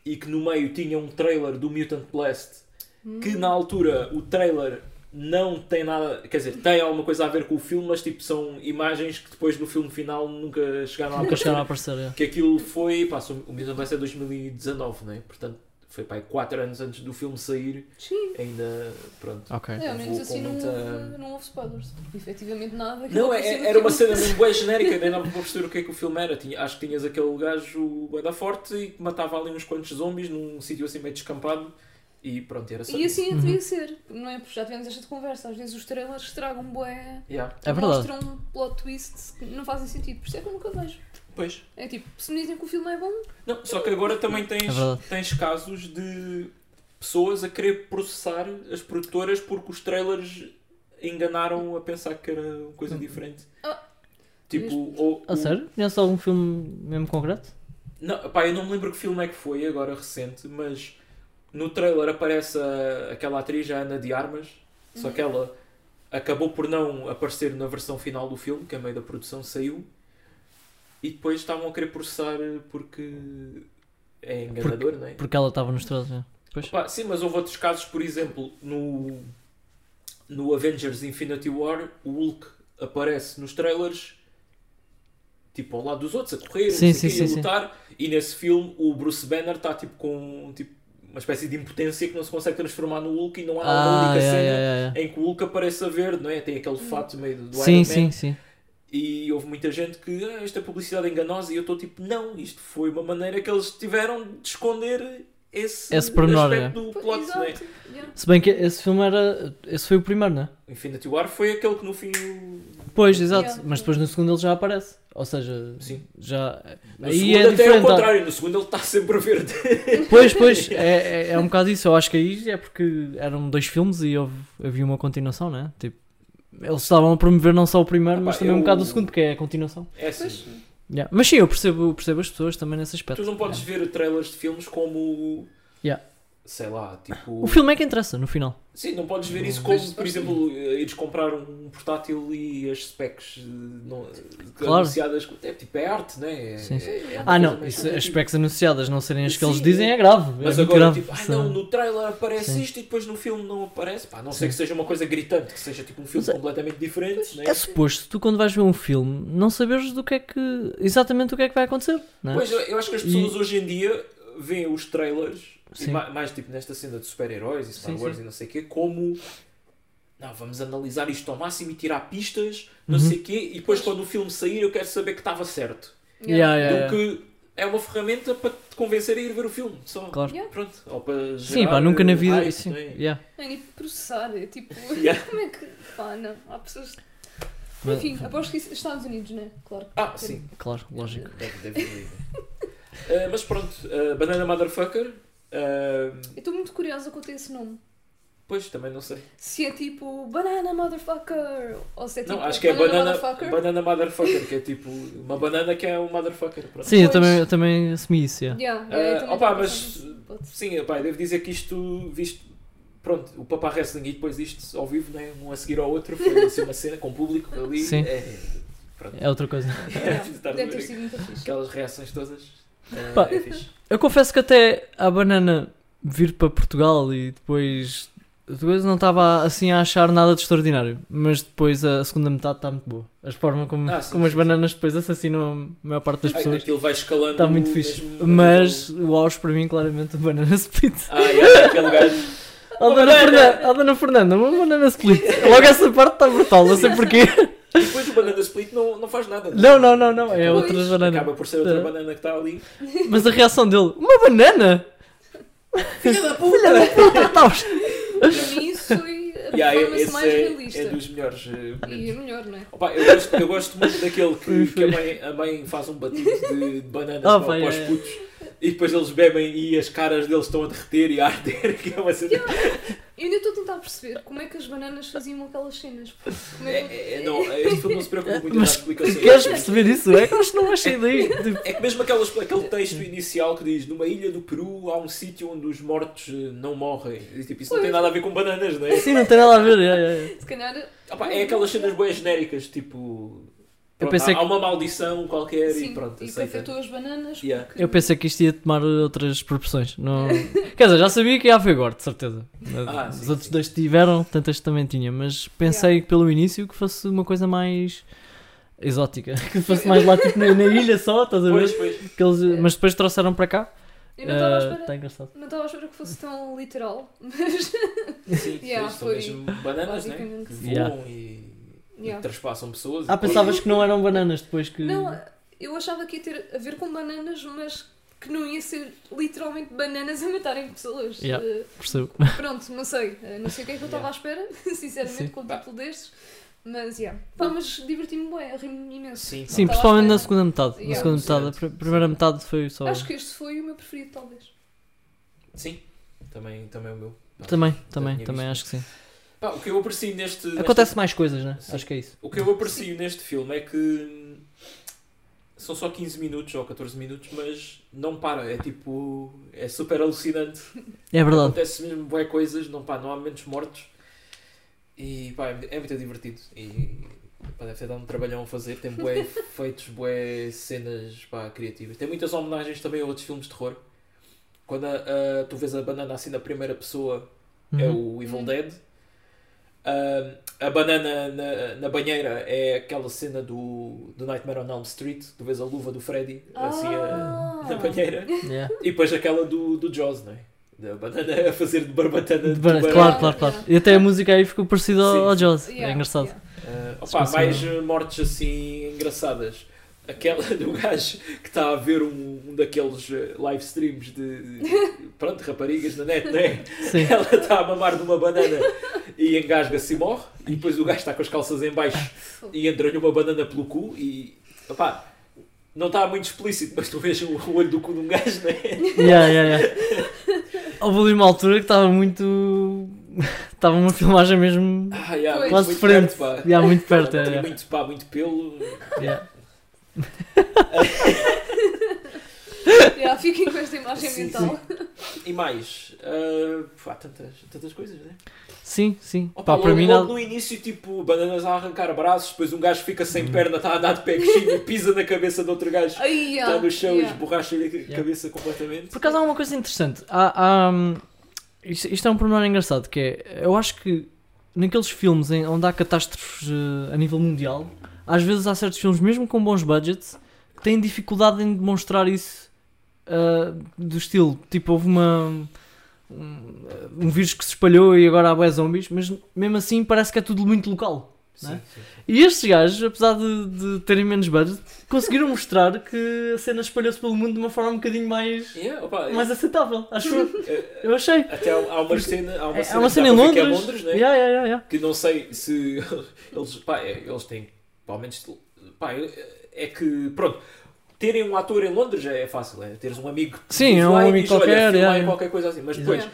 Speaker 1: e que no meio tinha um trailer do Mutant Blast
Speaker 2: Hum.
Speaker 1: que na altura o trailer não tem nada, quer dizer, tem alguma coisa a ver com o filme, mas tipo são imagens que depois no filme final nunca chegaram
Speaker 3: Nunca
Speaker 1: à
Speaker 3: chegaram a aparecer. yeah.
Speaker 1: que aquilo foi, pá, o Mutant Blast é 2019, né? Portanto, foi pá, 4 anos antes do filme sair,
Speaker 2: Sim.
Speaker 1: ainda, pronto.
Speaker 3: Ok.
Speaker 2: É, ao menos
Speaker 1: Vou
Speaker 2: assim não,
Speaker 1: comentar.
Speaker 2: houve, não houve spoilers. Porque efetivamente nada. que
Speaker 1: Não, é-
Speaker 2: apareceu no
Speaker 1: é- era uma
Speaker 2: filme.
Speaker 1: cena mesmo bem genérica, nem dava para perceber o que é que o filme era. Tinha- acho que tinhas aquele gajo bué da forte e que matava ali uns quantos zombies num sítio assim meio descampado e pronto, era só
Speaker 2: E assim
Speaker 3: Uhum.
Speaker 2: devia ser, não é? Porque já tivemos esta conversa. Às vezes os trailers estragam bué.
Speaker 1: Yeah.
Speaker 3: É verdade.
Speaker 2: Mostram um plot twists que não fazem sentido. Por isso é que eu nunca vejo.
Speaker 1: Pois.
Speaker 2: É tipo, se me dizem que o filme é bom,
Speaker 1: Não, só que agora também tens,
Speaker 3: É verdade.
Speaker 1: tens casos de pessoas a querer processar as produtoras porque os trailers enganaram a pensar que era uma coisa diferente.
Speaker 2: Ah.
Speaker 1: Tipo, ou,
Speaker 3: A Ah, sério? Conhece algum um filme mesmo concreto?
Speaker 1: Não, pá, eu não me lembro que filme é que foi agora recente, mas no trailer aparece a- aquela atriz, a Ana de Armas, só que ela acabou por não aparecer na versão final do filme, que a meio da produção saiu, e depois estavam a querer processar porque é enganador, não é?
Speaker 3: Porque ela estava nos trailers. yeah. Pois.
Speaker 1: Pá, sim, mas houve outros casos, por exemplo, no, no Avengers Infinity War, o Hulk aparece nos trailers, tipo, ao lado dos outros, a correr,
Speaker 3: Sim,
Speaker 1: não sei
Speaker 3: sim,
Speaker 1: quê,
Speaker 3: sim,
Speaker 1: a lutar, e nesse filme o Bruce Banner está tipo com tipo, uma espécie de impotência que não se consegue transformar no Hulk e não há uma
Speaker 3: Ah,
Speaker 1: única
Speaker 3: yeah,
Speaker 1: cena
Speaker 3: yeah, yeah, yeah.
Speaker 1: em que o Hulk aparece a verde, não é? Tem aquele fato meio do Iron
Speaker 3: Sim,
Speaker 1: Man.
Speaker 3: sim, sim.
Speaker 1: E houve muita gente que ah, esta publicidade é enganosa e eu estou tipo, não, isto foi uma maneira que eles tiveram de esconder esse,
Speaker 3: Esse pormenor,
Speaker 1: aspecto
Speaker 3: é.
Speaker 1: do
Speaker 2: pô,
Speaker 1: plot, não é?
Speaker 2: exato. yeah.
Speaker 3: Se bem que esse filme era. Esse foi o primeiro, não é?
Speaker 1: Infinity War foi aquele que no fim. o-
Speaker 3: Pois, exato.
Speaker 2: Yeah.
Speaker 3: Mas depois no segundo ele já aparece. Ou seja,
Speaker 1: Sim.
Speaker 3: já.
Speaker 1: No
Speaker 3: Aí
Speaker 1: segundo
Speaker 3: é
Speaker 1: até é o
Speaker 3: diferente. tá?
Speaker 1: contrário, no segundo ele está sempre a verde.
Speaker 3: Pois, pois, é, é, é um bocado isso. Eu acho que aí é porque eram dois filmes e houve, havia uma continuação, né? Tipo, eles estavam a promover não só o primeiro,
Speaker 1: Ah pá,
Speaker 3: mas também um
Speaker 1: eu-
Speaker 3: bocado o segundo, que é a continuação.
Speaker 1: É assim.
Speaker 2: Pois,
Speaker 3: Yeah. Mas sim, eu percebo, percebo as pessoas também nesse
Speaker 1: Tu
Speaker 3: aspecto.
Speaker 1: não podes ver trailers de filmes como.
Speaker 3: É. Yeah.
Speaker 1: Sei lá, tipo.
Speaker 3: O filme é que interessa, no final.
Speaker 1: Sim, não podes ver isso
Speaker 2: Mas-
Speaker 1: como, por exemplo, eh, ires comprar um portátil e as specs eh, não,
Speaker 3: Claro.
Speaker 1: anunciadas. É tipo, é arte, né? É,
Speaker 3: Sim, sim.
Speaker 1: é uma
Speaker 3: Ah,
Speaker 1: coisa
Speaker 3: não,
Speaker 1: mais
Speaker 3: isso,
Speaker 1: subjetiva.
Speaker 3: as specs anunciadas não serem as que eles
Speaker 1: Sim.
Speaker 3: dizem é grave.
Speaker 1: Mas
Speaker 3: é muito
Speaker 1: agora,
Speaker 3: grave.
Speaker 1: tipo, ai
Speaker 3: Sim.
Speaker 1: não, no trailer aparece
Speaker 3: Sim.
Speaker 1: isto e depois no filme não aparece. Pá, a não sei
Speaker 3: Sim.
Speaker 1: que seja uma coisa gritante, que seja tipo um filme
Speaker 3: Mas é-
Speaker 1: completamente diferente, né?
Speaker 3: É suposto, tu quando vais ver um filme, não saberes do que é que. exatamente o que é que vai acontecer, não é?
Speaker 1: Pois, eu- eu acho que as
Speaker 3: E-
Speaker 1: pessoas hoje em dia veem os trailers, e
Speaker 3: Sim.
Speaker 1: ma- mais tipo nesta cena de super-heróis e Star
Speaker 3: Sim,
Speaker 1: Wars
Speaker 3: sim.
Speaker 1: e não sei o quê, como não, vamos analisar isto ao máximo e tirar pistas, não
Speaker 3: Uhum.
Speaker 1: sei o quê, e depois quando o filme sair eu quero saber que estava certo.
Speaker 3: Yeah,
Speaker 1: Do
Speaker 3: yeah, yeah.
Speaker 1: que é uma ferramenta para te convencer a ir ver o filme, só.
Speaker 3: Claro.
Speaker 2: Yeah.
Speaker 1: Pronto. Ou para
Speaker 3: Sim,
Speaker 1: gerar,
Speaker 3: pá, nunca na
Speaker 1: eh,
Speaker 3: vida.
Speaker 1: hype,
Speaker 3: sim,
Speaker 1: não é?
Speaker 3: yeah.
Speaker 2: Nem nem processar, é tipo,
Speaker 1: Yeah.
Speaker 2: como é que. Pá, não, há pessoas.
Speaker 3: Mas-
Speaker 2: Enfim, aposto que isso, Estados Unidos, não é? Claro.
Speaker 1: Ah, sim.
Speaker 3: Claro, lógico.
Speaker 1: Deve, deve haver. Eh, mas pronto, eh, Banana Motherfucker. eh,
Speaker 2: Eu estou muito curiosa quanto a esse nome.
Speaker 1: pois, também não sei.
Speaker 2: Se é tipo Banana Motherfucker ou se é tipo
Speaker 1: Não, acho que é banana,
Speaker 2: Motherfucker.
Speaker 1: banana motherfucker, que é tipo uma banana que é um motherfucker. Pronto.
Speaker 3: Sim, eu
Speaker 2: Pois.
Speaker 3: também, eu também assumi isso, yeah.
Speaker 2: Yeah,
Speaker 1: Ah,
Speaker 2: é, eu também
Speaker 1: opa,
Speaker 2: estou
Speaker 1: mas-
Speaker 2: pensando nisso. Pode ser.
Speaker 1: Sim, pá, devo dizer que isto, visto, pronto, o Papá Wrestling e depois isto ao vivo, né, um a seguir ao outro, foi assim uma cena com o público ali.
Speaker 3: Sim.
Speaker 1: É, pronto.
Speaker 3: É outra coisa.
Speaker 1: É preciso estar a
Speaker 2: Deve ter
Speaker 1: ver
Speaker 2: sido muito fixe.
Speaker 1: Aquelas reações todas. É,
Speaker 3: Pá.
Speaker 1: é fixe.
Speaker 3: Eu confesso que até a banana vir para Portugal e depois. Depois não estava assim a achar nada de extraordinário, mas depois a segunda metade está muito boa. A forma como,
Speaker 1: Ah, sim,
Speaker 3: como as
Speaker 1: sim,
Speaker 3: bananas depois assassinam a maior parte das
Speaker 1: Ai,
Speaker 3: pessoas
Speaker 1: Aquilo vai escalando.
Speaker 3: está muito fixe.
Speaker 1: mesmo-
Speaker 3: Mas o auge para mim, claramente, o banana split.
Speaker 1: Ah, é, aquele gajo.
Speaker 3: A dona, Fernanda, a dona Fernanda, uma banana split. Logo essa parte está brutal, não sei porquê.
Speaker 1: Depois o Banana split não, não faz nada.
Speaker 3: Não, não, não, não. É
Speaker 1: Pois,
Speaker 3: outra banana.
Speaker 1: Acaba por ser outra
Speaker 3: É.
Speaker 1: banana que está ali.
Speaker 3: Mas a reação dele, uma banana?
Speaker 1: Filha da
Speaker 3: Filha da
Speaker 1: puta!
Speaker 3: puta, tá os-
Speaker 2: Para mim isso foi a
Speaker 1: Yeah,
Speaker 2: performance
Speaker 1: esse
Speaker 2: mais
Speaker 1: é,
Speaker 2: realista.
Speaker 1: é dos melhores. eh,
Speaker 2: E é melhor, não é?
Speaker 1: Opa, eu, gosto, eu gosto muito daquele
Speaker 3: Foi,
Speaker 1: que, que
Speaker 3: foi.
Speaker 1: a, mãe, a mãe faz um batido de, de bananas para,
Speaker 3: Ah, pá,
Speaker 1: para os
Speaker 3: é.
Speaker 1: putos e depois eles bebem e as caras deles estão a derreter e a arder, que é uma cena.
Speaker 2: Eu ainda estou a tentar perceber como é que as bananas faziam aquelas cenas. porque Como é que...
Speaker 1: É, é, não, este filme não se preocupa muito nas
Speaker 3: Mas
Speaker 1: explicações.
Speaker 3: Queres perceber isso? É que eu não achei daí. Tipo,
Speaker 1: É que mesmo aquelas, aquele texto inicial que diz numa ilha do Peru há um sítio onde os mortos eh, não morrem. E, tipo, isso não tem nada a ver com bananas, não é?
Speaker 3: Sim, não tem nada a ver. é, é.
Speaker 2: Se calhar.
Speaker 1: Opa, é aquelas cenas boas genéricas, tipo.
Speaker 3: Eu
Speaker 1: pronto,
Speaker 3: pensei
Speaker 1: há,
Speaker 3: que-
Speaker 1: há uma maldição qualquer
Speaker 2: Sim,
Speaker 1: e pronto,
Speaker 2: e que
Speaker 1: aceita.
Speaker 2: afetou as bananas.
Speaker 1: Yeah.
Speaker 2: porque-
Speaker 3: Eu pensei que isto ia tomar outras proporções. Não... Quer dizer, já sabia que ia haver gore, de certeza.
Speaker 1: Ah,
Speaker 3: Os
Speaker 1: sim,
Speaker 3: outros
Speaker 1: sim.
Speaker 3: dois tiveram, portanto este também tinha. Mas pensei
Speaker 2: Yeah.
Speaker 3: que pelo início que fosse uma coisa mais exótica. Que fosse mais lá tipo na, na ilha só, estás a
Speaker 1: Pois,
Speaker 3: ver?
Speaker 1: pois.
Speaker 3: Que eles- Mas depois trouxeram para cá.
Speaker 2: Eu não estava à
Speaker 3: Ah,
Speaker 2: espera.
Speaker 3: tá engraçado.
Speaker 2: Não estava à espera que fosse tão literal,
Speaker 3: Hum.
Speaker 2: mas.
Speaker 1: Sim,
Speaker 2: Yeah,
Speaker 1: pois, são
Speaker 2: foi-
Speaker 1: mesmo bananas, né? Que
Speaker 2: basicamente.
Speaker 1: voam
Speaker 3: Yeah.
Speaker 1: e, e
Speaker 2: Yeah.
Speaker 1: traspassam pessoas.
Speaker 3: Ah,
Speaker 1: e depois-
Speaker 3: pensavas que não eram bananas depois que.
Speaker 2: Não, eu achava que ia ter a ver com bananas, mas que não ia ser literalmente bananas a matarem pessoas.
Speaker 3: Yeah.
Speaker 2: Eh,
Speaker 3: Percebo.
Speaker 2: pronto, não sei. Eh, não sei o que é que eu estava à espera, sinceramente,
Speaker 3: Sim.
Speaker 2: com o
Speaker 1: Pá.
Speaker 2: título destes. Mas, yeah. Pá, mas diverti-me bem, ri-me imenso.
Speaker 1: Sim,
Speaker 2: Não
Speaker 3: Sim,
Speaker 2: estava à
Speaker 3: principalmente na
Speaker 2: espera.
Speaker 3: segunda metade. Na
Speaker 2: Yeah.
Speaker 3: segunda metade, a
Speaker 1: Certo.
Speaker 3: pr- primeira metade foi só.
Speaker 2: Acho que este foi o meu preferido, talvez.
Speaker 1: sim. Também, também é o meu.
Speaker 3: Também,
Speaker 1: também,
Speaker 3: também,
Speaker 1: tinha
Speaker 3: também
Speaker 1: visto.
Speaker 3: acho que sim.
Speaker 1: Pá, o que eu aprecio neste. nesta-
Speaker 3: Acontece mais coisas, né?
Speaker 1: Sim.
Speaker 3: Acho que é isso.
Speaker 1: O que eu aprecio neste filme é que hum, são só 15 minutos ou 14 minutos, mas não para. É tipo. É super alucinante.
Speaker 3: É verdade.
Speaker 1: Acontece mesmo boé coisas, não, pá, não há momentos mortos. E pá, é muito divertido. E pá, deve ter dado um trabalhão a fazer. Tem bué feitos, bué cenas pá, criativas. Tem muitas homenagens também a outros filmes de terror. Quando a- a- tu vês a banana assim na primeira pessoa, é
Speaker 3: Uhum.
Speaker 1: o Evil
Speaker 2: Uhum.
Speaker 1: Dead. Ah, a banana na, na banheira é aquela cena do, do Nightmare on Elm Street. Tu vês a luva do Freddy assim é. a-
Speaker 2: Ah!
Speaker 1: na banheira.
Speaker 3: Yeah.
Speaker 1: E depois aquela do, do Jaws, não é? Da banana a fazer de barbatana
Speaker 3: De bar-
Speaker 1: tubarão.
Speaker 3: Claro, claro, claro. E até a música aí ficou parecida ao,
Speaker 1: Sim.
Speaker 3: ao Jaws.
Speaker 2: Yeah,
Speaker 3: É engraçado.
Speaker 2: yeah.
Speaker 1: Ah,
Speaker 3: Se
Speaker 1: opá,
Speaker 3: fosse
Speaker 1: mais
Speaker 3: um-
Speaker 1: eh, mortes assim engraçadas. Aquela do gajo que está a ver um, um daqueles eh, live streams de, de- pronto, raparigas na net, não é?
Speaker 3: Sim.
Speaker 1: Ela está a mamar de uma banana e engasga-se e morre. E depois o gajo está com as calças em baixo e entra-lhe uma banana pelo cu e. Opá, não está muito explícito, mas tu vês o o olho do cu de um gajo, não é?
Speaker 3: Yeah, yeah, yeah. Houve ali uma altura que estava muito. Estava uma filmagem mesmo.
Speaker 1: Ah, yeah, muito-
Speaker 2: Pois.
Speaker 3: Quase
Speaker 1: muito
Speaker 3: diferente.
Speaker 1: perto, pá.
Speaker 3: Yeah, muito perto.
Speaker 1: Tem
Speaker 3: é, yeah.
Speaker 1: muito pá, muito pelo.
Speaker 3: Yeah.
Speaker 2: Yeah, fiquem com esta imagem
Speaker 1: Sim,
Speaker 2: mental.
Speaker 1: E mais, ah, pá, tantas, tantas coisas, né?
Speaker 3: Sim, sim.
Speaker 1: Opa,
Speaker 3: Pá,
Speaker 1: logo,
Speaker 3: para mim
Speaker 1: logo
Speaker 3: nada.
Speaker 1: no início, tipo, bananas a arrancar braços, depois um gajo fica
Speaker 3: Uhum.
Speaker 1: sem perna, está a andar de pé coxinho e pisa na cabeça de outro gajo.
Speaker 2: Ai, yeah,
Speaker 1: Está no chão e
Speaker 2: yeah.
Speaker 1: esborracha-lhe a
Speaker 3: Yeah.
Speaker 1: cabeça completamente.
Speaker 3: Por acaso há uma coisa interessante. Há, há, hum, isto, isto é um pormenor engraçado, que é, eu acho que naqueles filmes em- onde há catástrofes eh, a nível mundial, às vezes há certos filmes, mesmo com bons budgets, que têm dificuldade em demonstrar isso ah, do estilo. Tipo, houve uma... Um, um vírus que se espalhou e agora há bué zombies, mas mesmo assim parece que é tudo muito local.
Speaker 1: Sim, sim.
Speaker 3: E estes gajos, apesar de, de terem menos budget, conseguiram mostrar que a cena espalhou-se pelo mundo de uma forma um bocadinho mais
Speaker 1: Yeah, opa,
Speaker 3: mais aceitável, acho eu.
Speaker 1: eh,
Speaker 3: Eu achei.
Speaker 1: até há, há uma cena, há uma
Speaker 3: É-
Speaker 1: cena,
Speaker 3: há uma
Speaker 1: que
Speaker 3: cena
Speaker 1: dá
Speaker 3: em
Speaker 1: para ver que é
Speaker 3: Londres.
Speaker 1: Londres, né?
Speaker 3: Yeah, yeah, yeah, yeah.
Speaker 1: que não sei se eles, pá, é, eles têm, pelo menos, pá, é- é que, pronto, terem um ator em Londres é fácil, é teres um amigo que
Speaker 3: Sim,
Speaker 1: diz
Speaker 3: é um
Speaker 1: lá e
Speaker 3: amigo
Speaker 1: diz, olha,
Speaker 3: qualquer,
Speaker 1: filma
Speaker 3: yeah,
Speaker 1: aí
Speaker 3: yeah.
Speaker 1: qualquer coisa assim, mas
Speaker 3: Exato.
Speaker 1: depois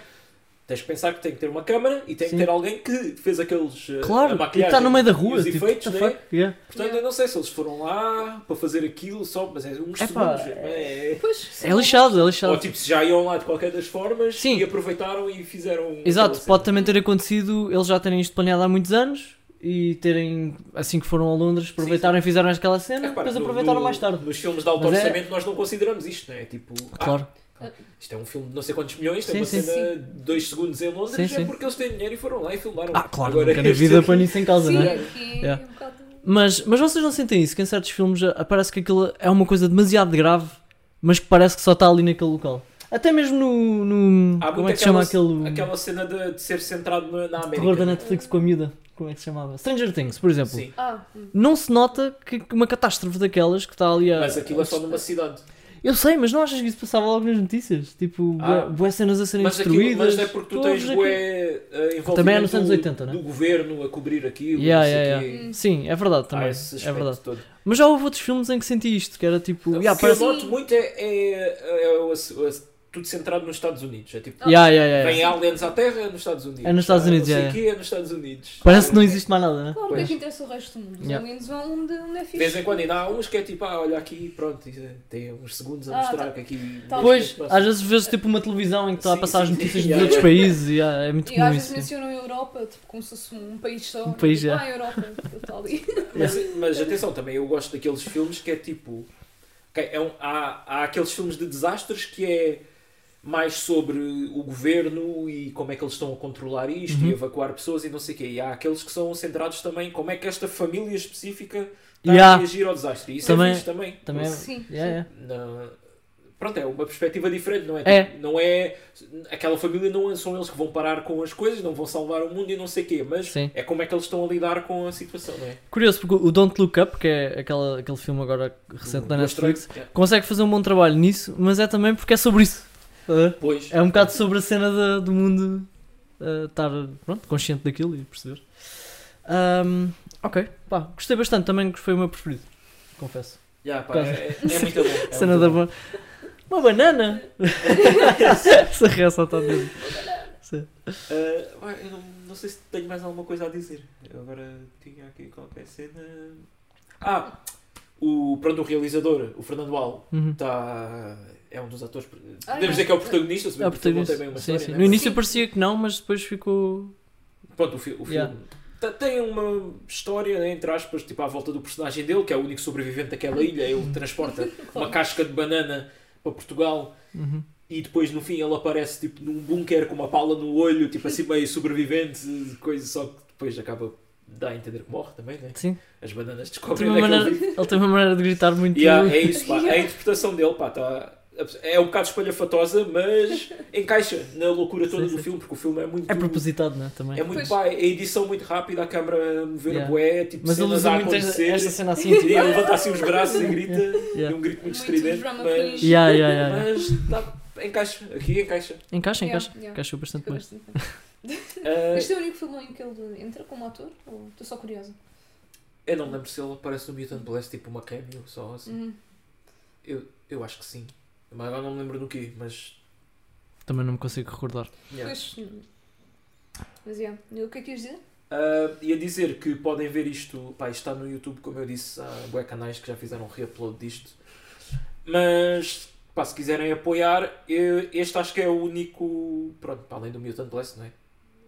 Speaker 1: tens que pensar que tem que ter uma câmara e tem
Speaker 3: Sim.
Speaker 1: que ter alguém que fez aqueles, eh, a
Speaker 3: Claro, e
Speaker 1: maquilhagem
Speaker 3: está no meio da
Speaker 1: e
Speaker 3: rua,
Speaker 1: os
Speaker 3: tipo,
Speaker 1: efeitos,
Speaker 3: what the
Speaker 1: né?
Speaker 3: fuck? Yeah.
Speaker 1: portanto eu não sei se eles foram lá para fazer aquilo só, mas é uns
Speaker 3: Epá,
Speaker 1: segundos, é...
Speaker 2: Pois,
Speaker 3: É lixado, é lixado.
Speaker 1: Ou tipo, se já iam lá de qualquer das formas
Speaker 3: Sim.
Speaker 1: e aproveitaram e fizeram. aquela
Speaker 3: Exato,
Speaker 1: cena.
Speaker 3: pode também ter acontecido eles já terem isto planeado há muitos anos e terem, assim que foram a Londres, aproveitaram e fizeram aquela cena,
Speaker 1: É, repara,
Speaker 3: depois
Speaker 1: no-
Speaker 3: aproveitaram
Speaker 1: no-
Speaker 3: mais tarde.
Speaker 1: Nos filmes de alto
Speaker 3: Mas é-
Speaker 1: orçamento nós não consideramos isto, não é? Tipo, ah,
Speaker 3: Claro,
Speaker 1: Isto é um filme de não sei quantos milhões, tem
Speaker 3: Sim,
Speaker 1: uma
Speaker 3: sim.
Speaker 1: cena de 2 segundos em Londres,
Speaker 3: Sim, sim.
Speaker 1: é porque eles têm dinheiro e foram lá e filmaram.
Speaker 3: ah, claro,
Speaker 1: Agora, é
Speaker 3: não quero a
Speaker 1: este
Speaker 3: vida
Speaker 1: aqui-
Speaker 3: põe isso em causa,
Speaker 2: sim,
Speaker 3: não é?
Speaker 2: aqui é
Speaker 3: Yeah.
Speaker 2: um bocado.
Speaker 3: Mas, mas vocês não sentem isso? Que em certos filmes ah, parece que aquilo é uma coisa demasiado grave, mas que parece que só está ali naquele local. Até mesmo no. no-
Speaker 1: Há
Speaker 3: como
Speaker 1: muito
Speaker 3: é que se chama
Speaker 1: aquela-
Speaker 3: aquele.
Speaker 1: Aquela cena de, de ser centrado na, na América.
Speaker 3: terror da Netflix com a miúda. como é que se chamava? Stranger Things, por exemplo.
Speaker 1: Sim.
Speaker 2: Ah, hum.
Speaker 3: Não se nota que que uma catástrofe daquelas que está ali a.
Speaker 1: Mas aquilo é só numa cidade.
Speaker 3: Eu sei, mas não achas que isso passava logo nas notícias? Tipo,
Speaker 1: Ah.
Speaker 3: bué- bué cenas a serem
Speaker 1: Mas, aquilo,
Speaker 3: destruídas.
Speaker 1: mas é porque tu
Speaker 3: tu
Speaker 1: tens
Speaker 3: ouves
Speaker 1: bué, eh, envolvimento
Speaker 3: Também é nos anos
Speaker 1: do-
Speaker 3: 80, né?
Speaker 1: do governo a cobrir aquilo.
Speaker 3: Yeah,
Speaker 1: não sei
Speaker 3: yeah,
Speaker 1: quê.
Speaker 3: yeah. Sim, é verdade também.
Speaker 1: Há esse
Speaker 3: é
Speaker 1: aspecto
Speaker 3: verdade.
Speaker 1: todo.
Speaker 3: Mas já houve outros filmes em que senti isto, que era tipo.
Speaker 1: O
Speaker 3: Yeah,
Speaker 1: que eu
Speaker 3: parece...
Speaker 1: noto muito é, é- é o- o- tudo centrado nos Estados Unidos. É tipo,
Speaker 3: Yeah, yeah, yeah.
Speaker 1: vem aliens à Terra nos Estados Unidos.
Speaker 3: É nos Estados
Speaker 1: Ah,
Speaker 3: Unidos,
Speaker 1: Não sei
Speaker 3: é,
Speaker 1: o quê, é nos Estados Unidos.
Speaker 3: Parece que não existe mais nada, né?
Speaker 2: Claro, o que é
Speaker 1: Pois.
Speaker 2: que interessa o resto do mundo? Os
Speaker 3: Yeah.
Speaker 2: aliens vão onde, onde é
Speaker 1: De vez
Speaker 2: fixe.
Speaker 1: em quando ainda há uns que é tipo, ah, olha aqui, pronto, isso é- tem uns segundos a
Speaker 2: Ah,
Speaker 1: mostrar
Speaker 2: tá-
Speaker 1: que aqui.
Speaker 2: tá.
Speaker 3: Pois, às vezes vês tipo uma televisão em que está a
Speaker 1: Sim,
Speaker 3: passar as
Speaker 1: sim,
Speaker 3: notícias
Speaker 1: sim,
Speaker 3: de
Speaker 1: yeah,
Speaker 3: outros
Speaker 1: yeah.
Speaker 3: países, yeah, é muito
Speaker 2: E
Speaker 3: comum
Speaker 2: às vezes
Speaker 3: isso. sim.
Speaker 2: mencionam a Europa, tipo, como se fosse um país só.
Speaker 3: Um país,
Speaker 2: tipo,
Speaker 3: já.
Speaker 2: Ah, Europa, eu estou ali.
Speaker 1: Mas, mas atenção, também eu gosto daqueles filmes que é tipo. ok, é um- há, há aqueles filmes de desastres que é mais sobre o governo e como é que eles estão a controlar isto
Speaker 3: Uhum.
Speaker 1: e evacuar pessoas e não sei o quê. E há aqueles que são centrados também como é que esta família específica está a
Speaker 3: Yeah.
Speaker 1: reagir ao desastre. E isso
Speaker 3: Também-
Speaker 1: é fixe também.
Speaker 3: Também é.
Speaker 2: Sim,
Speaker 3: Yeah, yeah.
Speaker 1: Na- Pronto, é uma perspectiva diferente, não é?
Speaker 3: É.
Speaker 1: Tipo, Não é. Aquela família não é, são eles que vão parar com as coisas, não vão salvar o mundo e não sei o quê, mas
Speaker 3: Sim.
Speaker 1: é como é que eles estão a lidar com a situação, não é?
Speaker 3: Curioso, porque o Don't Look Up, que é aquela, aquele filme agora recente da
Speaker 1: Do
Speaker 3: Netflix,
Speaker 1: Australia.
Speaker 3: consegue fazer um bom trabalho nisso, mas é também porque é sobre isso. Tá a ver?
Speaker 1: Pois.
Speaker 3: É um bocado sobre a cena da- do mundo eh, estar pronto, consciente daquilo e perceber. Ahm, ok, pá, gostei bastante, também foi o meu preferido, confesso.
Speaker 1: Yeah, pá,
Speaker 3: Quase.
Speaker 1: é, é muito bom. É
Speaker 3: cena da
Speaker 1: muito bom.
Speaker 3: ba- Uma banana! Essa reação está mesmo. Sim.
Speaker 1: Ah, vai, eu não, não sei se tenho mais alguma coisa a dizer. Eu agora tinha aqui qualquer cena. Ah! O, pronto, o realizador, o Fernando Al,
Speaker 3: Uhum.
Speaker 1: tá, é um dos atores. Podemos
Speaker 2: Ah, é.
Speaker 1: dizer que é o protagonista, se bem
Speaker 3: É o
Speaker 1: que o filme não tem bem
Speaker 3: protagonista.
Speaker 1: uma
Speaker 3: Sim,
Speaker 1: história.
Speaker 3: sim.
Speaker 1: né?
Speaker 3: No início
Speaker 2: Sim.
Speaker 3: parecia que não, mas depois ficou.
Speaker 1: Pronto, o, fi- o filme
Speaker 3: Yeah.
Speaker 1: te- tem uma história, né, entre aspas, tipo à volta do personagem dele, que é o único sobrevivente daquela ilha. Ele transporta uma casca de banana para Portugal
Speaker 3: Uhum.
Speaker 1: e depois no fim ele aparece tipo num bunker com uma pala no olho, tipo assim meio sobrevivente, coisa só que depois acaba de dar a entender que morre também, né?
Speaker 3: Sim.
Speaker 1: As bananas
Speaker 3: Tem
Speaker 1: descobrem
Speaker 3: uma
Speaker 1: onde é que
Speaker 3: maneira-
Speaker 1: ele vive.
Speaker 3: ele tem uma maneira de gritar muito.
Speaker 1: Yeah, é isso, pá. A interpretação dele, pá, tá... É um bocado espalhafatosa, mas encaixa na loucura toda
Speaker 3: Sim,
Speaker 1: do
Speaker 3: sim.
Speaker 1: filme, porque o filme é muito.
Speaker 3: É propositado, né? Também.
Speaker 1: É muito
Speaker 2: Pois.
Speaker 1: pá, a edição muito rápida, a câmera a mover
Speaker 3: Yeah.
Speaker 1: a bué, tipo,
Speaker 3: mas ele
Speaker 1: cenas
Speaker 3: usa
Speaker 1: a
Speaker 3: muito esta,
Speaker 1: acontecer.
Speaker 3: esta cena assim.
Speaker 1: E
Speaker 3: Tipo...
Speaker 1: ele levanta assim os braços e grita, e
Speaker 3: Yeah.
Speaker 1: um grito muito
Speaker 2: Muito
Speaker 1: estridente,
Speaker 2: drama
Speaker 1: mas,
Speaker 2: queen.
Speaker 3: Yeah, yeah, yeah, yeah.
Speaker 1: mas tá, encaixa, aqui encaixa.
Speaker 2: Yeah,
Speaker 3: Encaixa, encaixa.
Speaker 2: yeah.
Speaker 3: Encaixou bastante
Speaker 2: Fica
Speaker 3: bem.
Speaker 2: bastante bem.
Speaker 1: Ah,
Speaker 2: Este é o único filme em que ele entra como ator? Ou estou só curiosa?
Speaker 1: eu não me lembro se ele aparece no Mutant Blast, tipo uma cameo, só assim.
Speaker 2: Uhum.
Speaker 1: Eu, eu acho que sim. Mas agora não me lembro do quê, mas...
Speaker 3: Também não me consigo recordar.
Speaker 1: yeah.
Speaker 2: Pois. hum. Mas yeah. E o que é que ias dizer?
Speaker 1: Ah, e a dizer que podem ver isto, pá, isto está no YouTube, como eu disse, há bué canais que já fizeram um reupload disto. Mas, pá, se quiserem apoiar, eu- este acho que é o único, pronto, para além do Mutant Blast, não é?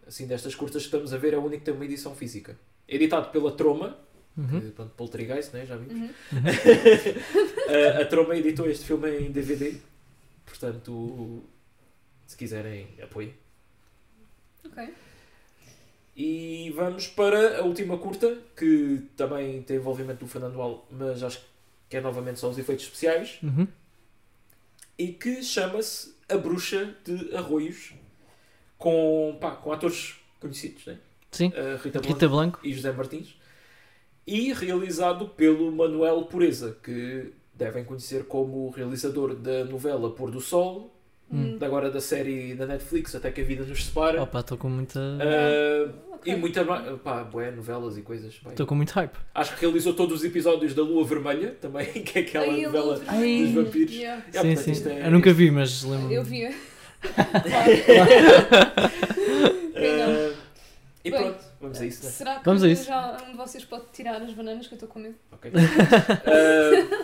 Speaker 1: Assim, destas curtas que estamos a ver, é o único que tem uma edição física. Editado pela Troma,
Speaker 3: Uhum.
Speaker 1: que, pronto, Poltergeist, não é? Já vimos.
Speaker 2: Uhum.
Speaker 1: a, a Troma editou este filme em DVD, portanto, se quiserem, apoiem.
Speaker 2: Ok.
Speaker 1: E vamos para a última curta, que também tem envolvimento do Fernando Al, mas acho que é novamente só os efeitos especiais,
Speaker 3: Uhum.
Speaker 1: e que chama-se A Bruxa de Arroios, com, pá, com atores conhecidos, né?
Speaker 3: Sim.
Speaker 1: A Rita Blanco
Speaker 3: Rita Blanco.
Speaker 1: e José Martins, e realizado pelo Manuel Pureza, que devem conhecer como o realizador da novela Pôr do Sol,
Speaker 3: Hum.
Speaker 1: agora da série da Netflix Até que a Vida nos Separa.
Speaker 3: Opa, estou com muita.
Speaker 1: Ah,
Speaker 2: Ok.
Speaker 1: E muita. ma- Pá, bué, novelas e coisas. pá.
Speaker 3: Estou com muito hype.
Speaker 1: Acho que realizou todos os episódios da Lua Vermelha também, que é aquela
Speaker 2: Ai, ele
Speaker 1: novela.
Speaker 2: outra
Speaker 3: Ai.
Speaker 2: vez.
Speaker 1: dos vampiros. É,
Speaker 2: Yeah.
Speaker 3: sim,
Speaker 1: portanto,
Speaker 3: sim.
Speaker 1: isto é- um-
Speaker 3: Eu nunca vi, mas lembro-me.
Speaker 2: Eu via. Quem não?
Speaker 1: Ah, e
Speaker 2: Bem.
Speaker 1: pronto, vamos a isso, né?
Speaker 2: Será que
Speaker 3: Vamos a isso.
Speaker 2: já um de vocês pode tirar as bananas que eu estou com medo?
Speaker 1: Ok. Ah,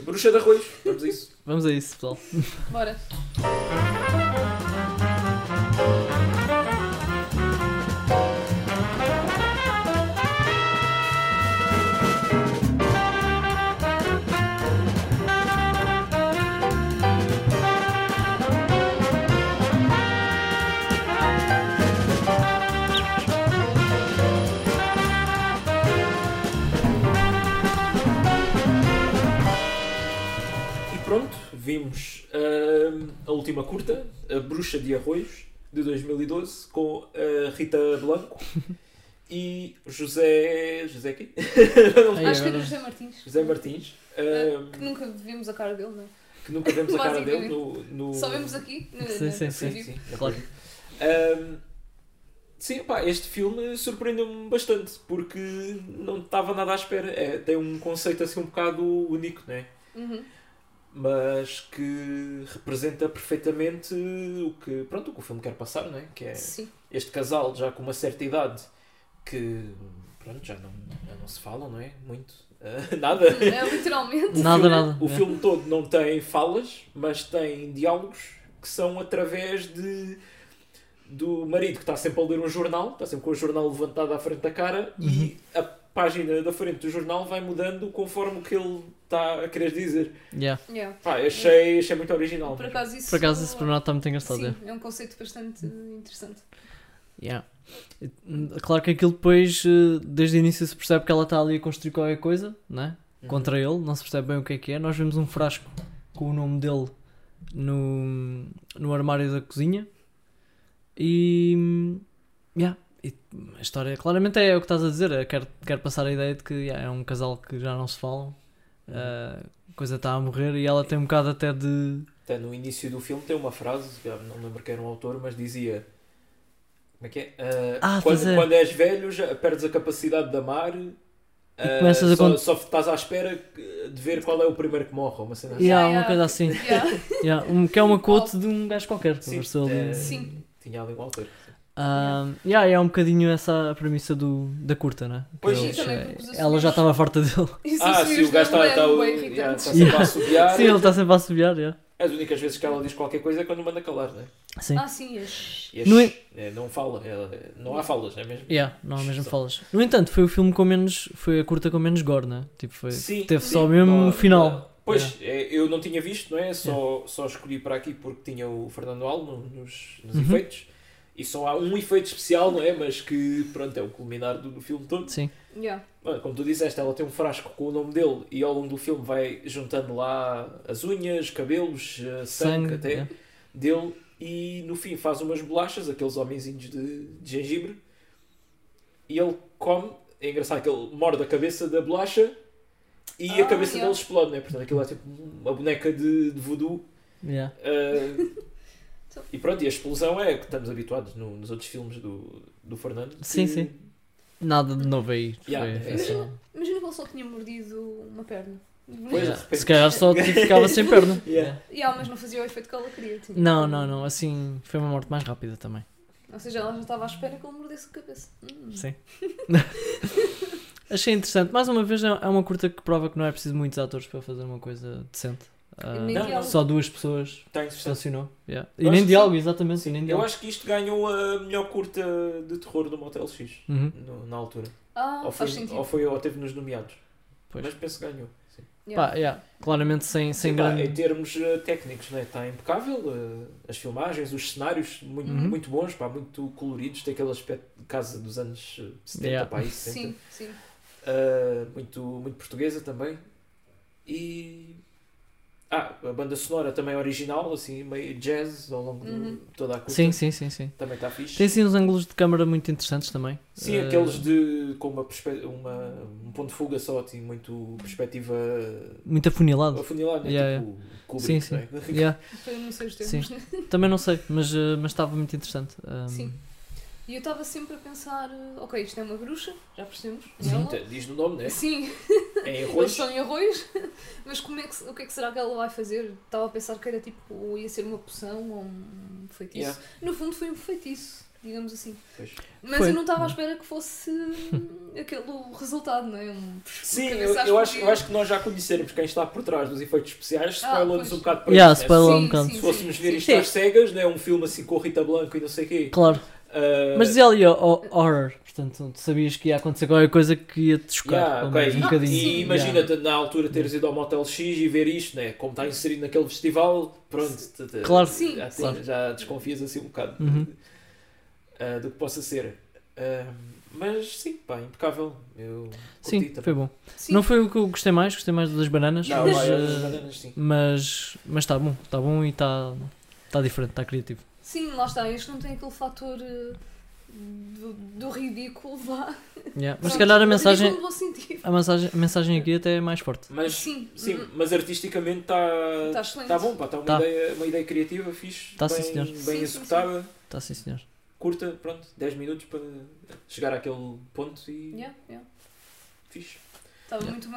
Speaker 1: Bruxa de Arroios, vamos a isso.
Speaker 3: Vamos a isso, pessoal.
Speaker 2: Bora.
Speaker 1: E pronto, vimos ah, a última curta, A Bruxa de Arroios, de 2012, com a Rita Blanco e José. José quê?
Speaker 3: Ai,
Speaker 2: Acho que era
Speaker 3: agora-
Speaker 2: o José Martins. Ah,
Speaker 1: José Martins, eh, ahm,
Speaker 2: Que nunca vimos a cara dele, não é?
Speaker 1: que nunca vemos a cara dele
Speaker 2: Basicamente.
Speaker 1: no. no...
Speaker 2: Só vemos aqui. na-
Speaker 3: Sim,
Speaker 2: na-
Speaker 3: sim,
Speaker 2: no
Speaker 3: sim.
Speaker 2: vídeo.
Speaker 1: sim. na
Speaker 3: Claro.
Speaker 1: Ahm, sim, pá, este filme surpreendeu-me bastante porque não estava nada à espera. É, tem um conceito assim um bocado único, né?
Speaker 2: Uhum.
Speaker 1: mas que representa perfeitamente o que, pronto, o, que o filme quer passar, né? que é
Speaker 2: Sim.
Speaker 1: este casal já com uma certa idade que pronto, já, não, já não se falam, não é? Muito. Ah, nada.
Speaker 2: É,
Speaker 1: O
Speaker 2: literalmente.
Speaker 3: Nada,
Speaker 1: filme-
Speaker 3: nada.
Speaker 1: O
Speaker 3: É.
Speaker 1: filme todo não tem falas, mas tem diálogos que são através de do marido que está sempre a ler um jornal, está sempre com o jornal levantado à frente da cara e
Speaker 3: Uhum.
Speaker 1: a página da frente do jornal vai mudando conforme o que ele está a querer dizer.
Speaker 3: Yeah.
Speaker 2: Yeah.
Speaker 1: Pá, Ah, eu achei, achei muito original.
Speaker 2: Por acaso isso.
Speaker 3: Por acaso esse pormenor está muito engraçado. é.
Speaker 2: Sim, é um conceito bastante interessante.
Speaker 3: Yeah. Claro que aquilo depois, eh, desde o início, se percebe que ela está ali a construir qualquer coisa, né?
Speaker 1: Uhum.
Speaker 3: Contra ele, não se percebe bem o que é que é. Nós vemos um frasco com o nome dele no, no armário da cozinha e. Yeah. E a história claramente é o que estás a dizer. Eu quero, quero passar a ideia de que yeah, é um casal que já não se falam, eh, a coisa está a morrer e ela tem um bocado até de.
Speaker 1: Até no início do filme tem uma frase, já não lembro quem era o autor, mas dizia. Como é que é? Ah,
Speaker 3: Ah, pois
Speaker 1: quando,
Speaker 3: é.
Speaker 1: quando és velho, já perdes a capacidade de amar. ah,
Speaker 3: começas a
Speaker 1: só,
Speaker 3: cont-
Speaker 1: só estás à espera que- de ver qual é o primeiro que morre. ou Uma cena assim.
Speaker 3: Yeah, uma
Speaker 2: yeah.
Speaker 3: coisa assim.
Speaker 2: Yeah.
Speaker 3: Yeah, um, que é uma quote de um gajo qualquer. que
Speaker 1: Sim,
Speaker 3: apareceu ali.
Speaker 1: é,
Speaker 2: Sim.
Speaker 1: Tinha ali um autor. sim.
Speaker 3: Um, yeah, é um bocadinho essa a premissa do, da curta, né? Que
Speaker 1: Pois,
Speaker 3: eles,
Speaker 2: sim, também,
Speaker 3: eh,
Speaker 2: porque os
Speaker 3: ela
Speaker 2: assumidos-
Speaker 3: já estava farta dele.
Speaker 2: Isso
Speaker 1: Ah,
Speaker 2: isso
Speaker 1: se o gajo está
Speaker 2: é
Speaker 1: está-
Speaker 2: bué
Speaker 1: yeah, tá-
Speaker 2: irritante.
Speaker 1: está sempre a
Speaker 3: Yeah.
Speaker 1: tá assobiar.
Speaker 3: Sim, ele está sempre a assobiar, yeah.
Speaker 1: As únicas vezes que ela diz qualquer coisa é quando manda calar, né?
Speaker 3: Sim.
Speaker 2: Ah, sim, é.
Speaker 1: E é
Speaker 3: Não é-
Speaker 1: shh, é, não fala, é- não há falas, é mesmo?
Speaker 3: Yeah, não há mesmo
Speaker 1: Só.
Speaker 3: falas. No entanto, foi o filme com menos. Foi a curta com menos gore, né? Tipo, foi.
Speaker 1: Sim,
Speaker 3: teve
Speaker 1: sim.
Speaker 3: só mesmo
Speaker 1: Não,
Speaker 3: o final.
Speaker 1: Pois, é, eu não tinha visto, não é? Só, só escolhi para aqui porque tinha o Fernando Alvo nos, nos
Speaker 3: Uhum.
Speaker 1: efeitos. E só há um efeito especial, não é? Mas que, pronto, é o culminar do, do filme todo.
Speaker 3: Sim.
Speaker 2: Yeah.
Speaker 1: Mano, Como tu disseste, ela tem um frasco com o nome dele e ao longo do filme vai juntando lá as unhas, cabelos, eh, sangue,
Speaker 3: Sangue,
Speaker 1: até
Speaker 3: yeah.
Speaker 1: dele e no fim faz umas bolachas, aqueles homenzinhos de, de gengibre e ele come, é engraçado que ele morde a cabeça da bolacha e a
Speaker 2: Ah,
Speaker 1: cabeça
Speaker 2: yeah.
Speaker 1: dele explode, né? portanto aquilo é tipo uma boneca de, de voodoo
Speaker 3: Yeah.
Speaker 1: ah, e pronto, e a explosão é que estamos habituados no- nos outros filmes do, do Fernando que-
Speaker 3: Sim, sim. Nada de novo aí. Foi, assim.
Speaker 1: Yeah,
Speaker 3: foi
Speaker 1: é.
Speaker 3: só-
Speaker 2: Imagina que ele só tinha mordido uma perna.
Speaker 1: Pois, é.
Speaker 3: Yeah.
Speaker 1: de repente.
Speaker 3: Se calhar só tipo, ficava sem perna.
Speaker 1: Yeah.
Speaker 2: Yeah, mas não fazia o efeito que ela queria. tipo. tinha.
Speaker 3: Não, não, não. Assim foi uma morte mais rápida também.
Speaker 2: Ou seja, ela já estava à espera que ele mordesse a cabeça. Hum.
Speaker 3: Sim. Achei interessante. Mais uma vez, é é uma curta que prova que não é preciso muitos atores para fazer uma coisa decente. Ah,
Speaker 2: nem
Speaker 1: Não, diálogo.
Speaker 3: só duas pessoas
Speaker 1: Está interessante.
Speaker 3: estacionou. Yeah.
Speaker 1: Eu
Speaker 3: E
Speaker 1: acho
Speaker 3: nem
Speaker 1: que
Speaker 3: diálogo, exatamente. e nem
Speaker 1: Eu
Speaker 3: diálogo.
Speaker 1: acho que isto ganhou a melhor curta de terror do Motel X
Speaker 3: Uhum.
Speaker 1: no- na altura.
Speaker 2: Ah,
Speaker 1: ou, foi,
Speaker 2: faz sentido.
Speaker 1: ou, foi, ou teve nos nomeados.
Speaker 3: Pois.
Speaker 1: Mas penso que ganhou. Sim.
Speaker 2: Yeah.
Speaker 3: Pá, yeah. Claramente sem, sem
Speaker 1: Sim, pá,
Speaker 3: grande.
Speaker 1: Em termos eh, técnicos, né? está impecável. eh, as filmagens, os cenários, muito,
Speaker 3: Uhum.
Speaker 1: muito bons, pá, muito coloridos. Tem aquele aspecto de casa dos anos eh, 70,
Speaker 3: Yeah.
Speaker 1: pá, aí 70.
Speaker 2: Sim, sim.
Speaker 1: Eh, muito, muito portuguesa também. E. Ah, a banda sonora também é original, assim, meio jazz ao longo de
Speaker 2: Uhum.
Speaker 1: toda a curta.
Speaker 3: Sim, sim, sim, sim.
Speaker 1: Também está fixe.
Speaker 3: Tem sim uns ângulos de câmara muito interessantes também.
Speaker 1: Sim,
Speaker 3: Ah,
Speaker 1: aqueles de com uma, perspe- uma um ponto de fuga só, tinha muito perspectiva
Speaker 3: Eh, Muito afunilado.
Speaker 1: afunilada, né?
Speaker 3: Yeah,
Speaker 1: tipo Kubrick,
Speaker 3: Sim, sim.
Speaker 1: não é?
Speaker 3: Yeah.
Speaker 2: Foi, não sei os
Speaker 3: Sim.
Speaker 2: termos. né?
Speaker 3: Também não sei, mas ah, mas estava muito interessante. Ah,
Speaker 2: Sim. E eu estava sempre a pensar: eh, ok, isto é uma bruxa, já percebemos.
Speaker 1: Sim,
Speaker 2: ela.
Speaker 1: tá- diz no nome, né?
Speaker 2: Sim,
Speaker 1: É
Speaker 2: eles
Speaker 1: arroz.
Speaker 2: são em arroz, mas como é que, o que é que será que ela vai fazer? Estava a pensar que era tipo, ou ia ser uma poção ou um feitiço.
Speaker 1: Yeah.
Speaker 2: No fundo foi um feitiço, digamos assim.
Speaker 1: Pois.
Speaker 2: Mas
Speaker 3: Foi.
Speaker 2: eu não estava à espera que fosse hum, aquele resultado, não é? Um,
Speaker 1: Sim,
Speaker 2: Cabeça
Speaker 1: eu,
Speaker 2: às
Speaker 1: eu acho, eu
Speaker 2: escondidas.
Speaker 1: acho que nós já conhecermos quem está por trás dos efeitos especiais,
Speaker 2: Ah,
Speaker 1: spoilamos
Speaker 2: pois.
Speaker 1: um bocado para
Speaker 3: Yeah,
Speaker 1: isso, né?
Speaker 3: spoiler um
Speaker 2: Sim,
Speaker 3: bocado.
Speaker 2: sim.
Speaker 1: Se fôssemos ver
Speaker 2: Sim.
Speaker 1: isto às cegas, né? um filme assim com Rita Blanco e não sei o quê.
Speaker 3: Claro.
Speaker 1: ah,
Speaker 3: Mas dizia ali ó, ó, horror, portanto, tu sabias que ia acontecer qualquer coisa que ia te chocar
Speaker 1: Yeah,
Speaker 3: pelo
Speaker 1: ok.
Speaker 2: Ah,
Speaker 3: menos um
Speaker 1: E-
Speaker 3: bocadinho.
Speaker 1: E
Speaker 3: Yeah.
Speaker 1: imagina-te na altura teres ido ao Motel X e ver isto, né? como está inserido naquele festival, pronto, te- te-
Speaker 3: Claro.
Speaker 2: Sim,
Speaker 1: já, te-
Speaker 3: claro.
Speaker 1: já desconfias assim um bocado de-
Speaker 3: Uhum.
Speaker 1: ah, do que possa ser. Ah, mas sim, pá, impecável. Eu curti
Speaker 3: Sim,
Speaker 1: também.
Speaker 3: foi bom.
Speaker 2: Sim,
Speaker 3: Não foi o que eu gostei mais, gostei mais das bananas,
Speaker 1: Não,
Speaker 3: mas,
Speaker 1: vai,
Speaker 3: eh,
Speaker 1: as bananas, sim.
Speaker 3: mas mas está bom, está bom e está está diferente, está criativo.
Speaker 2: sim, lá está. Este não tem aquele fator eh, do, do ridículo, vá.
Speaker 3: Yeah. Mas
Speaker 2: Pronto,
Speaker 3: se calhar a
Speaker 2: do
Speaker 3: mensagem,
Speaker 2: Ridículo no bom sentido.
Speaker 3: a mensagem, a mensagem aqui até é mais forte.
Speaker 1: Mas, sim.
Speaker 2: Sim,
Speaker 1: mas artisticamente está
Speaker 2: Está excelente.
Speaker 1: tá bom, está uma,
Speaker 3: Uhum. Tá.
Speaker 1: Ideia, uma ideia criativa, fixe,
Speaker 3: Tá, sim,
Speaker 1: bem,
Speaker 3: senhor.
Speaker 1: bem
Speaker 2: Sim, sim,
Speaker 1: executada,
Speaker 3: Está Tá, sim, senhor.
Speaker 1: curta, pronto, 10 minutos para chegar àquele ponto e
Speaker 2: Yeah, yeah.
Speaker 1: fixe.
Speaker 2: Estava
Speaker 3: Yeah.
Speaker 2: muito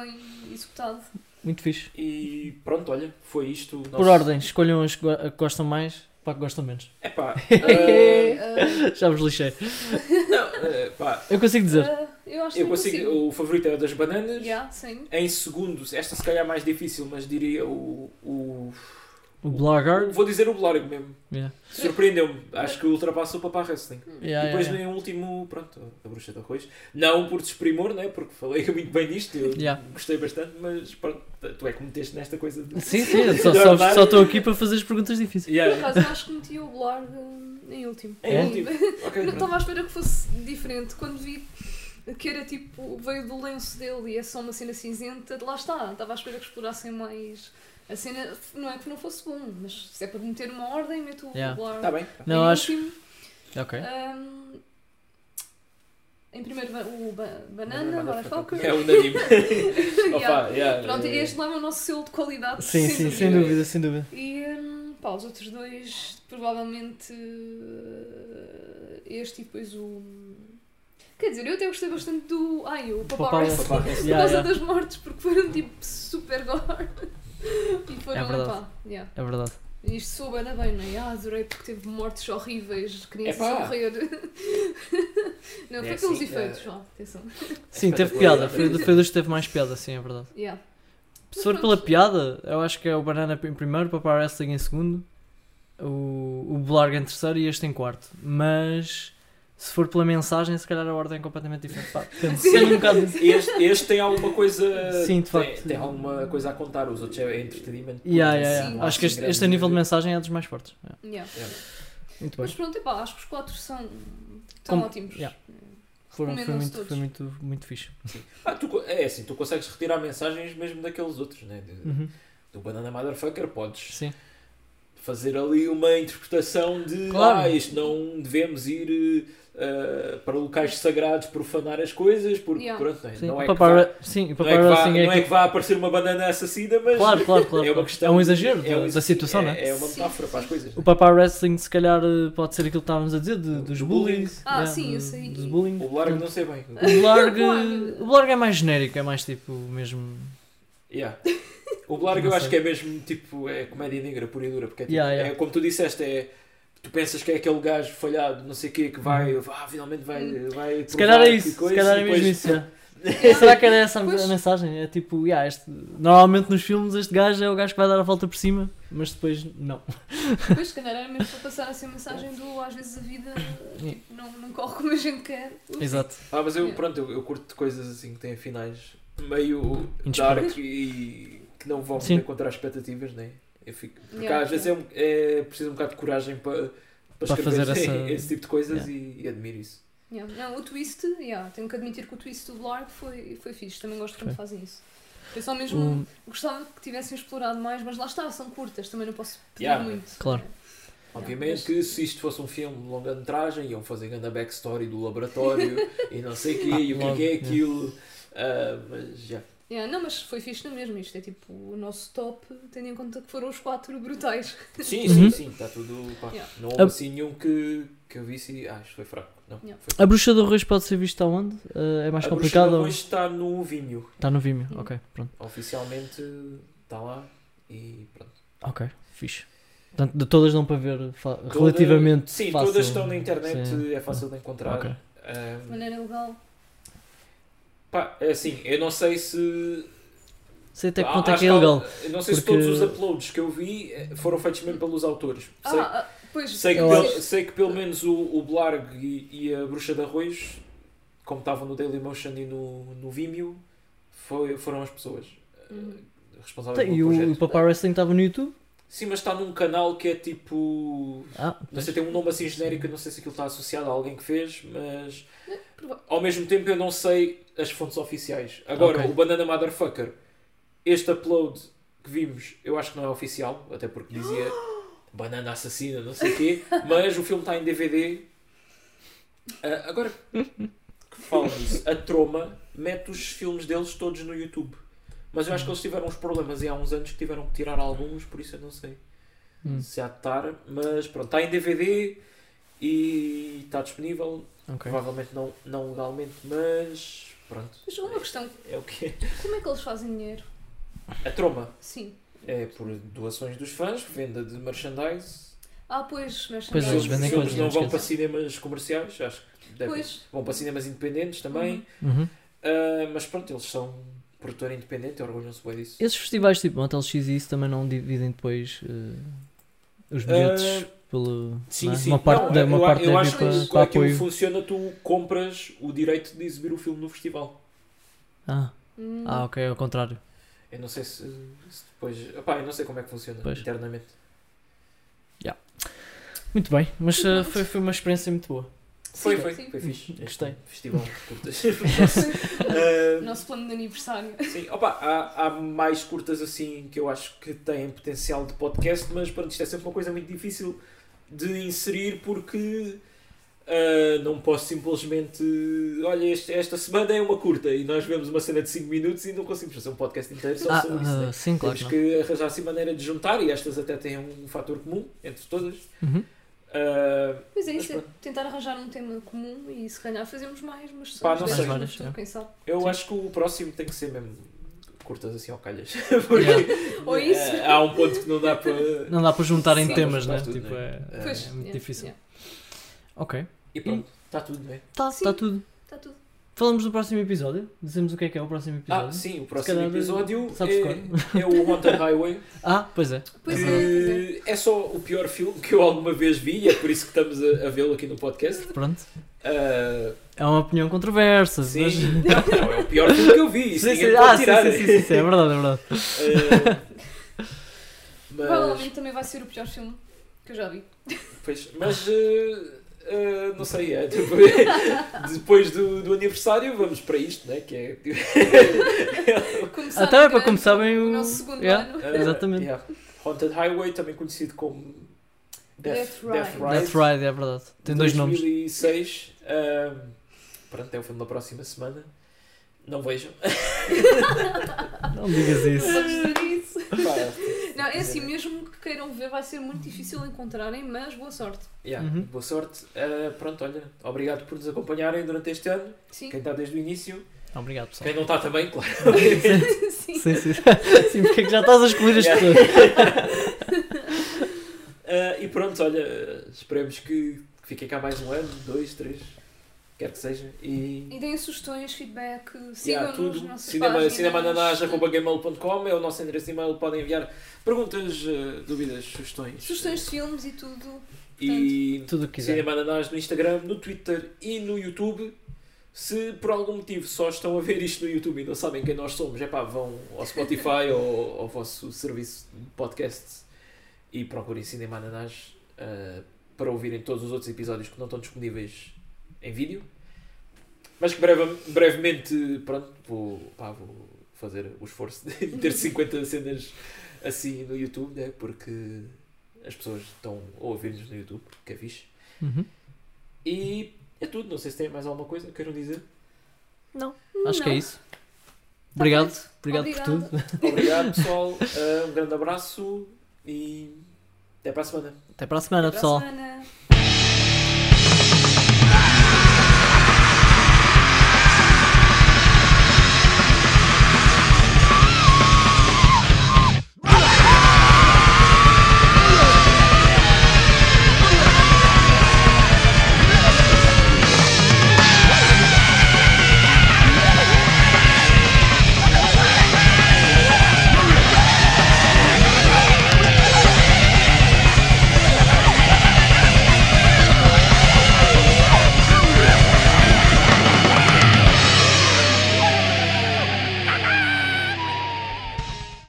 Speaker 2: bem executado.
Speaker 3: Muito fixe.
Speaker 1: E pronto, olha, foi isto. o
Speaker 3: Por
Speaker 1: nosso-
Speaker 3: ordem, escolham as que go- a que gostam mais para a que gostam menos.
Speaker 1: Epá, eh,
Speaker 2: Ah,
Speaker 3: Já vos lixei.
Speaker 1: não, eh, pá,
Speaker 3: Eu consigo dizer.
Speaker 2: ah, eu acho que
Speaker 1: eu consigo,
Speaker 3: assim.
Speaker 1: o favorito é o das bananas.
Speaker 2: Yeah, sim.
Speaker 1: Em segundo, esta se calhar é mais difícil, mas diria o. o-
Speaker 3: O Blogger.
Speaker 1: Vou dizer o Blorg mesmo.
Speaker 3: Yeah.
Speaker 1: Surpreendeu-me. Acho que ultrapassa o Papá Wrestling. e
Speaker 3: Yeah,
Speaker 1: depois
Speaker 3: yeah, yeah.
Speaker 1: vem o último, pronto, a Bruxa de Arroz. Não por desprimor, né? Porque falei muito bem disto, eu
Speaker 3: Yeah.
Speaker 1: gostei bastante, mas pronto, tu é que me meteste nesta coisa de.
Speaker 3: Sim, sim, eu só- só só estou aqui para fazer as perguntas difíceis.
Speaker 2: Por
Speaker 1: Yeah.
Speaker 2: acaso, eu acho que meti o blog ah, em último.
Speaker 1: É,
Speaker 3: É?
Speaker 1: último. Ok,
Speaker 2: Não
Speaker 1: pronto.
Speaker 2: estava à espera que fosse diferente. Quando vi que era tipo, veio do lenço dele e é só uma cena cinzenta, lá está. Estava à espera que explorassem mais a cena. Não é que não fosse bom, mas se é para meter uma ordem, meto
Speaker 3: Yeah.
Speaker 2: o blog.
Speaker 1: Está Tá bem.
Speaker 3: Não,
Speaker 2: em
Speaker 3: acho-
Speaker 2: último.
Speaker 3: Ok.
Speaker 2: Ahm, em primeiro, ba- o ba-
Speaker 1: Banana
Speaker 2: Banana, Motherfucker.
Speaker 1: É unânime.
Speaker 2: Yeah.
Speaker 1: Opa, yeah.
Speaker 2: Pronto,
Speaker 1: eh,
Speaker 2: este lá é o nosso selo de qualidade.
Speaker 3: Sim, sim, sem dúvida, sem dúvida.
Speaker 2: E hum, pá, os outros dois, provavelmente uh, este e depois o. Quer dizer, eu até gostei bastante do. Ai, o Papa,
Speaker 3: Papá-
Speaker 2: Wrestling,
Speaker 1: Papá
Speaker 2: por
Speaker 1: Wrestling.
Speaker 3: Yeah,
Speaker 2: causa
Speaker 3: yeah.
Speaker 2: das mortes, porque foram tipo super gore. e foram,
Speaker 3: É verdade.
Speaker 2: pá, yeah.
Speaker 3: É verdade.
Speaker 2: E isto soube ainda bem, não é? Ah, adorei porque teve mortes horríveis, crianças
Speaker 1: Epá.
Speaker 2: a morrer. não, foi
Speaker 1: É
Speaker 2: pelos
Speaker 1: assim,
Speaker 2: efeitos,
Speaker 1: é-
Speaker 2: só, atenção.
Speaker 3: Sim, teve piada. Foi, foi dos que teve mais piada, sim, é verdade.
Speaker 2: Yeah.
Speaker 3: Se for pela piada, eu acho que é o Banana em primeiro, o Papa Wrestling em segundo, o, o Blarg em terceiro e este em quarto. Mas se for pela mensagem, se calhar a ordem é completamente diferente. Pá, depende.
Speaker 2: Sim.
Speaker 3: Tem um bocado de-
Speaker 1: Este, este tem alguma coisa.
Speaker 3: Sim, de
Speaker 1: tem-
Speaker 3: facto.
Speaker 1: Tem, alguma coisa a contar, os outros é entretenimento.
Speaker 3: Yeah, yeah,
Speaker 2: Sim.
Speaker 3: yeah.
Speaker 1: Não há
Speaker 3: Acho que
Speaker 1: assim
Speaker 3: este, este a
Speaker 1: grande-
Speaker 3: nível de mensagem é dos mais fortes. Yeah.
Speaker 2: Yeah.
Speaker 3: Muito bem.
Speaker 2: Mas pronto, epá, acho que os quatro são tão
Speaker 3: Com-
Speaker 2: ótimos.
Speaker 3: yeah. Foram, foi,
Speaker 2: recomendam-se
Speaker 3: muito,
Speaker 2: todos.
Speaker 3: foi muito, muito fixe.
Speaker 1: Ah, tu co- é assim, tu consegues retirar mensagens mesmo daqueles outros, né? De-
Speaker 3: Uhum.
Speaker 1: Do Banana Motherfucker, podes
Speaker 3: Sim.
Speaker 1: fazer ali uma interpretação de
Speaker 3: Claro.
Speaker 1: ah, isto não devemos ir eh, ah, para locais sagrados profanar as coisas, porque
Speaker 2: Yeah.
Speaker 1: pronto, não é-
Speaker 3: Sim,
Speaker 1: não é
Speaker 3: o
Speaker 1: que
Speaker 3: Papa,
Speaker 1: vá-
Speaker 3: Wre- sim, o
Speaker 1: não
Speaker 3: Papa
Speaker 1: é que vá-
Speaker 3: Wrestling é,
Speaker 1: não é
Speaker 3: aquele-
Speaker 1: que vá aparecer uma banana assassina, mas
Speaker 3: Claro, claro, claro.
Speaker 1: é uma
Speaker 3: claro.
Speaker 1: questão.
Speaker 3: É um exagero
Speaker 1: é
Speaker 3: da,
Speaker 1: um-
Speaker 3: da situação, não é?
Speaker 1: É uma
Speaker 2: Sim,
Speaker 1: metáfora para as
Speaker 2: sim.
Speaker 1: coisas.
Speaker 3: O
Speaker 1: né?
Speaker 3: Papa Wrestling, se calhar, eh, pode ser aquilo que estávamos a dizer, de-
Speaker 1: Do-
Speaker 3: dos
Speaker 1: do
Speaker 3: bullies.
Speaker 2: Ah, sim,
Speaker 3: do-
Speaker 2: isso aí.
Speaker 3: Dos bullying.
Speaker 1: O Largo não sei bem.
Speaker 3: O blog,
Speaker 2: Blarg.
Speaker 3: o blog é mais genérico, é mais tipo mesmo.
Speaker 1: Yeah. O Blarg
Speaker 3: Não
Speaker 1: eu
Speaker 3: sei.
Speaker 1: acho que é mesmo tipo é comédia negra pura e dura, porque é, tipo,
Speaker 3: Yeah, yeah.
Speaker 1: é como tu disseste, é tu pensas que é aquele gajo falhado, não sei o quê, que vai, ah, finalmente vai, vai
Speaker 3: Uhum. Se calhar é
Speaker 1: provar
Speaker 3: isso,
Speaker 1: que coisa,
Speaker 3: se calhar é
Speaker 1: e
Speaker 3: mesmo
Speaker 1: depois-
Speaker 3: isso. é. Será que era essa a
Speaker 2: Pois.
Speaker 3: mensagem? É tipo, yeah, este- normalmente nos filmes este gajo é o gajo que vai dar a volta por cima, mas depois não.
Speaker 2: Pois, se calhar era mesmo para passar assim a mensagem do às vezes a vida
Speaker 3: Yeah.
Speaker 2: tipo, não, não corre como a gente quer.
Speaker 3: Exato.
Speaker 1: Ah, mas eu
Speaker 2: Yeah.
Speaker 1: pronto, eu, eu curto coisas assim que têm finais meio
Speaker 3: Inesperados.
Speaker 1: dark e que não vão
Speaker 3: Sim.
Speaker 1: contra as expectativas, né? Eu fico, porque
Speaker 2: Yeah,
Speaker 1: às vezes é, um- é preciso um bocado de coragem para, para, escrever
Speaker 3: Para fazer essa-
Speaker 1: esse tipo de coisas e, e admiro isso.
Speaker 2: Yeah. Não, o twist, yeah, tenho que admitir que o twist do Blarg foi, foi fixe, também gosto quando
Speaker 3: Foi.
Speaker 2: fazem isso. Eu só mesmo
Speaker 3: O-
Speaker 2: gostava que tivessem explorado mais, mas lá está, são curtas, também não posso pedir
Speaker 1: Yeah.
Speaker 2: muito.
Speaker 3: Claro.
Speaker 1: Obviamente que se isto fosse um filme de longa-metragem, iam fazer grande backstory do laboratório e não sei o quê,
Speaker 3: Ah,
Speaker 1: e o que é
Speaker 3: logo,
Speaker 1: que é
Speaker 3: yeah.
Speaker 1: aquilo. Ah, mas já.
Speaker 2: Yeah, não, mas foi fixe na mesma, isto é tipo o nosso top, tendo em conta que foram os quatro brutais.
Speaker 1: Sim,
Speaker 3: Uhum.
Speaker 1: sim,
Speaker 3: Ah.
Speaker 1: sim, está tudo. Pá,
Speaker 2: Yeah.
Speaker 1: Não houve
Speaker 3: A-
Speaker 1: assim nenhum que, que eu visse e. Ah, isto foi fraco. Não,
Speaker 2: Yeah.
Speaker 1: foi fraco.
Speaker 3: A bruxa do arroz pode ser vista aonde? Eh, é mais
Speaker 1: A
Speaker 3: complicado?
Speaker 1: Bruxa
Speaker 3: ou-
Speaker 1: Hoje está no vinho.
Speaker 3: Está no Vimeo, ok, pronto.
Speaker 1: Oficialmente está lá e pronto.
Speaker 3: Ok, fixe. Portanto, de todas dão para ver fa-
Speaker 1: Toda-
Speaker 3: relativamente
Speaker 1: Sim,
Speaker 3: fácil.
Speaker 1: todas estão na internet,
Speaker 3: Sim.
Speaker 1: é fácil de encontrar.
Speaker 3: Ok.
Speaker 1: Ah,
Speaker 2: De maneira legal.
Speaker 1: pá, é assim, eu não sei se
Speaker 3: Sei até que
Speaker 1: Ah,
Speaker 3: ponto é
Speaker 1: acho
Speaker 3: que é
Speaker 1: há-
Speaker 3: ilegal.
Speaker 1: eu Não sei se
Speaker 3: porque-
Speaker 1: todos os uploads que eu vi eh, foram feitos mesmo pelos autores. Sei,
Speaker 2: Ah, ah, pois.
Speaker 1: sei que,
Speaker 3: Eu
Speaker 1: pel-
Speaker 3: acho-
Speaker 1: sei que pelo menos o, o Blarg e, e a Bruxa de Arroz, como estavam no Dailymotion e no, no Vimeo, foi- foram as pessoas eh,
Speaker 2: Uhum.
Speaker 1: responsáveis
Speaker 3: Tem, um-
Speaker 1: pelo
Speaker 3: E o,
Speaker 1: projeto.
Speaker 3: o Papa Wrestling estava no YouTube?
Speaker 1: Sim, mas está num canal que é tipo.
Speaker 3: Ah,
Speaker 1: Não
Speaker 3: pois.
Speaker 1: sei, tem um nome assim genérico, eu não sei se aquilo está associado a alguém que fez, mas.
Speaker 2: prova-
Speaker 1: Ao mesmo tempo eu não sei as fontes oficiais. Agora,
Speaker 3: Ok.
Speaker 1: o Banana Motherfucker, este upload que vimos, eu acho que não é oficial, até porque dizia Banana Assassina, não sei o quê, mas o filme está em DVD Ah, agora que falo disso, a Troma mete os filmes deles todos no YouTube. Mas eu acho que eles tiveram uns problemas e há uns anos que tiveram que tirar alguns, por isso eu não sei
Speaker 3: Hum.
Speaker 1: se há de estar. Mas pronto, está em DVD e está disponível.
Speaker 3: Ok.
Speaker 1: Provavelmente não, não legalmente, mas pronto,
Speaker 2: Mas uma questão,
Speaker 1: é o que é.
Speaker 2: como é que eles fazem dinheiro?
Speaker 1: A Troma
Speaker 2: Sim.
Speaker 1: é por doações dos fãs, venda de merchandise.
Speaker 2: Ah, pois, mas
Speaker 3: Pois, é,
Speaker 1: Os
Speaker 3: eles vendem
Speaker 1: filmes
Speaker 3: coisas,
Speaker 1: não
Speaker 3: não
Speaker 1: vão
Speaker 3: esqueçam.
Speaker 1: para cinemas comerciais, acho que devem.
Speaker 2: Pois,
Speaker 1: Vão para cinemas independentes também.
Speaker 3: Uhum.
Speaker 1: Ah, mas pronto, eles são produtor independente, orgulham-se bem disso.
Speaker 3: Esses festivais tipo Motel X e isso também não dividem depois eh, os bilhetes pelo.
Speaker 1: Ah, Sim,
Speaker 3: não é?
Speaker 1: sim.
Speaker 3: Uma parte,
Speaker 1: Não,
Speaker 3: deve- uma
Speaker 1: eu,
Speaker 3: parte
Speaker 1: eu
Speaker 3: deve
Speaker 1: acho
Speaker 3: ir
Speaker 1: que é
Speaker 3: para,
Speaker 1: como
Speaker 3: para
Speaker 1: aquilo
Speaker 3: apoio.
Speaker 1: funciona, tu compras o direito de exibir o filme no festival.
Speaker 3: Ah,
Speaker 2: hum,
Speaker 3: ah, ok, ao contrário.
Speaker 1: Eu não sei se, se depois. Opá, eu não sei como é que funciona
Speaker 3: Pois.
Speaker 1: internamente.
Speaker 3: Muito bem, mas eh, foi, foi uma experiência muito boa.
Speaker 1: Foi,
Speaker 2: sim,
Speaker 1: foi,
Speaker 2: sim.
Speaker 1: foi fixe.
Speaker 3: Gostei.
Speaker 1: Este Festival de curtas. Ah,
Speaker 2: Nosso plano de aniversário.
Speaker 1: Sim, opa, há, há mais curtas assim que eu acho que têm potencial de podcast, mas pronto, isto é sempre uma coisa muito difícil de inserir porque ah, não posso simplesmente. Olha, este- esta semana é uma curta e nós vemos uma cena de 5 minutos e não conseguimos fazer um podcast inteiro só
Speaker 3: Ah,
Speaker 1: sobre isso.
Speaker 3: ah,
Speaker 1: né?
Speaker 3: sim, claro.
Speaker 1: Temos
Speaker 3: Que não.
Speaker 1: que arranjar assim maneira de juntar e estas até têm um fator comum entre todas.
Speaker 3: Uhum.
Speaker 1: Ah,
Speaker 2: Pois é,
Speaker 1: Mas
Speaker 2: isso é tentar arranjar um tema comum e se calhar fazemos mais, mas só
Speaker 1: Pá,
Speaker 2: uns
Speaker 1: não
Speaker 2: dez
Speaker 1: sei.
Speaker 2: minutos,
Speaker 3: Várias,
Speaker 2: então,
Speaker 3: é.
Speaker 2: quem sabe.
Speaker 1: eu
Speaker 3: Sim.
Speaker 1: acho que o próximo tem que ser mesmo curtas assim ao calhas. Porque
Speaker 2: Ou isso.
Speaker 1: ah, há um ponto que não dá para.
Speaker 3: Não dá para juntar em
Speaker 2: Sim,
Speaker 3: temas, né?
Speaker 1: mas faz tudo,
Speaker 3: tipo,
Speaker 1: né?
Speaker 3: é,
Speaker 1: Ah,
Speaker 2: Pois,
Speaker 3: é muito
Speaker 2: yeah,
Speaker 3: difícil.
Speaker 2: yeah.
Speaker 3: Ok.
Speaker 1: E pronto, está tudo, não é?
Speaker 3: Está
Speaker 2: Sim.
Speaker 3: tá tudo.
Speaker 2: Está tudo.
Speaker 3: Falamos do próximo episódio? Dizemos o que é que é o próximo episódio?
Speaker 1: Ah, sim, o próximo
Speaker 3: calhar,
Speaker 1: episódio
Speaker 3: sabes
Speaker 1: é, é o Haunted Highway,
Speaker 3: Ah, pois é.
Speaker 2: Pois é, pois é.
Speaker 1: que é só o pior filme que eu alguma vez vi e é por isso que estamos a, a vê-lo aqui no podcast.
Speaker 3: Pronto.
Speaker 1: Ah,
Speaker 3: É uma opinião controversa.
Speaker 1: sim,
Speaker 3: Mas...
Speaker 1: não, não, é o pior filme que eu vi, isso
Speaker 3: Sim,
Speaker 1: ninguém
Speaker 3: sim.
Speaker 1: pode
Speaker 3: Ah, sim,
Speaker 1: tirar.
Speaker 3: sim, sim, sim, sim, é verdade, é verdade.
Speaker 1: Ah, mas,
Speaker 2: Provavelmente também vai ser o pior filme que eu já vi.
Speaker 1: pois, mas ah, ah, não sei, é, depois, depois do, do aniversário vamos para isto, né? Que é,
Speaker 2: Começar
Speaker 3: Então é
Speaker 2: no
Speaker 3: para
Speaker 2: grande,
Speaker 3: começar bem
Speaker 2: né, o
Speaker 3: o-
Speaker 2: nosso segundo
Speaker 3: Yeah.
Speaker 2: ano.
Speaker 1: ah,
Speaker 3: Exatamente.
Speaker 1: yeah. Haunted Highway, também conhecido como Death,
Speaker 2: Death Ride.
Speaker 3: Death Ride, é verdade. Tem dois nomes.
Speaker 1: 2006. ahm, pronto, é o filme da próxima semana. Não vejam.
Speaker 3: Não digas
Speaker 1: É
Speaker 2: Não
Speaker 3: isso.
Speaker 2: vamos dizer isso.
Speaker 1: Pá, tipo,
Speaker 2: Não, é assim, mesmo que queiram ver, vai ser muito difícil encontrarem, mas boa sorte.
Speaker 1: yeah,
Speaker 3: Uhum.
Speaker 1: Boa sorte. Ah, pronto, olha, obrigado por nos acompanharem durante este ano.
Speaker 2: Sim.
Speaker 1: Quem está desde o início.
Speaker 3: Obrigado, pessoal.
Speaker 1: Quem não está também, claro.
Speaker 2: Sim.
Speaker 3: Sim, sim. Sim, porque é que já estás a excluir as
Speaker 1: Yeah.
Speaker 3: pessoas?
Speaker 1: Ah, e pronto, olha, esperemos que fiquem cá mais um ano, dois, três, quer que seja. E.
Speaker 2: E deem sugestões, feedback,
Speaker 1: Yeah,
Speaker 2: sigam-nos nas
Speaker 1: tudo.
Speaker 2: nossas
Speaker 1: Cinema,
Speaker 2: páginas.
Speaker 1: cinemananás.gmail.com é o nosso endereço de e-mail. Podem enviar perguntas, ah, dúvidas, sugestões.
Speaker 2: Sugestões de filmes e tudo.
Speaker 1: E
Speaker 3: Tudo o que
Speaker 2: é
Speaker 3: quiser.
Speaker 1: Cinema Ananás no Instagram, no Twitter e no YouTube. Se por algum motivo só estão a ver isto no YouTube e não sabem quem nós somos, é pá, vão ao Spotify ou ao vosso serviço de podcast e procurem Cinema Ananás ah, para ouvirem todos os outros episódios que não estão disponíveis em vídeo. Mas que breve- brevemente, pronto, vou, pá, vou fazer o esforço de ter 50 cenas assim no YouTube, né? porque as pessoas estão a ouvir-nos no YouTube, que é fixe.
Speaker 3: Uhum.
Speaker 1: E é tudo. Não sei se tem mais alguma coisa que queiram dizer.
Speaker 3: Acho que é
Speaker 2: Não.
Speaker 3: isso. Obrigado.
Speaker 2: feito.
Speaker 3: Obrigado por
Speaker 2: Obrigada.
Speaker 3: tudo.
Speaker 1: Obrigado, pessoal. Ah, um grande abraço e até para a semana.
Speaker 3: Até para a semana,
Speaker 2: Até para a
Speaker 3: pessoal.
Speaker 2: semana.